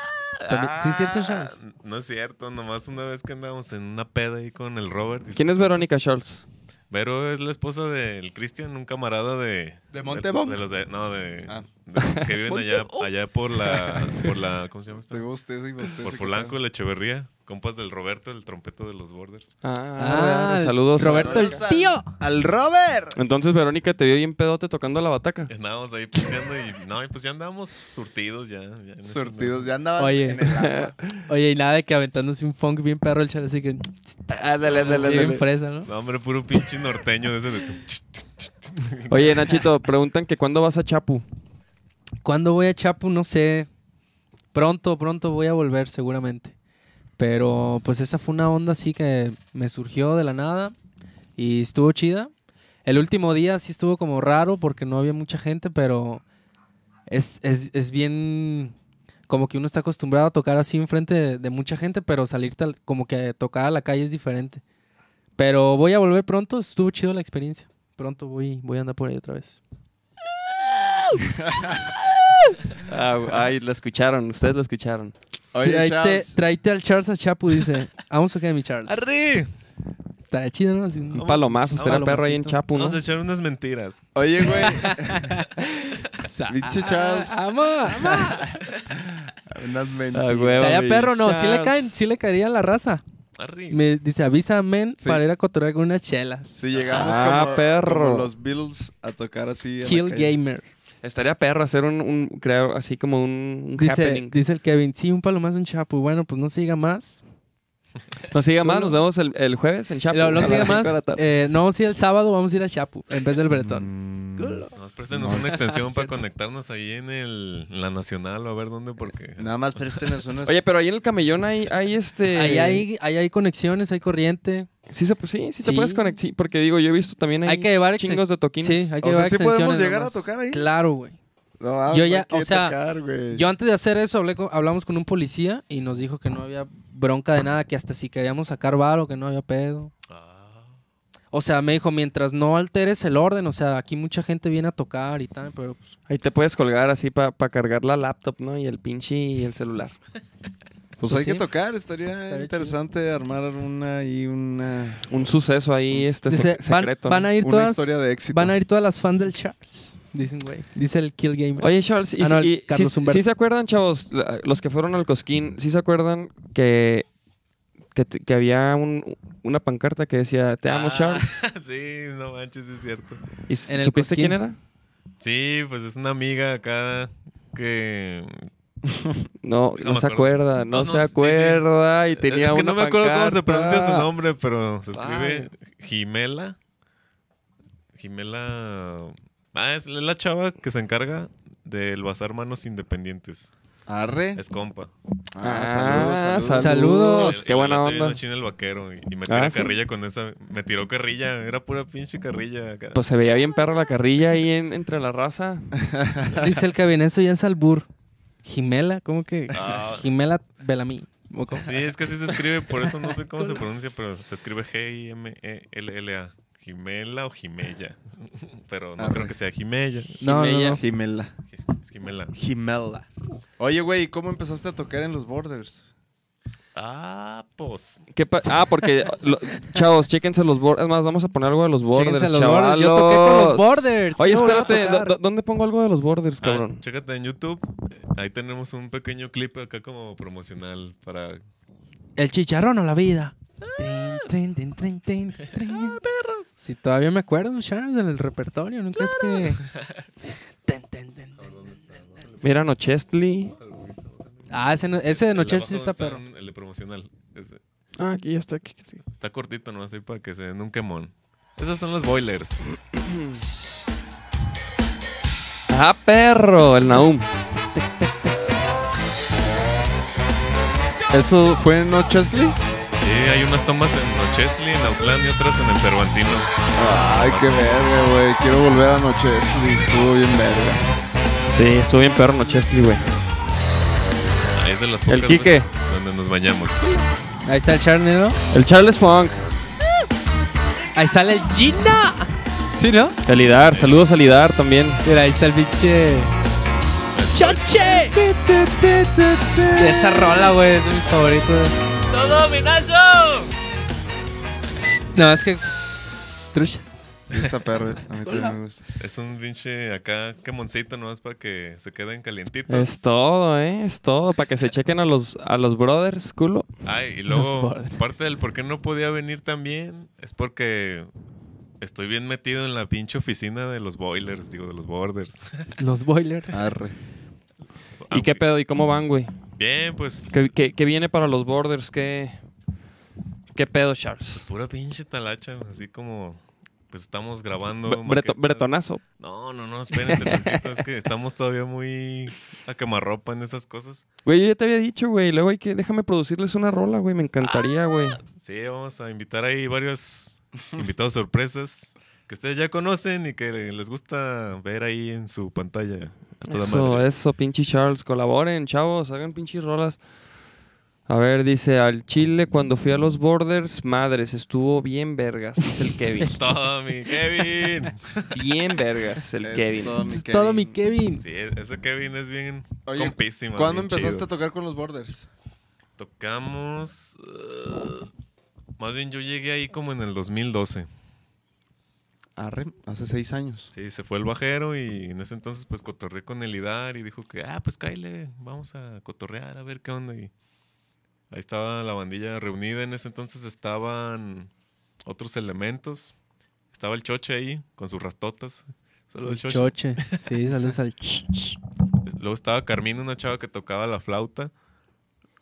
Speaker 4: También- ¿Sí es cierto, Charles?
Speaker 3: Ah, No es cierto, nomás una vez que andábamos en una peda ahí con el Robert. y
Speaker 1: ¿Quién es
Speaker 3: sus
Speaker 1: Verónica
Speaker 3: compas.
Speaker 1: Charles?
Speaker 3: Vero es la esposa del Cristian, un camarada de.
Speaker 2: ¿De Montebong?
Speaker 3: de los de- no, de.
Speaker 2: Ah.
Speaker 3: de- que viven allá, allá por la. por la ¿Cómo
Speaker 2: [laughs]
Speaker 3: se llama esta?
Speaker 2: Estoy bostez y bostez.
Speaker 3: Por Polanco, la Echeverría. Compas del Roberto, el trompeto de los Borders.
Speaker 1: Ah,
Speaker 4: Ah,
Speaker 1: arre, saludos.
Speaker 4: Roberto el
Speaker 2: Saludos al-
Speaker 4: tío.
Speaker 2: ¡Al Robert!
Speaker 1: Entonces Verónica te vio bien pedote tocando la
Speaker 3: [laughs]
Speaker 1: bataca.
Speaker 3: Andábamos ahí pisteando y. No, y pues ya andábamos surtidos ya. ya en ese-
Speaker 2: Surtidos, ya andaban
Speaker 4: Oye.
Speaker 2: en el
Speaker 4: [laughs]
Speaker 2: agua.
Speaker 4: Oye, y nada de que aventándose un funk bien perro el Charles así que...
Speaker 1: Ándale, ándale,
Speaker 4: así bien
Speaker 1: ándale.
Speaker 4: fresa, ¿no?
Speaker 3: No, hombre, puro pinche norteño de ese de tu.
Speaker 1: Oye, Nachito, preguntan que cuándo vas a Chapu.
Speaker 4: ¿Cuándo voy a Chapu? No sé. Pronto, pronto voy a volver seguramente. Pero pues esa fue una onda así que me surgió de la nada y estuvo chida. El último día sí estuvo como raro porque no había mucha gente, pero es, es- es bien como que uno está acostumbrado a tocar así enfrente de, de mucha gente, pero salir tal, como que tocar a la calle es diferente. Pero voy a volver pronto, estuvo chido la experiencia. Pronto voy, voy a andar por ahí otra vez.
Speaker 1: Ah, ay, la escucharon, ustedes la escucharon.
Speaker 2: Oye,
Speaker 4: Traite,
Speaker 2: Charles.
Speaker 4: traite al Charles a Chapu, dice. Vamos a quedar mi Charles.
Speaker 3: ¡Arri!
Speaker 4: Está chido, ¿no? Así
Speaker 1: Un
Speaker 4: un-
Speaker 1: palomazo, estaría
Speaker 4: vamos,
Speaker 1: perro ahí en Chapu, ¿no?
Speaker 3: Vamos a echar unas mentiras.
Speaker 2: Oye, güey.
Speaker 4: [laughs]
Speaker 2: Pinche Charles.
Speaker 4: Ah. ¡Ama! ama.
Speaker 2: Unas
Speaker 1: Ah,
Speaker 2: mentiras.
Speaker 1: huevo,
Speaker 4: Estaría
Speaker 1: mi
Speaker 4: perro, no. Sí le
Speaker 1: Charles.
Speaker 4: caen, sí le caería a la raza.
Speaker 3: Arri.
Speaker 4: Me dice, avisa a men
Speaker 2: Sí.
Speaker 4: para ir a cotorrear con unas chelas.
Speaker 2: Si llegamos
Speaker 1: Ah,
Speaker 2: como,
Speaker 1: perro.
Speaker 2: como los Beatles a tocar así. en la
Speaker 4: Kill
Speaker 2: calle.
Speaker 4: Gamer.
Speaker 1: Estaría perro hacer un, un crear así como un, un
Speaker 4: Dice,
Speaker 1: happening.
Speaker 4: dice el Kevin, sí, un palomazo en Chapu. Bueno, pues no se diga más.
Speaker 1: No siga más,
Speaker 4: Uno.
Speaker 1: nos vemos el, el jueves en Chapo.
Speaker 4: Lo, lo
Speaker 1: a
Speaker 4: sigue
Speaker 1: las cinco
Speaker 4: más.
Speaker 1: de la tarde.
Speaker 4: eh, no vamos a ir el sábado, vamos a ir a Chapu en vez del Bretón.
Speaker 2: Mm,
Speaker 3: Nos préstenos una extensión para conectarnos ahí en, el, en la nacional o a ver dónde, porque.
Speaker 5: Nada más
Speaker 2: este
Speaker 5: préstenos unas.
Speaker 1: Oye, pero ahí en el camellón hay, hay este.
Speaker 4: Ahí hay, ahí hay conexiones, hay corriente.
Speaker 1: Sí, se, pues, sí, sí, te
Speaker 4: Sí.
Speaker 1: puedes conectar. Porque digo, yo he visto también ahí
Speaker 4: Hay que llevar exten-
Speaker 1: chingos de toquines.
Speaker 4: Sí, hay que
Speaker 2: O sea,
Speaker 4: llevar
Speaker 2: ¿sí podemos
Speaker 4: extensiones
Speaker 2: llegar a tocar ahí?
Speaker 4: Claro, güey.
Speaker 2: no, ah,
Speaker 4: Yo
Speaker 2: hay
Speaker 4: ya-
Speaker 2: que
Speaker 4: o sea,
Speaker 2: tocar, güey.
Speaker 4: Yo antes de hacer eso hablé con- hablamos con un policía y nos dijo que no había bronca de nada, que hasta si queríamos sacar varo, que no había pedo.
Speaker 3: Ah,
Speaker 4: O sea, me dijo, mientras no alteres el orden, o sea, aquí mucha gente viene a tocar y tal, pero pues...
Speaker 1: Ahí te puedes colgar así para cargar la laptop, ¿no? Y el pinche y el celular.
Speaker 2: pues
Speaker 4: pues
Speaker 2: hay que
Speaker 4: sí.
Speaker 2: tocar, estaría,
Speaker 4: Estaría
Speaker 2: interesante armar una y una,
Speaker 1: Un suceso ahí, este
Speaker 4: dice,
Speaker 1: sec-
Speaker 4: van,
Speaker 1: secreto.
Speaker 4: van
Speaker 1: ¿no?
Speaker 4: a ir
Speaker 2: una
Speaker 4: todas...
Speaker 2: historia de éxito.
Speaker 4: Van a ir todas las fans del Charles. Dicen, güey. Dice el Kill Gamer.
Speaker 1: Oye, Charles, ¿y,
Speaker 4: Ah, no, el
Speaker 1: y- y-
Speaker 4: Carlos
Speaker 1: sí,
Speaker 4: Humberto.
Speaker 1: sí se acuerdan, chavos, la- los que fueron al Cosquín, sí se acuerdan que, que, te- que había un- una pancarta que decía, te amo,
Speaker 3: Ah,
Speaker 1: Charles?
Speaker 3: [laughs] sí, no manches, sí es cierto.
Speaker 1: ¿Y s-
Speaker 4: en el
Speaker 1: supiste
Speaker 4: Cosquín.
Speaker 1: quién era?
Speaker 3: Sí, pues es una amiga acá que.
Speaker 1: No,
Speaker 3: No
Speaker 1: no,
Speaker 3: me
Speaker 1: se
Speaker 3: acuerdo.
Speaker 1: acuerda, no,
Speaker 3: No,
Speaker 1: se
Speaker 3: no, sí, sí.
Speaker 1: acuerda y tenía
Speaker 3: es que
Speaker 1: una
Speaker 3: no me acuerdo cómo se pronuncia su
Speaker 1: pancarta.
Speaker 3: nombre, pero se escribe Jimela. Jimela. Ah, es la chava que se encarga del Bazar Manos Independientes.
Speaker 2: Arre.
Speaker 3: Es compa.
Speaker 1: Ah, saludos,
Speaker 4: Saludos.
Speaker 1: Qué buena
Speaker 3: La tenía
Speaker 1: onda.
Speaker 3: en China el vaquero y, y me
Speaker 1: Ah,
Speaker 3: tiró
Speaker 1: sí.
Speaker 3: carrilla con esa. Me tiró carrilla, era pura pinche carrilla. acá.
Speaker 1: Pues se veía bien perro la carrilla ahí en- entre la
Speaker 4: [laughs]
Speaker 1: raza.
Speaker 4: [laughs] Dice el Cabineso y en Salbur. Jimela, ¿cómo que?
Speaker 3: Ah,
Speaker 4: Jimela Belami. ¿O cómo?
Speaker 3: sí, es que así se escribe, por eso no
Speaker 1: [laughs]
Speaker 3: sé cómo se pronuncia, pero se escribe G-I-M-E-L-L-A. Jimela o Jimella. [laughs] Pero no creo que sea Jimella.
Speaker 4: No, no,
Speaker 1: Jimella.
Speaker 4: no.
Speaker 2: Jimela.
Speaker 3: Es Jimela.
Speaker 2: Jimela. Oye, güey, ¿cómo empezaste a tocar en los Borders?
Speaker 3: Ah, pues.
Speaker 1: ¿Qué pa- ah, porque, lo- chavos, chéquense los bordes. Es más, vamos a poner algo de los borders,
Speaker 4: Chéquense los borders. Yo toqué con los
Speaker 1: chavalos.
Speaker 4: borders.
Speaker 1: Oye,
Speaker 4: Quiero volver a
Speaker 1: espérate, ¿dó-
Speaker 4: tocar.
Speaker 1: dó- ¿dónde pongo algo de los borders,
Speaker 3: Ah,
Speaker 1: cabrón?
Speaker 3: chécate en YouTube. eh, Ahí tenemos un pequeño clip acá como promocional para.
Speaker 4: El chicharrón o la vida. Trin, trin, trin, trin, trin, trin. Si todavía me acuerdo, Charles, del repertorio, ¿no crees que...? [laughs] Ten, ten, ten, ten, ten.
Speaker 1: Mira, Nochestli.
Speaker 4: Ah, ese, no- ese de
Speaker 3: El
Speaker 4: noche
Speaker 3: abajo
Speaker 4: sí está
Speaker 3: está
Speaker 4: perro.
Speaker 3: un- El de promocional. Ese.
Speaker 1: Ah, aquí ya está. Aquí, aquí.
Speaker 3: Está cortito, ¿no? Así para que se den un quemón. Esos son los boilers.
Speaker 1: Ah, perro, el Naum.
Speaker 2: ¿Eso fue en Ochesley?
Speaker 3: Sí, hay unas tomas en Nochestli, en Autlán y otras en el Cervantino.
Speaker 2: Ay, qué verga, güey. Quiero volver a Nochesley. Estuvo bien verga.
Speaker 1: Sí, estuvo bien perro Nochestli, güey.
Speaker 3: Ahí es de las
Speaker 1: El
Speaker 3: pocas
Speaker 1: Quique.
Speaker 3: veces donde nos bañamos.
Speaker 4: Ahí está el Charles, ¿no?
Speaker 1: El Charles Funk,
Speaker 4: Ahí sale el Gina. ¿Sí, no?
Speaker 1: el Idar. Saludos al Idar también.
Speaker 4: Mira, ahí está el pinche... ¡Choche! Esa rola, güey, es de mis favoritos.
Speaker 3: ¡Todo minazo!
Speaker 4: No, es que... pues, Trucha.
Speaker 2: Sí, está perro. A mí también me gusta.
Speaker 3: Es un pinche acá quemoncito nomás para que se queden calientitos.
Speaker 1: Es todo, ¿eh? Es todo. Para que se chequen a los, a los brothers, culo.
Speaker 3: Ay, y
Speaker 4: Los
Speaker 3: luego,
Speaker 4: bordes.
Speaker 3: parte del por qué no podía venir también es porque estoy bien metido en la pinche oficina de los boilers, digo, de los borders. [laughs]
Speaker 4: Los boilers.
Speaker 2: Arre.
Speaker 1: ¿Y qué
Speaker 3: Aunque-
Speaker 1: pedo? ¿Y cómo van, güey?
Speaker 3: Bien, pues.
Speaker 1: ¿Qué, qué- qué viene para los borders? ¿Qué, qué pedo, Charles?
Speaker 3: Pura pinche talacha, así como. Pues estamos grabando.
Speaker 1: Bre- breto-
Speaker 3: maquetas.
Speaker 1: bretonazo.
Speaker 3: No, no, no, espérense tantito, Es que estamos todavía muy a camarropa en esas cosas.
Speaker 1: Güey, yo ya te había dicho, güey. Luego hay que... Déjame producirles una rola, güey. Me
Speaker 4: Ah,
Speaker 1: encantaría, güey.
Speaker 3: Sí, vamos a invitar ahí varios invitados sorpresas que ustedes ya conocen y que les gusta ver ahí en su pantalla. a toda
Speaker 1: Eso,
Speaker 3: madre.
Speaker 1: eso, pinche Charles. Colaboren, chavos. Hagan pinches rolas. A ver, dice, al Chile cuando fui a los borders, madres, estuvo bien vergas. Es
Speaker 4: [laughs]
Speaker 1: el Kevin.
Speaker 3: Es todo, mi Kevin.
Speaker 1: Bien vergas, el
Speaker 2: Es
Speaker 1: Kevin.
Speaker 2: Este, todo mi
Speaker 4: Es todo mi
Speaker 2: Kevin.
Speaker 4: Kevin.
Speaker 3: Sí, ese Kevin es bien
Speaker 2: Oye,
Speaker 3: compísimo.
Speaker 2: ¿Cuándo
Speaker 3: bien
Speaker 2: empezaste
Speaker 3: chido.
Speaker 2: a tocar con los Borders?
Speaker 3: Tocamos... eh, más bien yo llegué ahí como en el 2012.
Speaker 2: Arre, hace seis años.
Speaker 3: Sí, se fue el bajero y en ese entonces pues cotorreé con el Idar y dijo que, ah, pues Kyle, vamos a cotorrear a ver qué onda. Y ahí estaba la bandilla reunida. En ese entonces estaban otros elementos. Estaba el Choche ahí con sus rastotas. Solo
Speaker 4: El choche. Sí, saludos al ch- ch-
Speaker 3: Luego estaba Carmina, una chava que tocaba la flauta.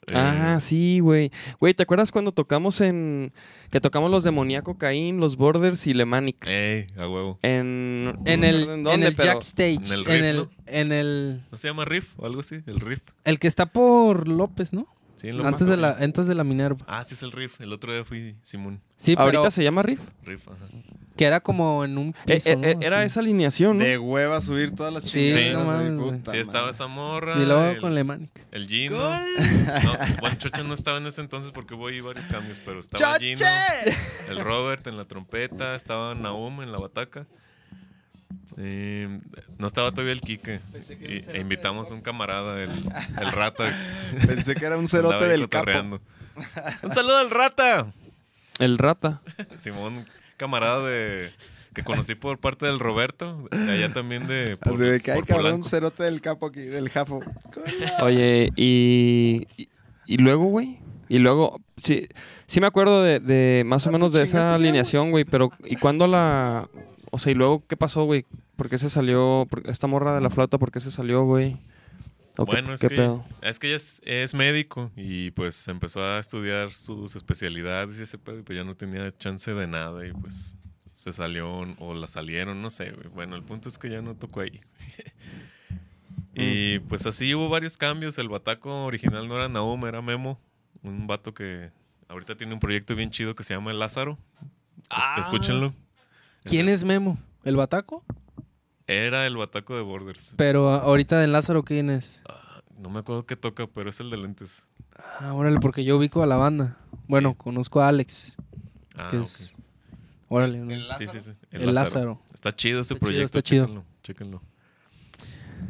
Speaker 3: Eh,
Speaker 1: Ah, sí, güey. Güey, ¿te acuerdas cuando tocamos en. que tocamos los demoníaco Caín, los Borders y Lemanic?
Speaker 2: Eh.
Speaker 3: Ey, a huevo.
Speaker 1: Mm. En.
Speaker 4: En
Speaker 1: no
Speaker 4: el,
Speaker 1: recuerdo
Speaker 4: en
Speaker 1: dónde,
Speaker 4: el
Speaker 1: pero-
Speaker 4: Jack Stage.
Speaker 3: en el
Speaker 4: En
Speaker 3: riff,
Speaker 4: el,
Speaker 3: ¿no?
Speaker 4: en el.
Speaker 3: ¿No se llama Riff o algo así? El Riff.
Speaker 4: El que está por López, ¿no?
Speaker 3: Sí, en lo
Speaker 4: Antes de,
Speaker 3: más-
Speaker 4: la, antes de la Minerva.
Speaker 3: Ah, sí, es el Riff. El otro día fui Simón.
Speaker 4: Sí,
Speaker 1: ¿Ahorita
Speaker 4: pero
Speaker 1: se llama Riff?
Speaker 3: Riff, ajá.
Speaker 4: que era como en un
Speaker 1: Eh,
Speaker 4: piso,
Speaker 1: eh,
Speaker 4: ¿no?
Speaker 1: eh, era
Speaker 4: Así.
Speaker 1: esa alineación, ¿no?
Speaker 2: De hueva subir todas las
Speaker 4: Sí,
Speaker 2: chingaderas.
Speaker 3: no
Speaker 2: ahí,
Speaker 4: mames, güey.
Speaker 2: puta
Speaker 3: Sí, estaba
Speaker 2: madre.
Speaker 3: esa morra.
Speaker 4: Y luego
Speaker 3: el,
Speaker 4: con Lemanic.
Speaker 3: el Gino. No, bueno, Chocha no estaba en ese entonces porque hubo ahí varios cambios, pero estaba el Gino. El Robert en la trompeta, estaba Naum en la bataca. Eh, no estaba todavía el Quique. Y- e invitamos a un camarada, el,
Speaker 2: [laughs]
Speaker 3: el Rata.
Speaker 2: [laughs] Pensé que era un
Speaker 3: Andaba
Speaker 2: cerote
Speaker 3: ahí
Speaker 2: del capo.
Speaker 3: cotorreando. ¡Un saludo al Rata!
Speaker 1: El Rata.
Speaker 3: Simón, camarada de que conocí por parte del Roberto, de allá también de por,
Speaker 2: Así de que hay
Speaker 3: por
Speaker 2: cabrón un
Speaker 3: Polanco.
Speaker 2: cerote del capo aquí, del jafo.
Speaker 1: Oye, y, y, y luego, güey. Y luego, sí, sí me acuerdo de, de más o menos de esa alineación, güey, pero ¿y cuándo la...? O sea, ¿y luego qué pasó, güey? ¿Por qué se salió por- esta morra de la flauta? ¿Por qué se salió, güey? ¿O qué-
Speaker 3: Bueno, es,
Speaker 1: qué
Speaker 3: que,
Speaker 1: pedo?
Speaker 3: es que ella es, es médico y pues empezó a estudiar sus especialidades y ese pedo, y pues ya no tenía chance de nada y pues se salió o la salieron, no sé. güey. Bueno, el punto es que ya no tocó ahí. [laughs] y
Speaker 4: Mm.
Speaker 3: pues así hubo varios cambios. El bataco original no era Naum, era Memo, un vato que ahorita tiene un proyecto bien chido que se llama Lázaro. Es-
Speaker 4: Ah.
Speaker 3: Escúchenlo.
Speaker 4: ¿Quién es Memo? ¿El Bataco?
Speaker 3: Era el bataco de Borders.
Speaker 4: Pero ah, ahorita de Lázaro, ¿quién es?
Speaker 3: No me acuerdo qué toca, pero es el de lentes.
Speaker 4: Ah, órale, porque yo ubico a la banda. Bueno, conozco a Alex,
Speaker 3: Ah,
Speaker 4: que
Speaker 3: ok.
Speaker 4: es. Órale, ¿no?
Speaker 3: Sí, sí, sí.
Speaker 4: El, Lázaro.
Speaker 3: Está chido ese
Speaker 4: Está chido,
Speaker 3: proyecto.
Speaker 4: está chido.
Speaker 3: Chéquenlo, chéquenlo.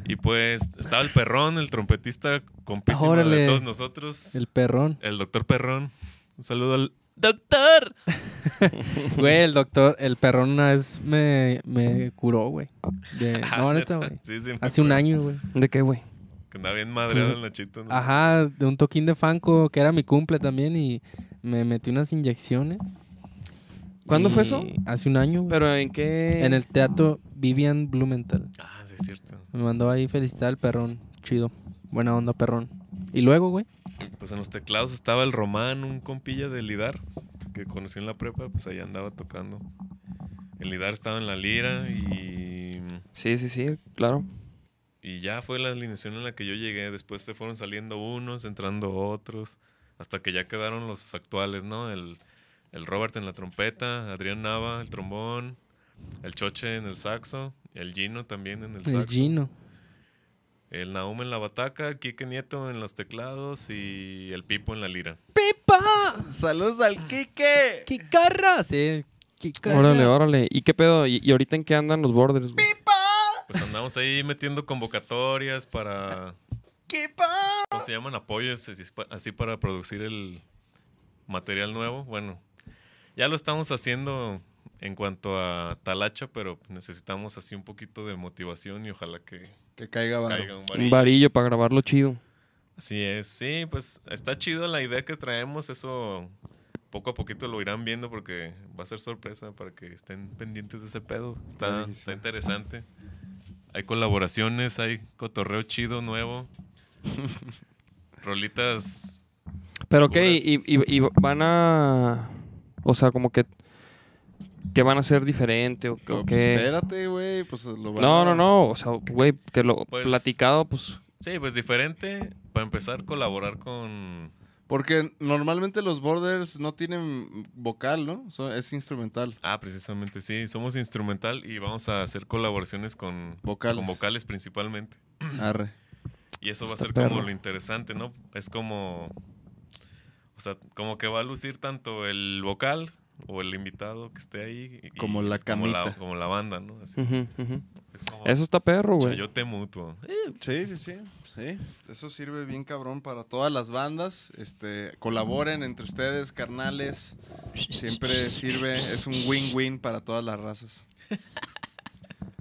Speaker 3: Y pues estaba el perrón, el trompetista compísimo
Speaker 4: Órale.
Speaker 3: de todos nosotros.
Speaker 4: El
Speaker 3: El,
Speaker 4: perrón.
Speaker 3: doctor perrón. Un saludo al doctor.
Speaker 4: Güey, el doctor, el perrón una vez me, me curó, güey.
Speaker 3: [laughs]
Speaker 4: De, Eh, no, neta, güey.
Speaker 3: Ah, Sí, sí, me
Speaker 4: Hace un
Speaker 3: acuerdo.
Speaker 4: año, güey.
Speaker 1: ¿De qué, güey?
Speaker 3: Que andaba bien madreado el Nachito. ¿no?
Speaker 4: Ajá, de un toquín de Fanco, que era mi cumple también, y me metí unas inyecciones.
Speaker 1: ¿Cuándo fue
Speaker 4: Y
Speaker 1: eso?
Speaker 4: Hace un año, güey.
Speaker 1: ¿Pero eh, en qué...?
Speaker 4: En el teatro Vivian Blumenthal.
Speaker 3: Ah, sí, es cierto.
Speaker 4: Me mandó ahí felicitar al perrón. Chido. Buena onda, perrón. Y luego, güey.
Speaker 3: Y, Pues en los teclados estaba el Román, un compilla de Lidar que conocí en la prepa, pues ahí andaba tocando. El Lidar estaba en la lira y
Speaker 1: Sí, sí, sí, claro.
Speaker 3: Y ya fue la alineación en la que yo llegué. Después se fueron saliendo unos, entrando otros, hasta que ya quedaron los actuales, ¿no? El, el Robert en la trompeta, Adrián Nava, el trombón, el Choche en el saxo, el Gino también en el, saxo.
Speaker 4: El Gino.
Speaker 3: El Naum en la bataca, el Quique Nieto en los teclados y el Pipo en la lira.
Speaker 4: ¡Pipa!
Speaker 2: Saludos al Quique.
Speaker 4: ¡Qué carra! Sí. ¡Qué carra!
Speaker 1: Órale, órale. ¿Y qué pedo? ¿Y, y ahorita en qué andan los Borders, güey?
Speaker 3: Pues andamos ahí metiendo convocatorias para... ¿Cómo se llaman? Apoyos así pa- así para producir el material nuevo. Bueno, ya lo estamos haciendo en cuanto a Talacha, pero necesitamos así un poquito de motivación y ojalá que
Speaker 2: Que caiga varo.
Speaker 3: caiga un
Speaker 1: Un
Speaker 3: varillo.
Speaker 1: varillo para grabarlo chido.
Speaker 3: Así es, sí, pues está chido la idea que traemos, eso poco a poquito lo irán viendo porque va a ser sorpresa para que estén pendientes de ese pedo. Está,
Speaker 2: Buenísimo.
Speaker 3: está interesante. Hay colaboraciones, hay cotorreo chido nuevo. Rolitas
Speaker 1: Pero ok,
Speaker 3: Puras.
Speaker 1: y, y- y van a... O sea, como que... ¿Qué van a ser diferente? ¿O, o
Speaker 2: Pues
Speaker 1: qué?
Speaker 2: espérate, güey. Pues lo
Speaker 1: No,
Speaker 2: van
Speaker 1: no,
Speaker 2: a-
Speaker 1: no. O sea, güey, que lo
Speaker 3: Pues-
Speaker 1: platicado, pues.
Speaker 3: Sí, pues diferente. Para empezar, colaborar con.
Speaker 2: Porque normalmente los borders no tienen vocal, ¿no? Son- es
Speaker 3: [clears throat]
Speaker 2: instrumental.
Speaker 3: Ah, precisamente, sí. Somos instrumental y vamos a hacer colaboraciones con
Speaker 2: Vocales.
Speaker 3: con vocales principalmente.
Speaker 2: Arre.
Speaker 3: Y eso va a
Speaker 1: Está
Speaker 3: ser como
Speaker 1: perro.
Speaker 3: lo interesante, ¿no? Es como. O sea, como que va a lucir tanto el vocal o el invitado que esté ahí. y-
Speaker 2: Como la
Speaker 3: Como
Speaker 2: camita.
Speaker 3: la, como la banda, ¿no? Así,
Speaker 1: ujú, ujú.
Speaker 3: es como
Speaker 1: Mm. Eso está perro, güey.
Speaker 3: chayote mutuo.
Speaker 2: Sí, sí, sí, sí. Eso sirve bien cabrón para todas las bandas. Este, colaboren entre ustedes, carnales. Siempre sirve, es un win-win para todas las razas.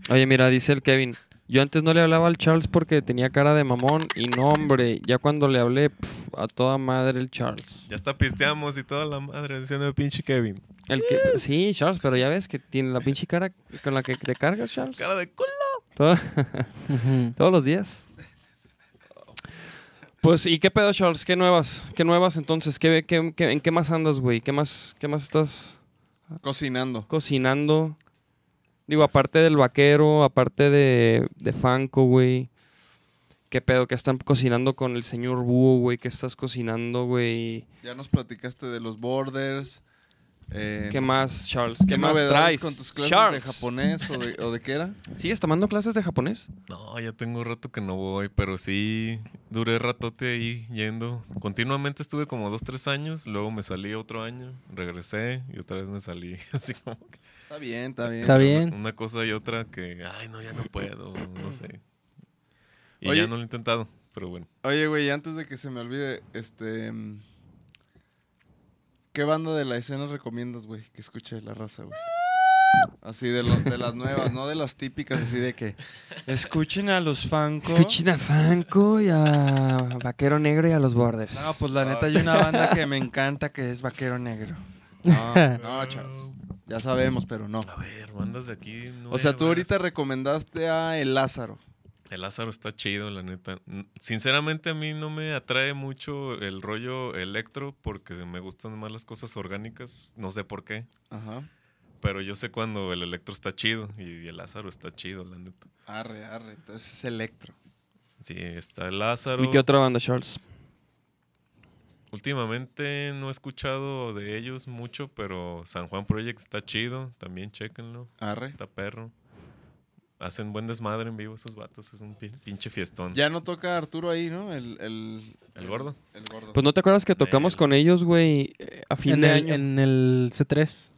Speaker 1: Oye, mira, dice el Kevin. Yo antes no le hablaba al Charles porque tenía cara de mamón y no, hombre. Ya cuando le hablé, pf, a toda madre el Charles.
Speaker 3: Ya está pisteamos y toda la madre diciendo pinche Kevin.
Speaker 1: El que, sí, Charles, pero ya ves que tiene la pinche cara con la que te cargas, Charles.
Speaker 3: Cara de culo.
Speaker 1: [laughs] Todo-
Speaker 4: Ujú.
Speaker 1: todos los días. Pues, ¿y qué pedo, Charles? ¿Qué nuevas? ¿Qué nuevas entonces? ¿Qué, qué, qué- en qué más andas, güey? ¿Qué más, ¿Qué más estás
Speaker 2: Cocinando.
Speaker 1: cocinando? Digo, aparte del vaquero, aparte de, de Fanco, güey. ¿Qué pedo? ¿Qué están cocinando con el señor Búho, güey? ¿Qué estás cocinando, güey?
Speaker 2: Ya nos platicaste de los borders. eh,
Speaker 1: ¿Qué más, Charles? ¿Qué,
Speaker 2: ¿qué
Speaker 1: más
Speaker 2: novedades
Speaker 1: traes?
Speaker 2: con tus clases de
Speaker 1: Charles,
Speaker 2: japonés o de, o de qué era?
Speaker 1: ¿Sigues tomando clases de japonés?
Speaker 3: No, ya tengo rato que no voy, pero sí duré ratote ahí yendo. Continuamente estuve como dos, tres años, luego me salí otro año, regresé y otra vez me salí. [laughs] Así como que
Speaker 2: Está bien, está bien.
Speaker 4: Está bien.
Speaker 3: una cosa y otra que, ay, no, ya no puedo, no sé. Y
Speaker 2: Oye.
Speaker 3: ya no lo he intentado, pero bueno.
Speaker 2: Oye, güey, y antes de que se me olvide, este. mm, ¿Qué banda de la escena recomiendas, güey? Que escuche la raza, güey. Así de, lo- de las nuevas, no de las típicas, así de que.
Speaker 5: Escuchen a los Fanco.
Speaker 1: Escuchen a Fanco y a Vaquero Negro y a los Borders.
Speaker 5: No, pues la neta hay una banda que me encanta que es Vaquero Negro.
Speaker 2: No, no, Charles. Ya sabemos, pero no.
Speaker 3: A ver, bandas de aquí.
Speaker 2: O sea, tú
Speaker 3: nuevas.
Speaker 2: ahorita recomendaste a El Lázaro.
Speaker 3: El Lázaro está chido, la neta. N- Sinceramente a mí no me atrae mucho el rollo electro porque me gustan más las cosas orgánicas, no sé por qué,
Speaker 2: Ajá.
Speaker 3: pero yo sé cuando el electro está chido y el Lázaro está chido, la neta.
Speaker 2: Arre, arre. Entonces es Electro.
Speaker 3: Sí, está el Lázaro.
Speaker 1: ¿Y qué otra banda, Charles?
Speaker 3: Últimamente no he escuchado de ellos mucho, pero San Juan Project está chido, también chéquenlo,
Speaker 2: Arre.
Speaker 3: está perro. Hacen buen desmadre en vivo esos vatos, es un pin- pinche fiestón.
Speaker 2: Ya no toca Arturo ahí, ¿no? El, el,
Speaker 3: El gordo.
Speaker 2: El gordo.
Speaker 1: Pues no te acuerdas que tocamos
Speaker 3: Nel.
Speaker 1: con ellos, güey, eh, a fin
Speaker 4: En
Speaker 1: de
Speaker 4: el,
Speaker 1: año.
Speaker 4: en el C3.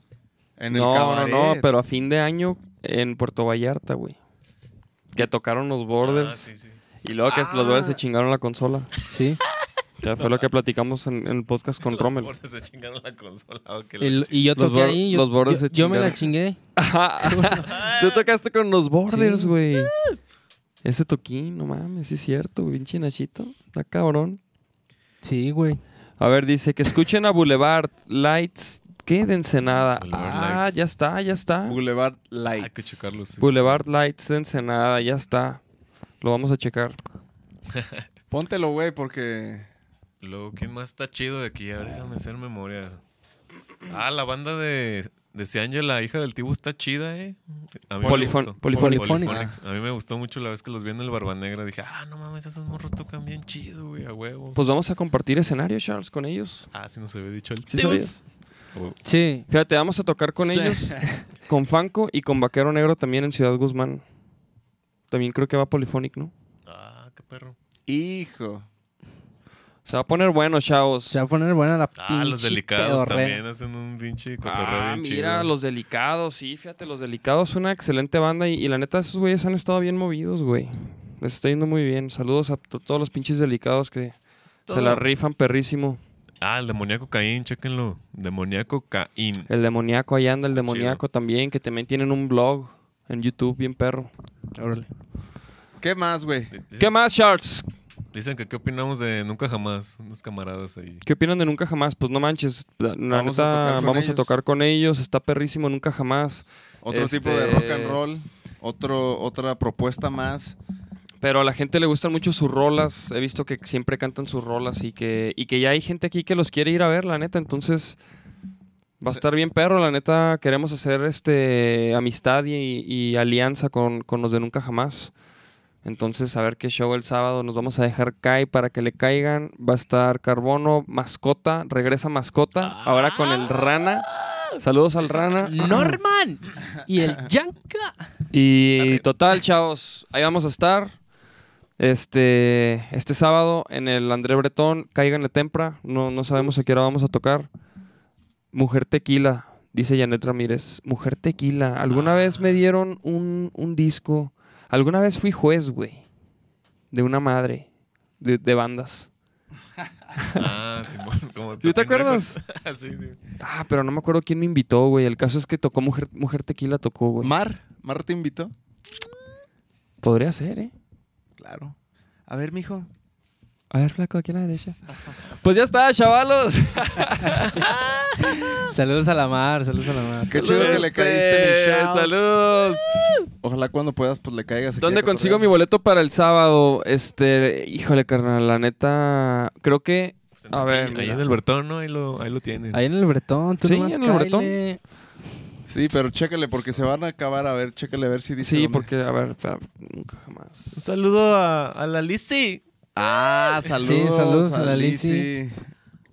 Speaker 2: en el
Speaker 1: no,
Speaker 2: cabaret.
Speaker 1: no, no, pero a fin de año en Puerto Vallarta, güey. Que tocaron los Borders.
Speaker 3: Ah, sí, sí.
Speaker 1: Y luego que los Borders
Speaker 4: Ah.
Speaker 1: se chingaron la consola.
Speaker 4: Sí.
Speaker 1: Ya fue lo que platicamos en, en el podcast con
Speaker 3: [laughs] Los
Speaker 1: Rommel.
Speaker 3: bordes se chingaron la consola. o que la
Speaker 4: El- y yo
Speaker 1: Los
Speaker 4: toqué
Speaker 1: bor-
Speaker 4: ahí. Yo,
Speaker 1: los bordes
Speaker 4: yo-
Speaker 1: se
Speaker 4: yo me la
Speaker 1: chingaron.
Speaker 4: chingué.
Speaker 1: Ajá. [laughs] Tú tocaste con los Borders,
Speaker 4: Sí.
Speaker 1: güey. Ese toquín, no mames, sí es cierto, bien chinachito. Está cabrón.
Speaker 4: Sí, güey.
Speaker 1: A ver, dice que escuchen a Boulevard Lights. ¿Qué? De Ensenada.
Speaker 3: Boulevard
Speaker 1: ah,
Speaker 3: Lights.
Speaker 1: ya está, ya está.
Speaker 2: Boulevard
Speaker 3: Hay que
Speaker 2: Lights.
Speaker 3: checarlo. sí.
Speaker 1: Este, Boulevard Lights de Ensenada, ya está. Lo vamos a checar.
Speaker 2: Póntelo, güey, porque.
Speaker 3: Luego, ¿quién más está chido de aquí? A ver, déjame hacer memoria. Ah, la banda de, de Seanja, la hija del Tibu, está chida, ¿eh? A mí
Speaker 1: Polifon-
Speaker 3: me gustó.
Speaker 1: Polifónica.
Speaker 3: Polifónica. A mí me gustó mucho la vez que los vi en el Barba Negra. Dije, ah, no mames, esos morros tocan bien chido, güey, a huevo.
Speaker 1: Pues vamos a compartir escenario, Charles, con ellos.
Speaker 3: ah, si nos había dicho el
Speaker 1: ¿Sí
Speaker 3: Tibu.
Speaker 1: sabías?
Speaker 3: Oh,
Speaker 4: Sí.
Speaker 1: Fíjate, vamos a tocar con
Speaker 5: Sí.
Speaker 1: ellos, con Fanco y con Vaquero Negro también en Ciudad Guzmán. También creo que va Polifonic, ¿no?
Speaker 3: ah, qué perro.
Speaker 2: Hijo.
Speaker 1: Se va a poner bueno, chavos.
Speaker 4: Se va a poner buena la
Speaker 3: Ah, los
Speaker 4: pinche
Speaker 3: delicados
Speaker 4: pedorrera.
Speaker 3: también hacen un pinche cotorreo
Speaker 1: Ah,
Speaker 3: bien chido.
Speaker 1: mira, los delicados, sí, fíjate, los delicados, una excelente banda y, y la neta, esos güeyes han estado bien movidos, güey. Les está yendo muy bien. Saludos a to- todos los pinches delicados que se la rifan perrísimo.
Speaker 3: Ah, el demoníaco Caín, chéquenlo. Demoníaco Caín.
Speaker 1: El demoníaco, ahí anda el demoníaco también, que también tienen un blog en YouTube, bien perro.
Speaker 4: Órale.
Speaker 2: ¿Qué más, güey?
Speaker 1: ¿Qué más, Charles?
Speaker 3: Dicen que qué opinamos de Nunca Jamás, unos
Speaker 1: [laughs]
Speaker 3: camaradas ahí.
Speaker 1: ¿Qué opinan de Nunca Jamás? Pues no manches, la la
Speaker 2: Vamos a
Speaker 1: neta,
Speaker 2: tocar con
Speaker 1: vamos a
Speaker 2: ellos.
Speaker 1: tocar con ellos, está perrísimo Nunca Jamás.
Speaker 2: Otro
Speaker 1: Este-
Speaker 2: tipo de rock and roll. Otro, otra propuesta más.
Speaker 1: Pero a la gente le gustan mucho sus rolas, he visto que siempre cantan sus rolas y que, y que ya hay gente aquí que los quiere ir a ver, la neta, entonces va a
Speaker 2: Sí.
Speaker 1: estar bien perro, la neta, queremos hacer este amistad y, y alianza con, con los de Nunca Jamás. Entonces, a ver qué show el sábado. Nos vamos a dejar Kai para que le caigan. Va a estar Carbono, Mascota. Regresa Mascota. Ahora con el Rana. Saludos al Rana.
Speaker 4: Norman y el Yanka.
Speaker 1: Y total, chavos, ahí vamos a estar. Este, este sábado en el André Bretón, cáiganle tempra. No, no sabemos a qué hora vamos a tocar. Mujer Tequila, dice Janet Ramírez. Mujer Tequila. Alguna vez me dieron un, un disco. Alguna vez fui juez, güey. De una madre. De, de bandas.
Speaker 3: Ah, Simón, como
Speaker 1: ¿Sí te
Speaker 3: Totín [laughs]
Speaker 1: acuerdas?
Speaker 3: Records. sí, sí.
Speaker 1: Ah, pero no me acuerdo quién me invitó, güey. El caso es que tocó Mujer, Mujer Tequila, tocó, güey.
Speaker 2: Mar, Mar te invitó.
Speaker 1: Podría ser, ¿eh?
Speaker 2: Claro. A ver, mijo.
Speaker 1: A ver, flaco, aquí a la derecha. Pues ya está, chavalos.
Speaker 4: Saludos a la mar, saludos a la mar.
Speaker 2: Qué chido que le caíste,
Speaker 3: Este,
Speaker 2: mi Charles.
Speaker 1: Este, Saludos.
Speaker 2: Ojalá cuando puedas, pues le caigas. aquí
Speaker 1: ¿Dónde
Speaker 2: a
Speaker 1: consigo mi
Speaker 2: cotorrear.
Speaker 1: boleto para el sábado? Este, híjole, carnal, la neta, creo que
Speaker 3: Pues
Speaker 1: A ver,
Speaker 3: Ahí
Speaker 1: mira.
Speaker 3: en el Bertón, ¿no? Ahí lo, ahí lo tienen.
Speaker 4: Ahí en el Bretón, tú
Speaker 1: Sí,
Speaker 4: nomás
Speaker 1: en el Bretón.
Speaker 4: cáele.
Speaker 2: Sí, pero chécale, porque se van a acabar. A ver, chécale a ver si dice.
Speaker 1: sí,
Speaker 2: dónde.
Speaker 1: porque a ver, espera, nunca jamás.
Speaker 3: Un saludo a, a la Lizzy.
Speaker 2: Ah, saludos.
Speaker 4: saludos a la
Speaker 2: Lizzy,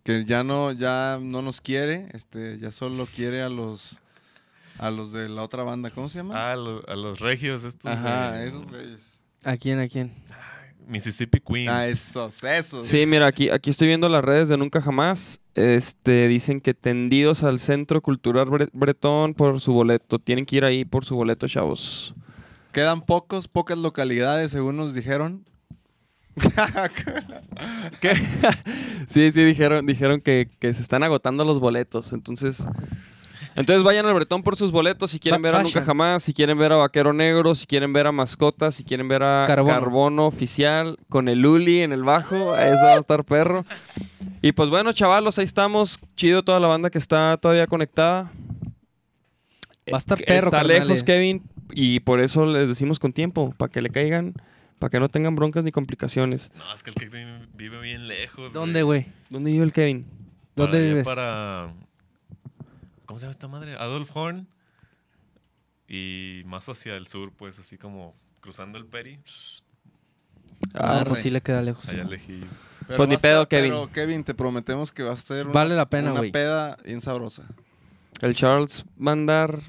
Speaker 2: Que ya no, ya no nos quiere. Este, ya solo quiere a los. A los de la otra banda, ¿cómo se llama?
Speaker 3: Ah, lo- a los regios estos.
Speaker 2: Ajá,
Speaker 1: eh.
Speaker 3: de
Speaker 2: esos güeyes.
Speaker 4: ¿A quién, a quién?
Speaker 3: Mississippi Queens.
Speaker 2: Ah, esos, esos.
Speaker 1: Sí, mira, aquí, aquí estoy viendo las redes de Nunca Jamás. Este, dicen que tendidos al Centro Cultural Bre- Bretón por su boleto. Tienen que ir ahí por su boleto, chavos.
Speaker 2: Quedan pocos, pocas localidades, según nos dijeron.
Speaker 1: ¿Qué? [laughs] sí, sí, dijeron, dijeron que, que se están agotando los boletos. Entonces, entonces vayan al Bretón por sus boletos si quieren
Speaker 4: Va-
Speaker 1: ver a Nunca
Speaker 4: vayan.
Speaker 1: Jamás, si quieren ver a Vaquero Negro, si quieren ver a Mascotas, si quieren ver a Carbono,
Speaker 4: Carbono.
Speaker 1: Oficial, con el Uli en el bajo. Eso va a estar perro. Y pues bueno, chavalos, ahí estamos. Chido toda la banda que está todavía conectada.
Speaker 4: Va a estar
Speaker 1: Eh,
Speaker 4: perro,
Speaker 1: Está
Speaker 4: carnales.
Speaker 1: lejos, Kevin, y por eso les decimos con tiempo, para que le caigan, para que no tengan broncas ni complicaciones.
Speaker 3: No, es que el que vive, vive bien lejos.
Speaker 4: ¿Dónde, güey?
Speaker 1: ¿Dónde vive el Kevin?
Speaker 3: Para
Speaker 4: ¿Dónde
Speaker 3: allá
Speaker 4: vives?
Speaker 3: Para. ¿Cómo se llama esta madre? Adolf Horn. Y más hacia el sur, pues así como cruzando el Peri. pues,
Speaker 4: Ah,
Speaker 2: Arre.
Speaker 4: pues sí le queda lejos.
Speaker 3: Allá lejillos.
Speaker 2: Pero
Speaker 1: Pues ni
Speaker 2: va a estar-
Speaker 1: pedo, Kevin.
Speaker 2: Pero Kevin, te prometemos que va a ser una,
Speaker 4: Vale la pena,
Speaker 2: una
Speaker 4: güey.
Speaker 2: peda bien sabrosa.
Speaker 1: El Charles va a andar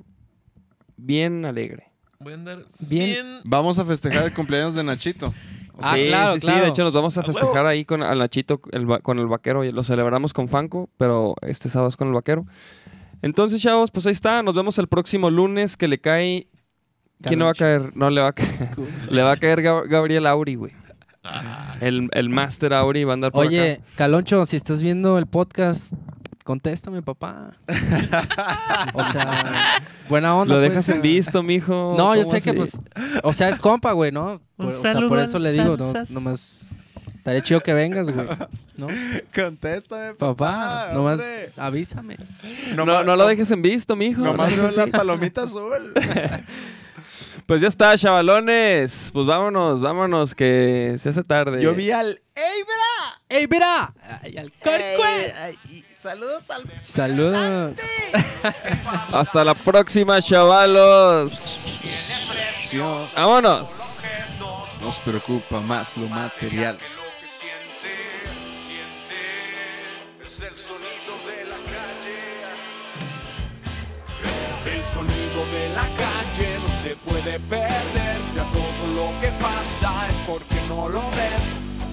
Speaker 1: bien alegre.
Speaker 3: Voy a andar
Speaker 4: Bien.
Speaker 3: bien
Speaker 2: Vamos a festejar el cumpleaños
Speaker 1: [laughs]
Speaker 2: de Nachito. O
Speaker 4: Ah, claro, claro. Ah,
Speaker 1: de hecho nos vamos a
Speaker 3: ¡A huevo!
Speaker 1: festejar ahí con al Nachito, el va- con el vaquero, y lo celebramos con Fanco, pero este sábado es con el vaquero. Entonces, chavos, pues ahí está, nos vemos el próximo lunes que le cae... ¿Quién no va a caer? No, le va a caer, le va a caer Gab- Gabriel Auri, güey.
Speaker 4: Ah.
Speaker 1: El, el Master Auri va a andar por acá.
Speaker 4: Oye, Caloncho, si estás viendo el podcast, contéstame, papá. o sea, buena onda.
Speaker 1: Lo
Speaker 4: pues,
Speaker 1: dejas
Speaker 4: o sea.
Speaker 1: en visto, mijo.
Speaker 4: No, yo
Speaker 1: ¿Cómo
Speaker 4: sé que,
Speaker 1: así?
Speaker 4: pues, o sea, es compa, güey, ¿no? Por, o sea, por eso le digo, no, nomás. Estaría chido que vengas, güey. ¿No?
Speaker 2: Contéstame,
Speaker 4: Papá,
Speaker 2: papá.
Speaker 4: nomás
Speaker 2: hombre.
Speaker 4: avísame.
Speaker 1: eh, No, no lo dejes en visto, mijo. [laughs]
Speaker 2: Nomás
Speaker 1: No
Speaker 2: veo
Speaker 1: dejes
Speaker 2: la
Speaker 1: así.
Speaker 2: palomita
Speaker 1: [laughs]
Speaker 2: azul.
Speaker 1: Pues ya está, chavalones. Pues vámonos, vámonos, que se hace tarde.
Speaker 2: Yo vi al Eibra.
Speaker 4: ¡Ey, mira! ¡Ay, al
Speaker 2: Ey, ay, y saludos al
Speaker 4: Saludos.
Speaker 1: [laughs] Hasta la próxima, chavalos.
Speaker 2: Acción.
Speaker 1: Vámonos.
Speaker 2: Nos preocupa más lo material.
Speaker 7: Que lo que siente, siente es el sonido de la calle. El sonido de la calle no se puede perder. Ya todo lo que pasa es porque no lo ves.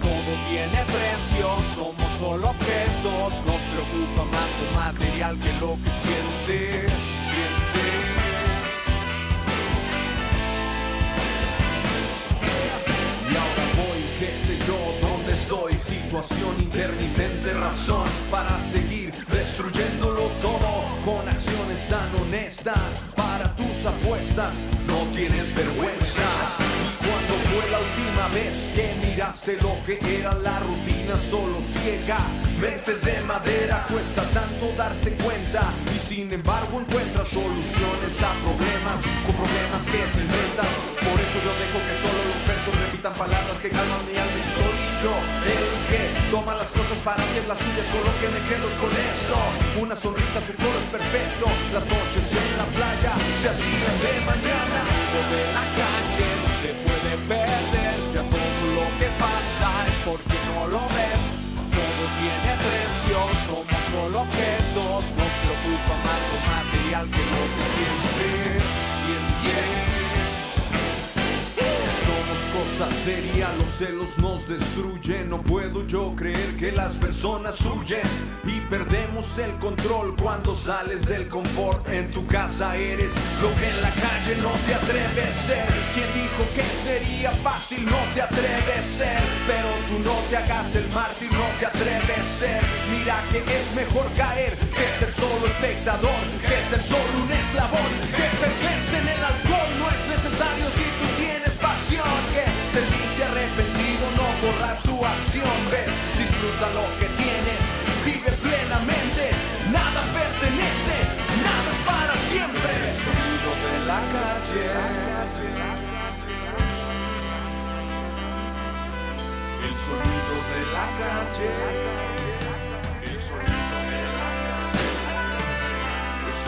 Speaker 7: Todo tiene precio, somos solo objetos. Nos preocupa más lo material que lo que siente, siente. Y ahora voy, qué sé yo, dónde estoy Situación intermitente, razón para seguir destruyéndolo todo Con acciones tan honestas para tus apuestas No tienes vergüenza ¿Y cuándo fue la última vez que miraste lo que era la rutina solo ciega? Mentes de madera, cuesta tanto darse cuenta Y sin embargo encuentras soluciones a problemas Con problemas que te inventas Por eso yo dejo que solo los versos repitan palabras que calman mi alma y soy yo el que toma las cosas para hacer las suyas con lo que me quedo es con esto una sonrisa tu todo es perfecto las noches en la playa se hacían de mañana lo de la calle no se puede perder ya todo lo que pasa es porque no lo ves todo tiene precio somos solo objetos nos preocupa más lo material que lo que siente siente somos cosas serias, los celos nos destruyen. No puedo yo creer que las personas huyen y perdemos el confort cuando sales del confort. En tu casa eres lo que en la calle no te atreves a ser. Quien dijo que sería fácil no te atreves a ser, pero tú no te hagas el mártir, no te atreves a ser. Mira que es mejor caer que ser solo espectador, que ser solo un eslabón, que perderse en el alcohol no es necesario si tú tienes pasión. Que sentirse arrepentido no borra tu acción, ves, disfruta lo que tienes, vive plenamente, nada pertenece. calle. El sonido de la calle. Es